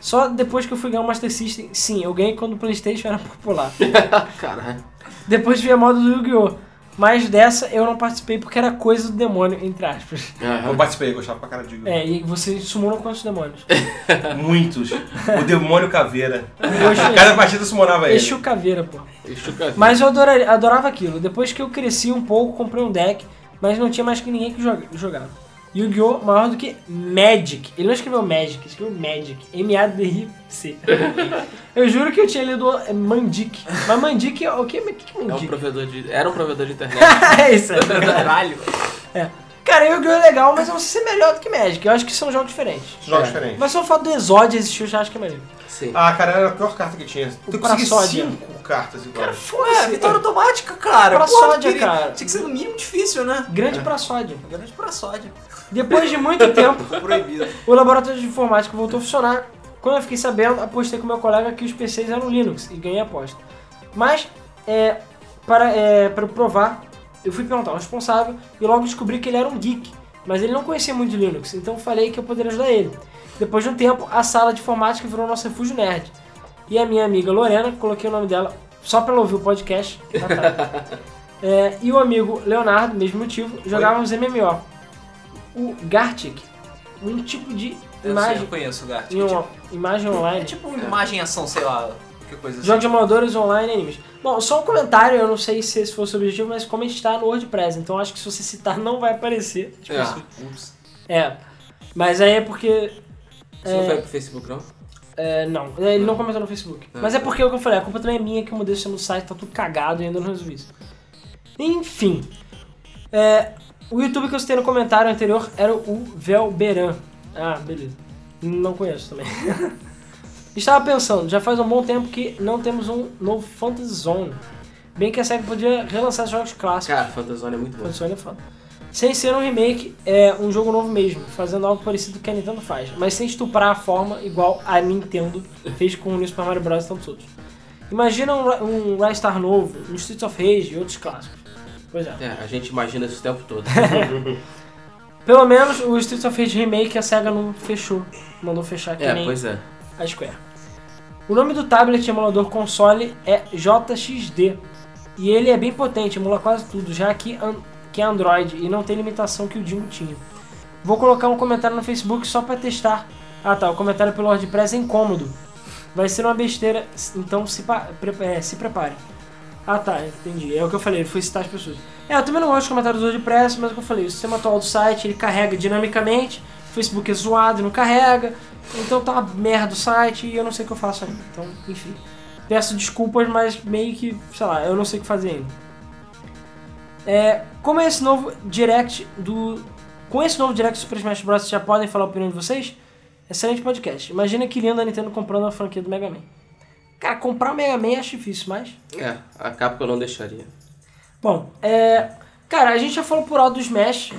S4: Só depois que eu fui ganhar o Master System. Sim, eu ganhei quando o PlayStation era [laughs] popular. né?
S2: Caralho.
S4: Depois vi a moda do Yu-Gi-Oh! Mas dessa eu não participei porque era coisa do demônio, entre aspas.
S3: Eu participei, gostava pra cara de
S4: É, e vocês sumoram quantos [laughs] demônios? É.
S3: Muitos. O demônio caveira.
S4: Exu-
S3: Cada partida sumonava ele.
S4: Exu Caveira, pô.
S2: Deixa eu ver.
S4: Mas eu adoraria- adorava aquilo. Depois que eu cresci um pouco, comprei um deck, mas não tinha mais que ninguém que joga- jogava. Yu-Gi-Oh! maior do que Magic. Ele não escreveu Magic, escreveu Magic. [laughs] M-A-D-I-C. eu juro que eu tinha lido é, Mandic. Mas Mandic, é- o que, o que é
S2: É um
S4: Mandic?
S2: provedor de. Era um provedor de internet.
S4: [laughs] É isso aí.
S1: Caralho.
S4: É. Cara, Yu-Gi-Oh! é legal, mas eu não sei se é melhor do que Magic. Eu acho que são jogos diferentes.
S3: Jogos
S2: É.
S3: diferentes.
S4: Mas só o fato do Exódio existir, eu já acho que é maneiro.
S2: Sim.
S3: Ah, cara, era a pior carta que tinha.
S4: O
S3: Eu consegui
S4: Parassódia.
S3: cinco cartas iguais.
S1: É, vitória automática, cara.
S4: Pra
S1: Porra,
S4: sódia,
S1: queria-
S4: cara.
S1: Tinha que ser no mínimo difícil, né?
S4: Grande pra sódio.
S1: Grande pra sódia.
S4: Depois de muito tempo,
S1: Tá
S2: [laughs]
S1: Proibido.
S4: o laboratório de informática voltou a funcionar. Quando eu fiquei sabendo, apostei com meu colega que os PCs eram Linux e ganhei a aposta. Mas, é, para, é, para provar, eu fui perguntar ao responsável e logo descobri que ele era um geek, mas ele não conhecia muito de Linux, então falei que eu poderia ajudar ele. Depois de um tempo, a sala de informática virou nosso refúgio nerd. E a minha amiga Lorena, coloquei o nome dela só para ela ouvir o podcast. Ah, tá. É, e o amigo Leonardo, mesmo motivo, jogávamos MMO. O Gartic, um tipo de
S1: Eu, sei,
S4: imagem,
S1: eu conheço o Gart.
S4: em uma- imagem
S1: É
S4: online.
S1: tipo uma imagem e ação, sei lá, que coisa assim.
S4: Jogos de emuladores online e animes. Bom, só um comentário, eu não sei se esse foi o seu objetivo, mas como a gente tá no WordPress, então acho que se você citar [laughs] não vai aparecer.
S1: Tipo,
S2: É. Isso
S1: Ups.
S4: É. Mas aí é porque.
S2: não foi pro Facebook, não?
S4: é, não, ele não comentou no Facebook. Mas é porque é o que eu falei, a culpa também é minha que eu mudei o sistema do site, tá tudo cagado e ainda não resolvi isso. Enfim. É, o YouTube que eu citei no comentário anterior era o Velberan. Ah, beleza. Não conheço também. [laughs] Estava pensando, já faz um bom tempo que não temos um novo Fantasy Zone. Bem que a série podia relançar esses jogos clássicos.
S2: Cara, Fantasone é muito bom.
S4: Fantasy Zone é foda. Sem ser um remake, é um jogo novo mesmo, fazendo algo parecido com o que a Nintendo faz, mas sem estuprar a forma igual a Nintendo fez com o New Super Mario Bros. e tantos outros. Imagina um, Ra- um Ristar novo, um Streets of Rage e outros clássicos. Pois é.
S2: É, a gente imagina isso o tempo todo.
S4: Pelo menos o Streets of Rage Remake a SEGA não fechou. Mandou fechar [laughs] que
S2: é,
S4: nem
S2: pois é.
S4: a Square. O nome do tablet emulador console é JXD. E ele é bem potente, emula quase tudo, já que, an- que é Android e não tem limitação que o Dingo tinha. Vou colocar um comentário no Facebook só pra testar. Ah tá, o comentário pelo WordPress é incômodo. Vai ser uma besteira, então se, pa- pre- é, se prepare. Ah tá, entendi. É o que eu falei, ele foi citar as pessoas. É, eu também não gosto de comentários do WordPress, mas é o que eu falei, o sistema atual do site ele carrega dinamicamente, o Facebook é zoado e não carrega, então tá uma merda o site e eu não sei o que eu faço ainda. Então, enfim. Peço desculpas, mas meio que, sei lá, eu não sei o que fazer ainda. É, como é esse novo direct do. Com esse novo direct do Super Smash Bros. já podem falar a opinião de vocês? Excelente podcast. Imagina que linda a Nintendo comprando a franquia do Mega Man. Cara, comprar o Mega Man acho difícil, mas.
S2: É, a Capcom eu não deixaria.
S4: Bom, é. Cara, a gente já falou por alto do Smash.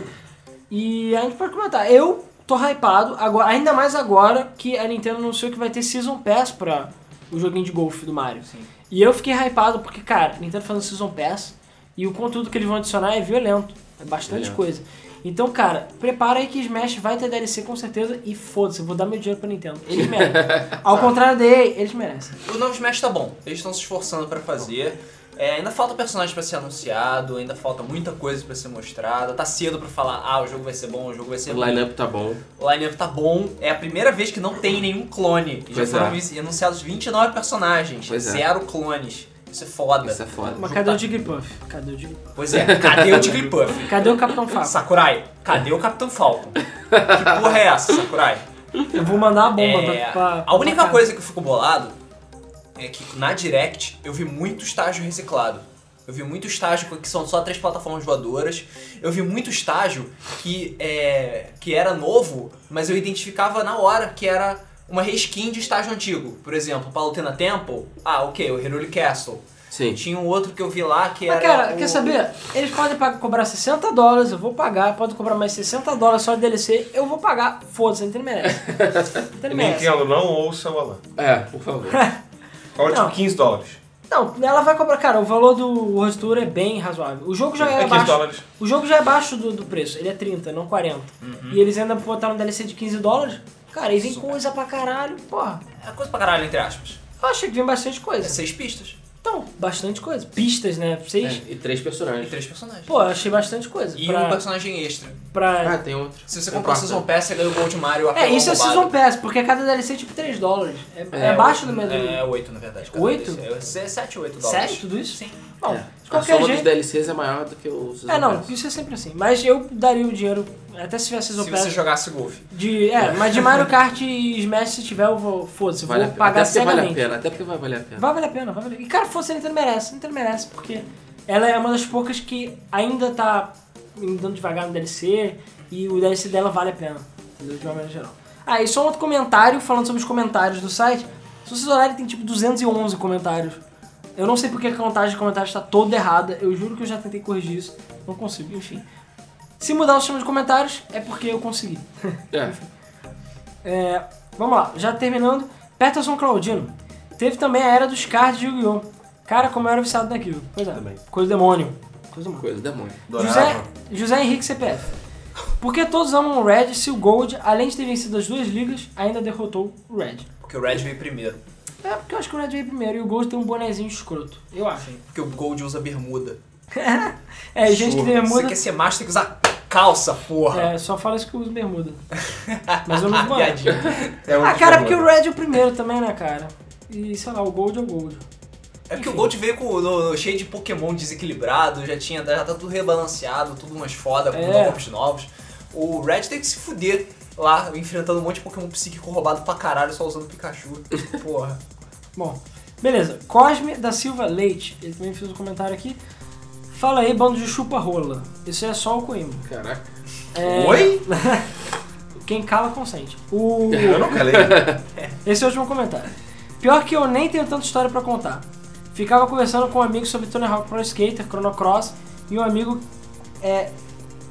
S4: E a gente pode comentar. Eu tô hypado, agora, ainda mais agora que a Nintendo anunciou que vai ter Season Pass pra o joguinho de golfe do Mario. E eu fiquei hypado porque, cara, a Nintendo fazendo Season Pass e o conteúdo que eles vão adicionar é violento. É bastante
S2: Violento.
S4: coisa. Então, cara, prepara aí que Smash vai ter DLC com certeza e foda-se, eu vou dar meu dinheiro pra Nintendo. Eles [laughs] merecem. Ao contrário da EA, eles merecem.
S1: O novo Smash tá bom. Eles estão se esforçando pra fazer. É, ainda falta personagem pra ser anunciado, ainda falta muita coisa pra ser mostrada. Tá cedo pra falar, ah, o jogo vai ser bom, o jogo vai ser
S2: O
S1: ruim.
S2: line-up tá bom.
S1: O line-up tá bom. É a primeira vez que não tem nenhum clone. E já
S2: Pois
S1: foram
S2: é.
S1: vi- anunciados 29 personagens,
S2: Pois é.
S1: zero clones. Isso é
S4: Tá
S1: foda.
S2: Isso é foda.
S4: Mas cadê o Jigglypuff? Cadê o Jigglypuff?
S1: Pois é, cadê o Jigglypuff? Ah,
S4: Cadê o [laughs] Capitão Fábio?
S1: Sakurai, cadê o Capitão Falcon? Que porra é essa, Sakurai?
S4: Eu vou mandar a bomba
S1: É,
S4: pra, pra-
S1: a única
S4: pra-
S1: coisa que eu fico bolado é que na Direct eu vi muito estágio reciclado. Eu vi muito estágio que são só três plataformas voadoras. Eu vi muito estágio que, é, que era novo, mas eu identificava na hora que era uma reskin de estágio antigo. Por exemplo, Palutena Temple. Ah, ok, o Hyrule Castle.
S2: Sim.
S1: Tinha um outro que eu vi lá que
S4: Mas,
S1: era.
S4: cara,
S1: o-
S4: quer saber? Eles podem pa- cobrar 60 dólares, eu vou pagar. Pode cobrar mais 60 dólares só de DLC, eu vou pagar. Foda-se, não merece.
S1: [laughs]
S4: Não merece.
S3: Nintendo, não ouça o Alan.
S2: É, por favor.
S3: Cobra
S4: Não.
S3: tipo 15 dólares.
S4: [laughs] Não, ela vai cobrar. Cara, o valor do World Tour é bem razoável. O jogo já é,
S3: É 15
S4: baixo.
S3: dólares.
S4: O jogo já é baixo do, do preço. Ele é 30, não 40.
S1: Uhum.
S4: E eles ainda botaram um DLC de 15 dólares. Cara, aí vem coisa pra caralho. Porra,
S1: É coisa pra caralho, entre aspas.
S4: eu achei que vem bastante
S1: É
S4: coisa.
S1: seis pistas
S4: Então, bastante coisa. Pistas, né? Pra Vocês.
S2: É, e três
S1: e
S2: personagens.
S1: três personagens.
S4: Pô, eu achei bastante coisa.
S1: E um
S4: pra,
S1: personagem extra.
S4: pra...
S2: Ah, tem outro.
S1: Se você
S2: Tem
S1: comprar o
S2: quatro.
S1: Season Pass, você ganha o Gold Mario.
S4: É,
S1: aquela
S4: isso
S2: um
S4: é
S1: roubada.
S4: Season Pass, porque cada DLC é tipo 3 dólares. É, é abaixo do meu. do-
S1: É 8, na verdade. cada
S4: Oito?
S1: vez. É 7, 8 dólares.
S4: Sério? Tudo isso?
S1: Sim.
S4: Bom,
S2: É.
S4: de
S2: A
S4: qualquer
S2: soma dos
S4: jeito.
S2: DLCs é maior do que o Season
S4: É, não,
S2: Pass.
S4: isso é sempre assim. Mas eu daria o dinheiro, até se tivesse Season
S1: Se você
S4: Pass.
S1: jogasse Golf.
S4: De, é,
S2: [laughs]
S4: mas de Mario Kart e Smash, se tiver, eu vou. Foda-se, eu
S2: Vale a
S4: vou
S2: pena.
S4: pagar
S2: Até porque vale a
S4: cegamente.
S2: pena. Até porque vai valer a pena.
S4: Vai valer a pena, vai valer. E cara, foda-se, a Nintendo merece. A Nintendo merece, porque ela é uma das poucas que ainda tá andando devagar no DLC e o DLC dela vale a pena. Entendeu? De uma maneira geral. Ah, e só um outro comentário falando sobre os comentários do site. Se vocês olharem, tem tipo 211 comentários. Eu não sei porque a contagem de comentários está toda errada. Eu juro que eu já tentei corrigir isso. Não consigo, enfim. Se mudar o sistema de comentários, é porque eu consegui.
S2: É.
S4: É, vamos lá, já terminando. Peterson Claudino. Teve também a era dos cards de Yu-Gi-Oh! Cara, como eu era viciado naquilo. Pois é,
S3: Também.
S4: coisa do demônio. Coisa do demônio.
S2: Coisa do demônio.
S4: José,
S3: Adorava.
S4: José Henrique CPF. Por que todos amam o Red se o Gold, além de ter vencido as duas ligas, ainda derrotou o Red?
S1: Porque o Red veio primeiro.
S4: É porque eu acho que o Red veio primeiro e o Gold tem um bonezinho escroto. Eu acho.
S1: Porque o Gold usa bermuda.
S4: É, gente que
S3: Absurdo.
S4: tem
S1: Você
S4: bermuda.
S1: quer ser macho, tem que usar calça, porra.
S4: É, só fala isso que eu uso bermuda. Mas eu não uso boné.
S1: Piadinha.
S3: É um
S4: Ah,
S3: dos
S4: cara, porque
S3: favoritos.
S4: o Red é o primeiro também, né, cara? E sei lá, o Gold é o Gold.
S1: É porque o Gold veio com, no- cheio de Pokémon desequilibrado, já, tinha, já tá tudo rebalanceado, tudo umas foda, com
S4: É.
S1: golpes novos. O Red tem que se fuder lá, enfrentando um monte de Pokémon psíquico roubado pra caralho, só usando
S4: [laughs]
S1: Pikachu. Porra.
S4: Bom, beleza. Cosme da Silva Leite, ele também fez um comentário aqui. Fala aí, bando de chupa-rola. Isso é só o Coimbra.
S2: Caraca.
S4: É,
S3: Oi?
S4: Quem cala, consente. O...
S3: Eu não calei.
S4: Esse é o último comentário. Pior que eu nem tenho tanta história pra contar. Ficava conversando com um amigo sobre Tony Hawk Pro Skater, Chrono Cross, e um amigo. É,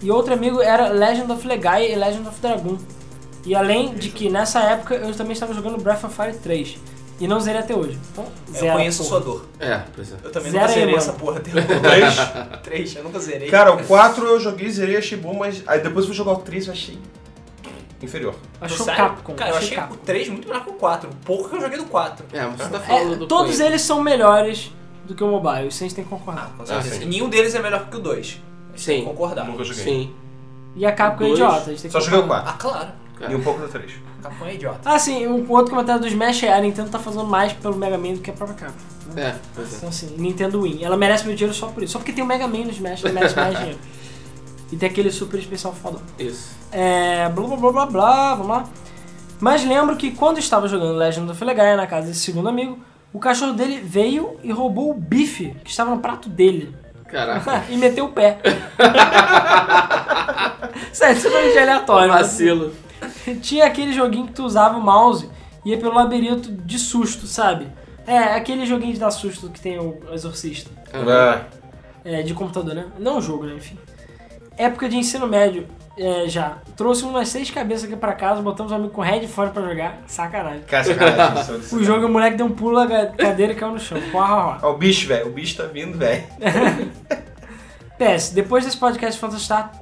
S4: e outro amigo era Legend of Legaia e Legend of Dragon. E além de que nessa época eu também estava jogando Breath of Fire 3. E não zerei até hoje. Então,
S1: É, eu conheço
S4: porra.
S1: sua dor.
S2: É, pois é.
S1: Eu também
S4: Zero
S1: nunca
S4: aí,
S1: zerei
S4: mano.
S1: essa porra
S3: [laughs]
S1: até
S3: Três.
S1: hoje. Três, eu nunca zerei.
S3: Cara, o 4 eu joguei, zerei, achei bom, mas. Aí depois eu fui jogar o 3 e achei. inferior.
S4: Achou
S1: Sério?
S4: Capcom.
S1: Cara, eu achei
S4: Capcom.
S1: o 3 muito melhor que o 4. O pouco que eu joguei do 4.
S2: É, mas você tá falando
S4: É,
S2: do
S4: todos
S2: Coimbra.
S4: eles são melhores do que o mobile, isso a gente tem que concordar.
S1: Com
S3: Ah,
S1: certeza.
S3: sim.
S1: E nenhum deles é melhor que o 2.
S2: Sim.
S1: Concordar.
S3: Nunca joguei.
S2: Tá. Sim.
S4: E a Capcom é
S2: Dois.
S4: idiota, a gente tem que
S3: Só joguei o
S4: concordar.
S3: 4.
S1: Ah, claro.
S3: E um pouco do 3.
S1: Capcom é idiota.
S4: Ah, sim, um outro comentário do Smash é a Nintendo tá fazendo mais pelo Mega Man do que a própria Capcom.
S2: É, pois é.
S4: Então assim, Nintendo Win. Ela merece meu dinheiro só por isso. Só porque tem o Mega Man no Smash, ela merece
S1: [laughs]
S4: mais dinheiro. E tem aquele super especial fodão.
S2: Isso.
S4: É. Blá blá blá blá blá, vamos lá. Mas lembro que quando estava jogando Legend of Legaia na casa desse segundo amigo, o cachorro dele veio e roubou o bife que estava no prato dele. [laughs]
S2: Caraca.
S4: e meteu o pé. Sério, isso foi de aleatório.
S2: É um Vacilo.
S4: Tinha aquele joguinho que tu usava o mouse e ia pelo labirinto de susto, sabe? É, aquele joguinho de dar susto que tem o Exorcista.
S3: Ah,
S4: É, de computador, né? Não jogo, né? Enfim. Época de ensino médio, é, já. Trouxe umas seis cabeças aqui pra casa, botamos um amigo com headphone pra jogar. Sacanagem.
S3: cara, sacanagem, isso é um
S4: O
S3: sacanagem.
S4: jogo, o moleque deu um pulo na ga- cadeira e caiu no chão. Porra, ó.
S3: Ó, o bicho, velho. O bicho tá vindo, velho.
S4: PS, depois desse podcast Fantastar,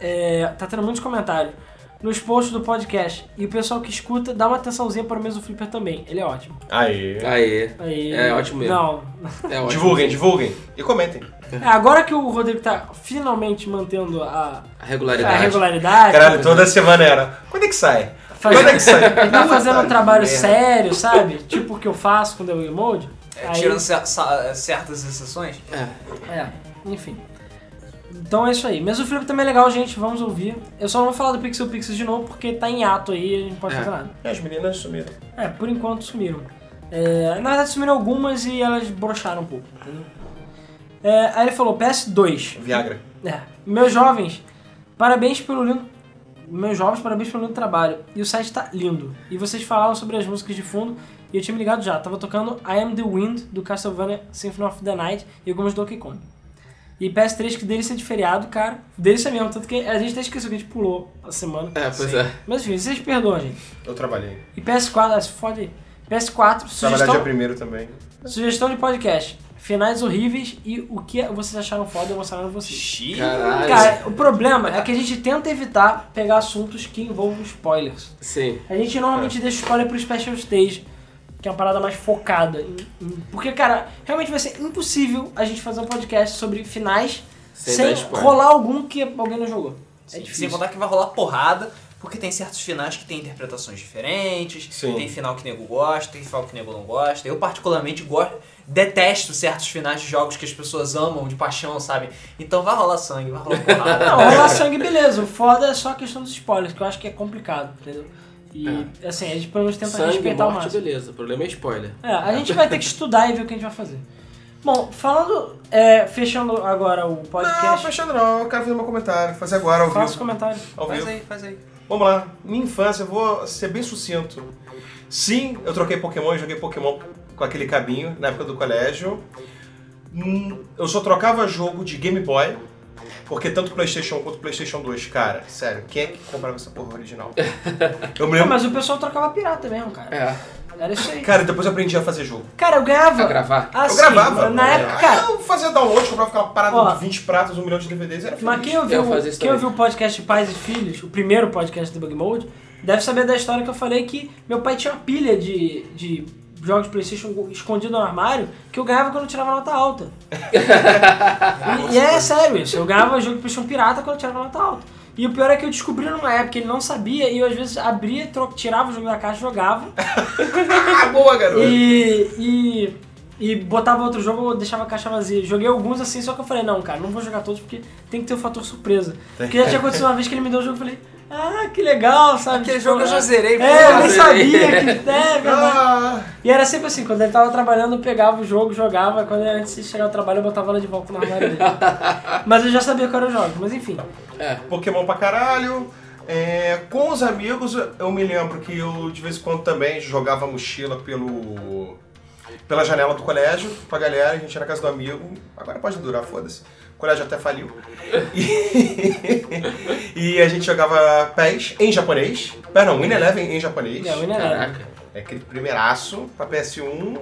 S4: é, tá tendo muitos comentários nos posts do podcast. E o pessoal que escuta, dá uma atençãozinha para o mesmo Flipper também. Ele é ótimo.
S3: Aí.
S2: Aê.
S4: Aí-
S2: É ótimo mesmo.
S4: Não.
S2: É Tá ótimo.
S3: Divulguem, divulguem. E comentem.
S4: É, agora que o Rodrigo tá finalmente mantendo a, É,
S2: A
S4: a
S2: regularidade.
S4: regularidade,
S3: Caralho, toda semana era. Quando é que sai? Quando é
S4: fazendo,
S3: que sai?
S4: [laughs] ele tá fazendo um trabalho
S3: Merda.
S4: sério, sabe? Tipo o que eu faço com o Devil Mode.
S1: É,
S4: Aí-
S1: Tirando cer- sa- certas exceções.
S2: É.
S4: É, enfim. Então é isso aí. Mas o Flip também é legal, gente. Vamos ouvir. Eu só não vou falar do Pixel Pixel de novo, porque tá em ato aí, a gente não pode
S2: É.
S4: fazer nada.
S3: As meninas sumiram.
S4: É, por enquanto sumiram. É, na verdade sumiram algumas e elas broxaram um pouco, entendeu? É, aí ele falou, PS2.
S3: Viagra.
S4: É. Meus jovens, parabéns pelo lindo. Meus jovens, parabéns pelo lindo trabalho. E o site tá lindo. E vocês falaram sobre as músicas de fundo. E eu tinha me ligado já. Tava tocando I Am the Wind do Castlevania Symphony of the Night e algumas Donkey Kong. E PS3, que delícia de feriado, cara. Delícia mesmo. Tanto que a gente até esqueceu que a gente pulou a semana.
S2: É, pois é.
S4: Mas enfim, vocês perdoam, gente.
S3: Eu trabalhei.
S4: E PS4, ah, se fode aí.
S2: Tá,
S4: PS4,
S3: Trabalhar
S4: sugestão,
S3: dia primeiro também.
S4: sugestão de podcast. Finais horríveis e o que é- vocês acharam foda, eu mostraram vocês.
S1: Xiii.
S2: Caralho.
S4: Cara, o problema é que a gente tenta evitar pegar assuntos que envolvam spoilers.
S2: Sim.
S4: A gente
S2: É.
S4: normalmente deixa spoiler pro Special Stage, que é uma parada mais focada. em- em- Porque, cara, realmente vai ser impossível a gente fazer um podcast sobre finais
S2: Sem
S4: sem,
S2: dar spoiler.
S4: rolar algum que alguém não jogou. É
S1: Sim,
S4: difícil.
S1: Sem contar que vai rolar porrada, porque tem certos finais que tem interpretações diferentes,
S3: Sim.
S1: tem final que nego gosta, tem final que nego não gosta. Eu particularmente gosto, detesto certos finais de jogos que as pessoas amam de paixão, sabe? Então vai rolar sangue, vai rolar porrada.
S4: [laughs] Não, rolar sangue, beleza. O foda é só a questão dos spoilers, que eu acho que é complicado, entendeu? E, assim, a gente pelo menos tenta
S2: É. Sangue,
S4: respeitar o
S2: morte,
S4: máximo.
S2: beleza. O problema é spoiler.
S4: É, a gente vai ter que estudar e ver o que a gente vai fazer. Bom, falando, é, fechando agora o
S3: Não,
S4: podcast,
S3: fechando Ah, não. Eu quero fazer meu comentário. Fazer agora, ao
S4: faça os
S3: vivo.
S4: comentários.
S3: Ao
S1: Faz
S3: vivo.
S1: aí, faz aí.
S3: Vamos lá. Minha infância, eu vou ser bem sucinto. Sim, eu troquei Pokémon e joguei Pokémon com aquele cabinho na época do colégio. Hum, Eu só trocava jogo de Game Boy, porque tanto PlayStation 1 quanto PlayStation 2, cara, sério, quem é que comprava essa porra [laughs] original? Eu me
S4: Não,
S3: lembro.
S4: mas o pessoal trocava pirata mesmo, cara.
S2: É.
S4: Era isso aí.
S3: Cara, depois eu aprendi a fazer jogo.
S4: Cara, eu
S2: Pra
S4: ganhava.
S2: gravar?
S4: Assim,
S3: eu gravava.
S4: Na
S3: né?
S4: época, cara.
S3: Aí eu fazia download, comprava aquela parada
S4: Ó.
S3: de 20 pratos, um milhão de DVDs, era
S4: Mas
S3: feliz.
S4: quem ouviu,
S2: Eu fazia isso
S4: quem
S2: também.
S4: ouviu o podcast Pais e Filhos, o primeiro podcast do Bug Mode, deve saber da história que eu falei que meu pai tinha uma pilha de, de jogos PlayStation escondido no armário que eu ganhava quando eu tirava nota alta.
S2: [laughs]
S4: e, e é sério isso, eu ganhava jogo PlayStation pirata quando eu tirava nota alta. E o pior é que eu descobri numa época que ele não sabia e eu às vezes abria, tro- tirava o jogo da caixa, jogava
S3: Ah, boa, garoto.
S4: e, e, e botava outro jogo, eu deixava a caixa vazia. Joguei alguns assim, só que eu falei, não, cara, não vou jogar todos porque tem que ter o fator surpresa. Porque já tinha acontecido uma vez que ele me deu o jogo e falei, ah, que legal, sabe?
S1: Aquele
S4: Tipo,
S1: jogo eu já
S4: é-
S1: zerei, pô.
S4: É, eu nem
S1: [laughs]
S2: Zerei.
S4: sabia que é, verdade.
S3: Ah,
S4: E era sempre assim, quando ele tava trabalhando, eu pegava o jogo, jogava, quando era antes de chegar ao trabalho, eu botava ela de volta na armário
S1: [laughs]
S4: dele. Mas eu já sabia qual era o jogo, mas enfim.
S3: Pokémon pra caralho. É, com os amigos, eu me lembro que eu de vez em quando também jogava mochila pelo pela janela do colégio com a galera, a gente ia na casa do amigo. Agora pode durar, foda-se. O colégio até faliu. [laughs] E, e a gente jogava PES em japonês. Pera, não, Win Eleven em japonês.
S4: Não, não era.
S2: Caraca.
S3: É aquele primeiraço pra PS1.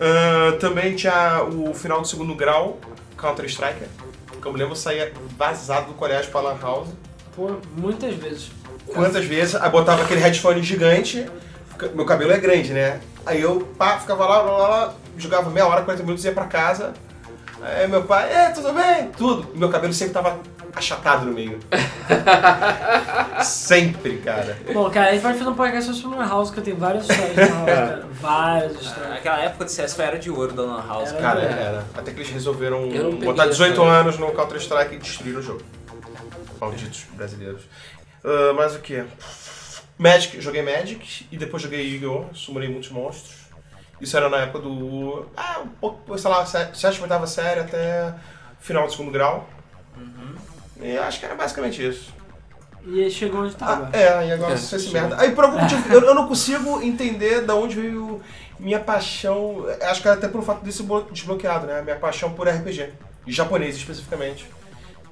S3: Ahn, também tinha o final do segundo grau, Counter Striker. Que eu me lembro, eu saía vazado do colégio pra Lan House.
S4: Pô, muitas vezes.
S3: Quantas vezes? Aí botava aquele headphone gigante. fica- Meu cabelo é grande, né? Aí eu pá, ficava lá, lá, lá, lá, jogava meia hora, 40 minutos, ia pra casa. Aí meu pai, é, tudo bem? Tudo. E meu cabelo sempre tava achatado no meio. sempre, cara.
S4: Bom, cara, a gente pode fazer um podcast sobre Lan House, que eu tenho várias histórias de Lan House, cara. Várias histórias.
S1: Aquela época de CSGO era de ouro da Lan House.
S4: Era.
S3: Cara, era. Até que eles resolveram
S2: né? Eu não peguei
S3: botar 18
S2: essa. né?
S3: anos no Counter-Strike e destruíram o jogo. Malditos brasileiros. Ah, mas o que? Magic, joguei Magic e depois joguei Yu-Gi-Oh! Summonei muitos monstros. Isso era na época do. Ah, um pouco, sei lá, sé- sétima, oitava série até final do segundo grau.
S2: Uhum.
S3: E eu acho que era basicamente isso.
S4: E aí chegou onde tá
S3: Ah,
S4: agora.
S3: é, e agora
S2: É,
S3: você se
S2: sim.
S3: merda. Aí por algum motivo, eu, eu não consigo entender da onde veio minha paixão. Acho que até pelo fato desse desbloqueado, né? Minha paixão por RPG. Japonês especificamente.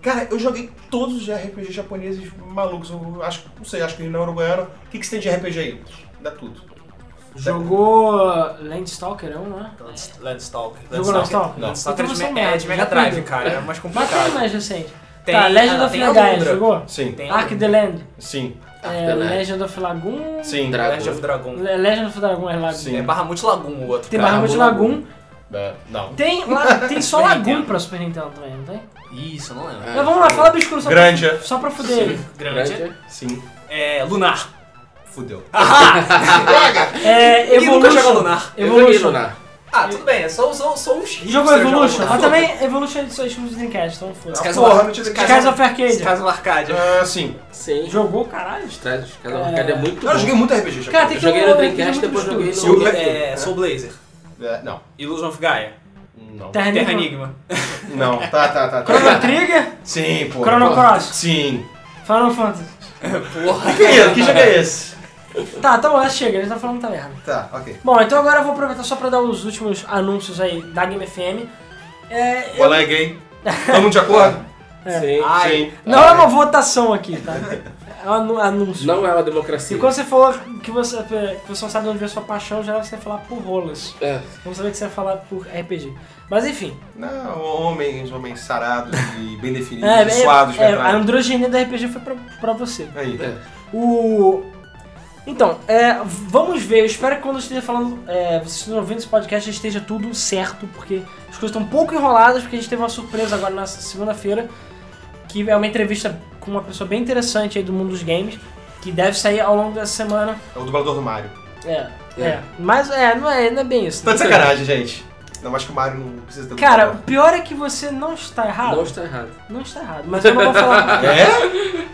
S3: Cara, eu joguei todos os RPG japoneses malucos. Eu acho, não sei, acho que na Uruguaiana. O que, que você tem de RPG aí? Dá tudo.
S4: Jogou Landstalker, é um, né?
S1: Landstalker.
S4: Jogou Landstalker?
S1: Landstalker é de, me-
S4: Então você
S1: é de Mega
S4: merda,
S1: Drive,
S4: rápido.
S1: cara. É mais complicado.
S4: Mas tem mais recente.
S1: Tem-
S4: tá, Legend
S1: ah,
S4: of
S1: tem
S4: Legaia,
S1: Alundra.
S4: jogou? Ah,
S3: Sim,
S1: Tem um
S4: Ark the Land.
S3: sim,
S4: É,
S2: the Land.
S4: Legend of Lagoon.
S3: sim.
S2: Dra-
S1: Legend of Dragon.
S4: Le- Legend of Dragon é Lagoon.
S3: Sim.
S1: É Barramut Lagoon o outro,
S4: Tem
S1: cara.
S4: Barramut
S2: Lagoon.
S4: Lagoon.
S3: É, Não.
S4: Tem, lá, tem só
S1: Super
S4: Lagoon
S1: Nintendo.
S4: pra Super Nintendo também, não tem?
S1: Isso, eu não lembro.
S2: É.
S4: Mas vamos lá, fala obscuro só pra,
S3: Granja.
S4: só pra fuder ele.
S1: É. Grande.
S3: Sim.
S1: É, Lunar.
S3: Fudeu.
S4: Ah, É,
S1: Quem nunca jogou
S4: Evolution.
S1: Lunar?
S2: Eu joguei
S4: Evolution.
S2: Lunar.
S1: Ah, tudo bem, são, são, são uns hipsters
S4: Jogou
S1: jogando
S4: Evolution.
S1: Lunar.
S4: Mas também Evolution é de só exclusivo de Dreamcast, então foda-se.
S1: Skies
S3: Porra,
S1: of-
S3: não tinha
S1: Skies
S4: Skies of Arcadia.
S1: Skies of Arcadia.
S3: Ah, sim.
S2: Sim.
S4: Jogou, caralho.
S2: Traz os caras marcados é muito
S3: Cara, eu
S2: bom.
S3: joguei muito RPG japonês.
S4: Cara, tem
S2: Eu
S4: que
S2: joguei no
S4: tem que
S2: Dreamcast,
S4: muito
S2: depois
S4: obscuro.
S2: joguei
S3: Sim,
S2: no...
S3: eu-
S1: É, Soul Blazer.
S3: É, não.
S1: Illusion of Gaia.
S3: Não.
S4: Terra
S1: Terra
S4: Enigma.
S1: Enigma.
S3: Não, tá, tá, tá. tá.
S4: Chrono Trigger,
S3: Sim, pô.
S4: Chrono Cross.
S3: Sim.
S4: Final Fantasy.
S1: Porra.
S3: Que é isso? Que jogo é esse?
S4: Tá, então ah, chega, ele tá falando muita merda.
S3: Tá, ok.
S4: Bom, então agora eu vou aproveitar só pra dar os últimos anúncios aí da Game FM. É,
S3: O Alan é gay. Tamo de acordo?
S2: Sim.
S1: Ai,
S3: Sim.
S4: não é uma votação aqui, tá? É um anu- anúncio.
S2: Não é uma
S4: E
S2: democracia.
S4: quando você falou que você, que você não sabe de onde veio sua paixão, já você ia falar por rolas.
S2: É.
S4: Vamos saber que você ia falar por RPG. Mas enfim.
S3: Não, homens, homens sarados e bem definidos,
S4: É,
S3: e suados,
S4: é, um-
S3: é,
S4: a androgenia do RPG foi pra, pra você.
S3: Aí.
S2: é.
S4: O. Então, é, vamos ver. Eu espero que quando eu esteja falando, é, vocês estejam ouvindo esse podcast, já esteja tudo certo, porque as coisas estão um pouco enroladas, porque a gente teve uma surpresa agora na segunda-feira, que é uma entrevista com uma pessoa bem interessante aí do mundo dos games, que deve sair ao longo dessa semana.
S3: É o dublador do Mario.
S4: É, é.
S2: É.
S4: Mas é não, é, não é bem isso.
S3: Tá
S4: né?
S3: de sacanagem, gente. Não, acho que o Mario não precisa ter
S4: Cara, o
S3: dublador.
S4: pior é que você não está errado.
S2: Não
S4: Não,
S2: está errado.
S4: está errado, mas eu não vou
S3: [laughs]
S4: falar.
S3: É?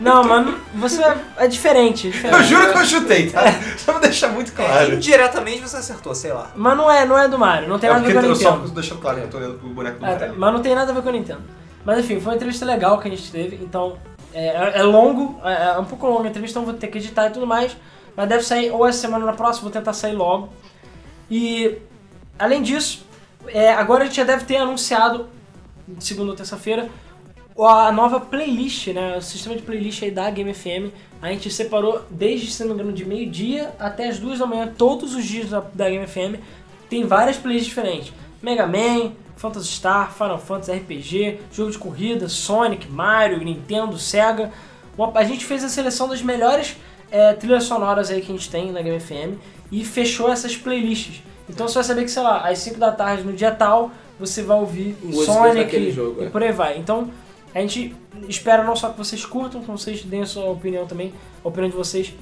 S4: Não, mano, você é, é diferente, é
S3: Eu
S4: diferente.
S3: juro que eu chutei, tá?
S4: É.
S3: Só pra deixar muito claro.
S1: É, indiretamente você acertou, sei lá.
S4: Mas não é, não é do Mario, não tem
S3: É
S4: nada a
S3: porque
S4: ver com a
S3: eu só
S4: Nintendo.
S3: deixando claro que eu tô olhando pro boneco do
S4: Ah, tá.
S3: Mario.
S4: Mas não tem nada a ver com a Nintendo. Mas enfim, foi uma entrevista legal que a gente teve, então é, é- é longo, é, é um pouco longa a entrevista, então vou ter que editar e tudo mais. Mas deve sair ou essa semana ou na próxima, vou tentar sair logo. E além disso, é, agora a gente já deve ter anunciado, segunda ou terça-feira, a nova playlist, né? O sistema de playlist aí da Game FM. A gente separou desde, se não me engano, de meio-dia até as duas da manhã, todos os dias da, da Game FM. Tem várias playlists diferentes. Mega Man, Phantasy Star, Final Fantasy RPG, jogo de corrida, Sonic, Mario, Nintendo, Sega. Uma- a gente fez a seleção das melhores é, trilhas sonoras aí que a gente tem na Game FM e fechou essas playlists. Então você vai saber que, sei lá, às 5 da tarde no dia tal, você vai ouvir
S2: Músicas
S4: Sonic
S2: daquele jogo,
S4: e
S2: é.
S4: por aí vai. Então a gente espera não só que vocês curtam, que vocês deem a sua opinião também, a opinião de vocês.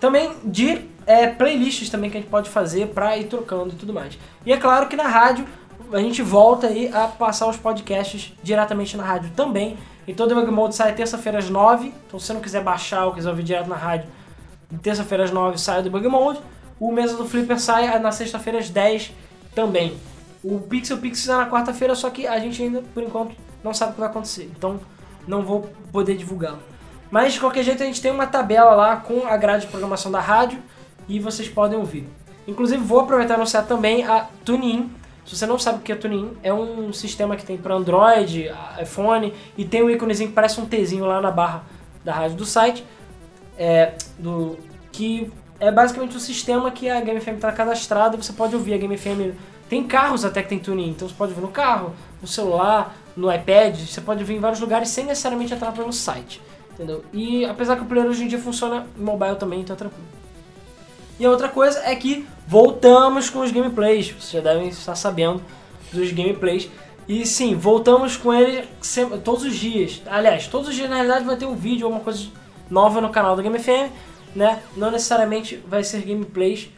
S4: Também de é, playlists também que a gente pode fazer pra ir trocando e tudo mais. E é claro que na rádio a gente volta aí a passar os podcasts diretamente na rádio também. Então o Debug Mode sai terça-feira às 9. Então se você não quiser baixar ou quiser ouvir direto na rádio, terça-feira às 9 sai o Debug Mode. O Mesa do Flipper sai na sexta-feira às 10 também. O Pixel Pixel sai na quarta-feira, só que a gente ainda, por enquanto, não sabe o que vai acontecer. Então não vou poder divulgá-lo. Mas de qualquer jeito a gente tem uma tabela lá com a grade de programação da rádio e vocês podem ouvir. Inclusive vou aproveitar e anunciar também a TuneIn. Se você não sabe o que é TuneIn, é um sistema que tem para Android, iPhone e tem um íconezinho que parece um Tzinho lá na barra da rádio do site é, do que é basicamente o sistema que a Game FM está cadastrada. Você pode ouvir a Game FM. Tem carros até que tem tuning, então você pode ouvir no carro, no celular, no iPad. Você pode ouvir em vários lugares sem necessariamente entrar pelo site, entendeu? E apesar que o player hoje em dia funciona em mobile também, então é tranquilo. E a outra coisa é que voltamos com os gameplays. Vocês já devem estar sabendo dos gameplays. E sim, voltamos com ele sem- todos os dias. Aliás, todos os dias na realidade vai ter um vídeo ou uma coisa nova no canal do Game FM, né? Não necessariamente vai ser gameplays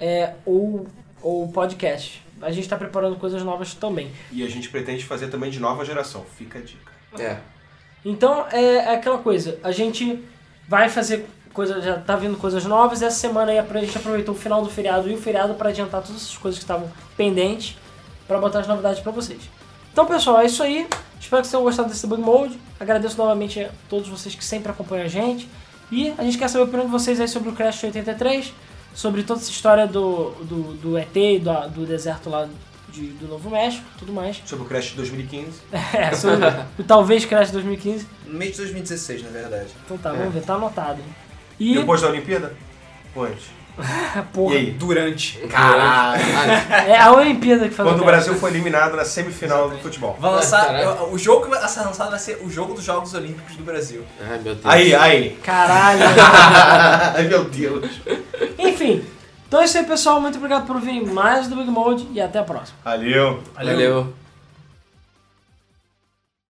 S4: é, ou, ou podcast. A gente está preparando coisas novas também.
S3: E a gente pretende fazer também de nova geração. Fica a dica.
S2: É.
S4: Então é, é aquela coisa, a gente vai fazer coisas, já tá vindo coisas novas. Essa semana aí a gente aproveitou o final do feriado e o feriado para adiantar todas essas coisas que estavam pendentes para botar as novidades para vocês. Então pessoal, é isso aí. Espero que vocês tenham gostado desse bug mode. Agradeço novamente a todos vocês que sempre acompanham a gente. E a gente quer saber a opinião de vocês aí sobre o Crash 83, sobre toda essa história do, do, do ET e do, do deserto lá de, do Novo México tudo mais. [laughs]
S3: Sobre o Crash de 2015.
S4: É, sobre o talvez Crash 2015.
S1: No mês de 2016, na verdade.
S4: Então
S3: É.
S4: tá, vamos ver, tá anotado. hein? E.
S3: Depois da Olimpíada? Antes.
S4: [laughs] porra,
S3: E aí?
S1: Durante.
S2: Caralho.
S4: é a Olimpíada que faz
S3: Quando o
S4: o cara.
S3: Brasil foi eliminado na semifinal do futebol.
S1: Vai lançar.
S2: Caralho.
S1: O jogo que vai ser lançado vai ser o jogo dos Jogos Olímpicos do Brasil.
S2: Ai, meu Deus.
S3: Aí, aí.
S4: Caralho.
S3: [laughs] Ai, meu Deus.
S4: Enfim. Então é isso aí, pessoal. Muito obrigado por vir mais do Big Mode e até a próxima.
S3: Valeu.
S2: Valeu.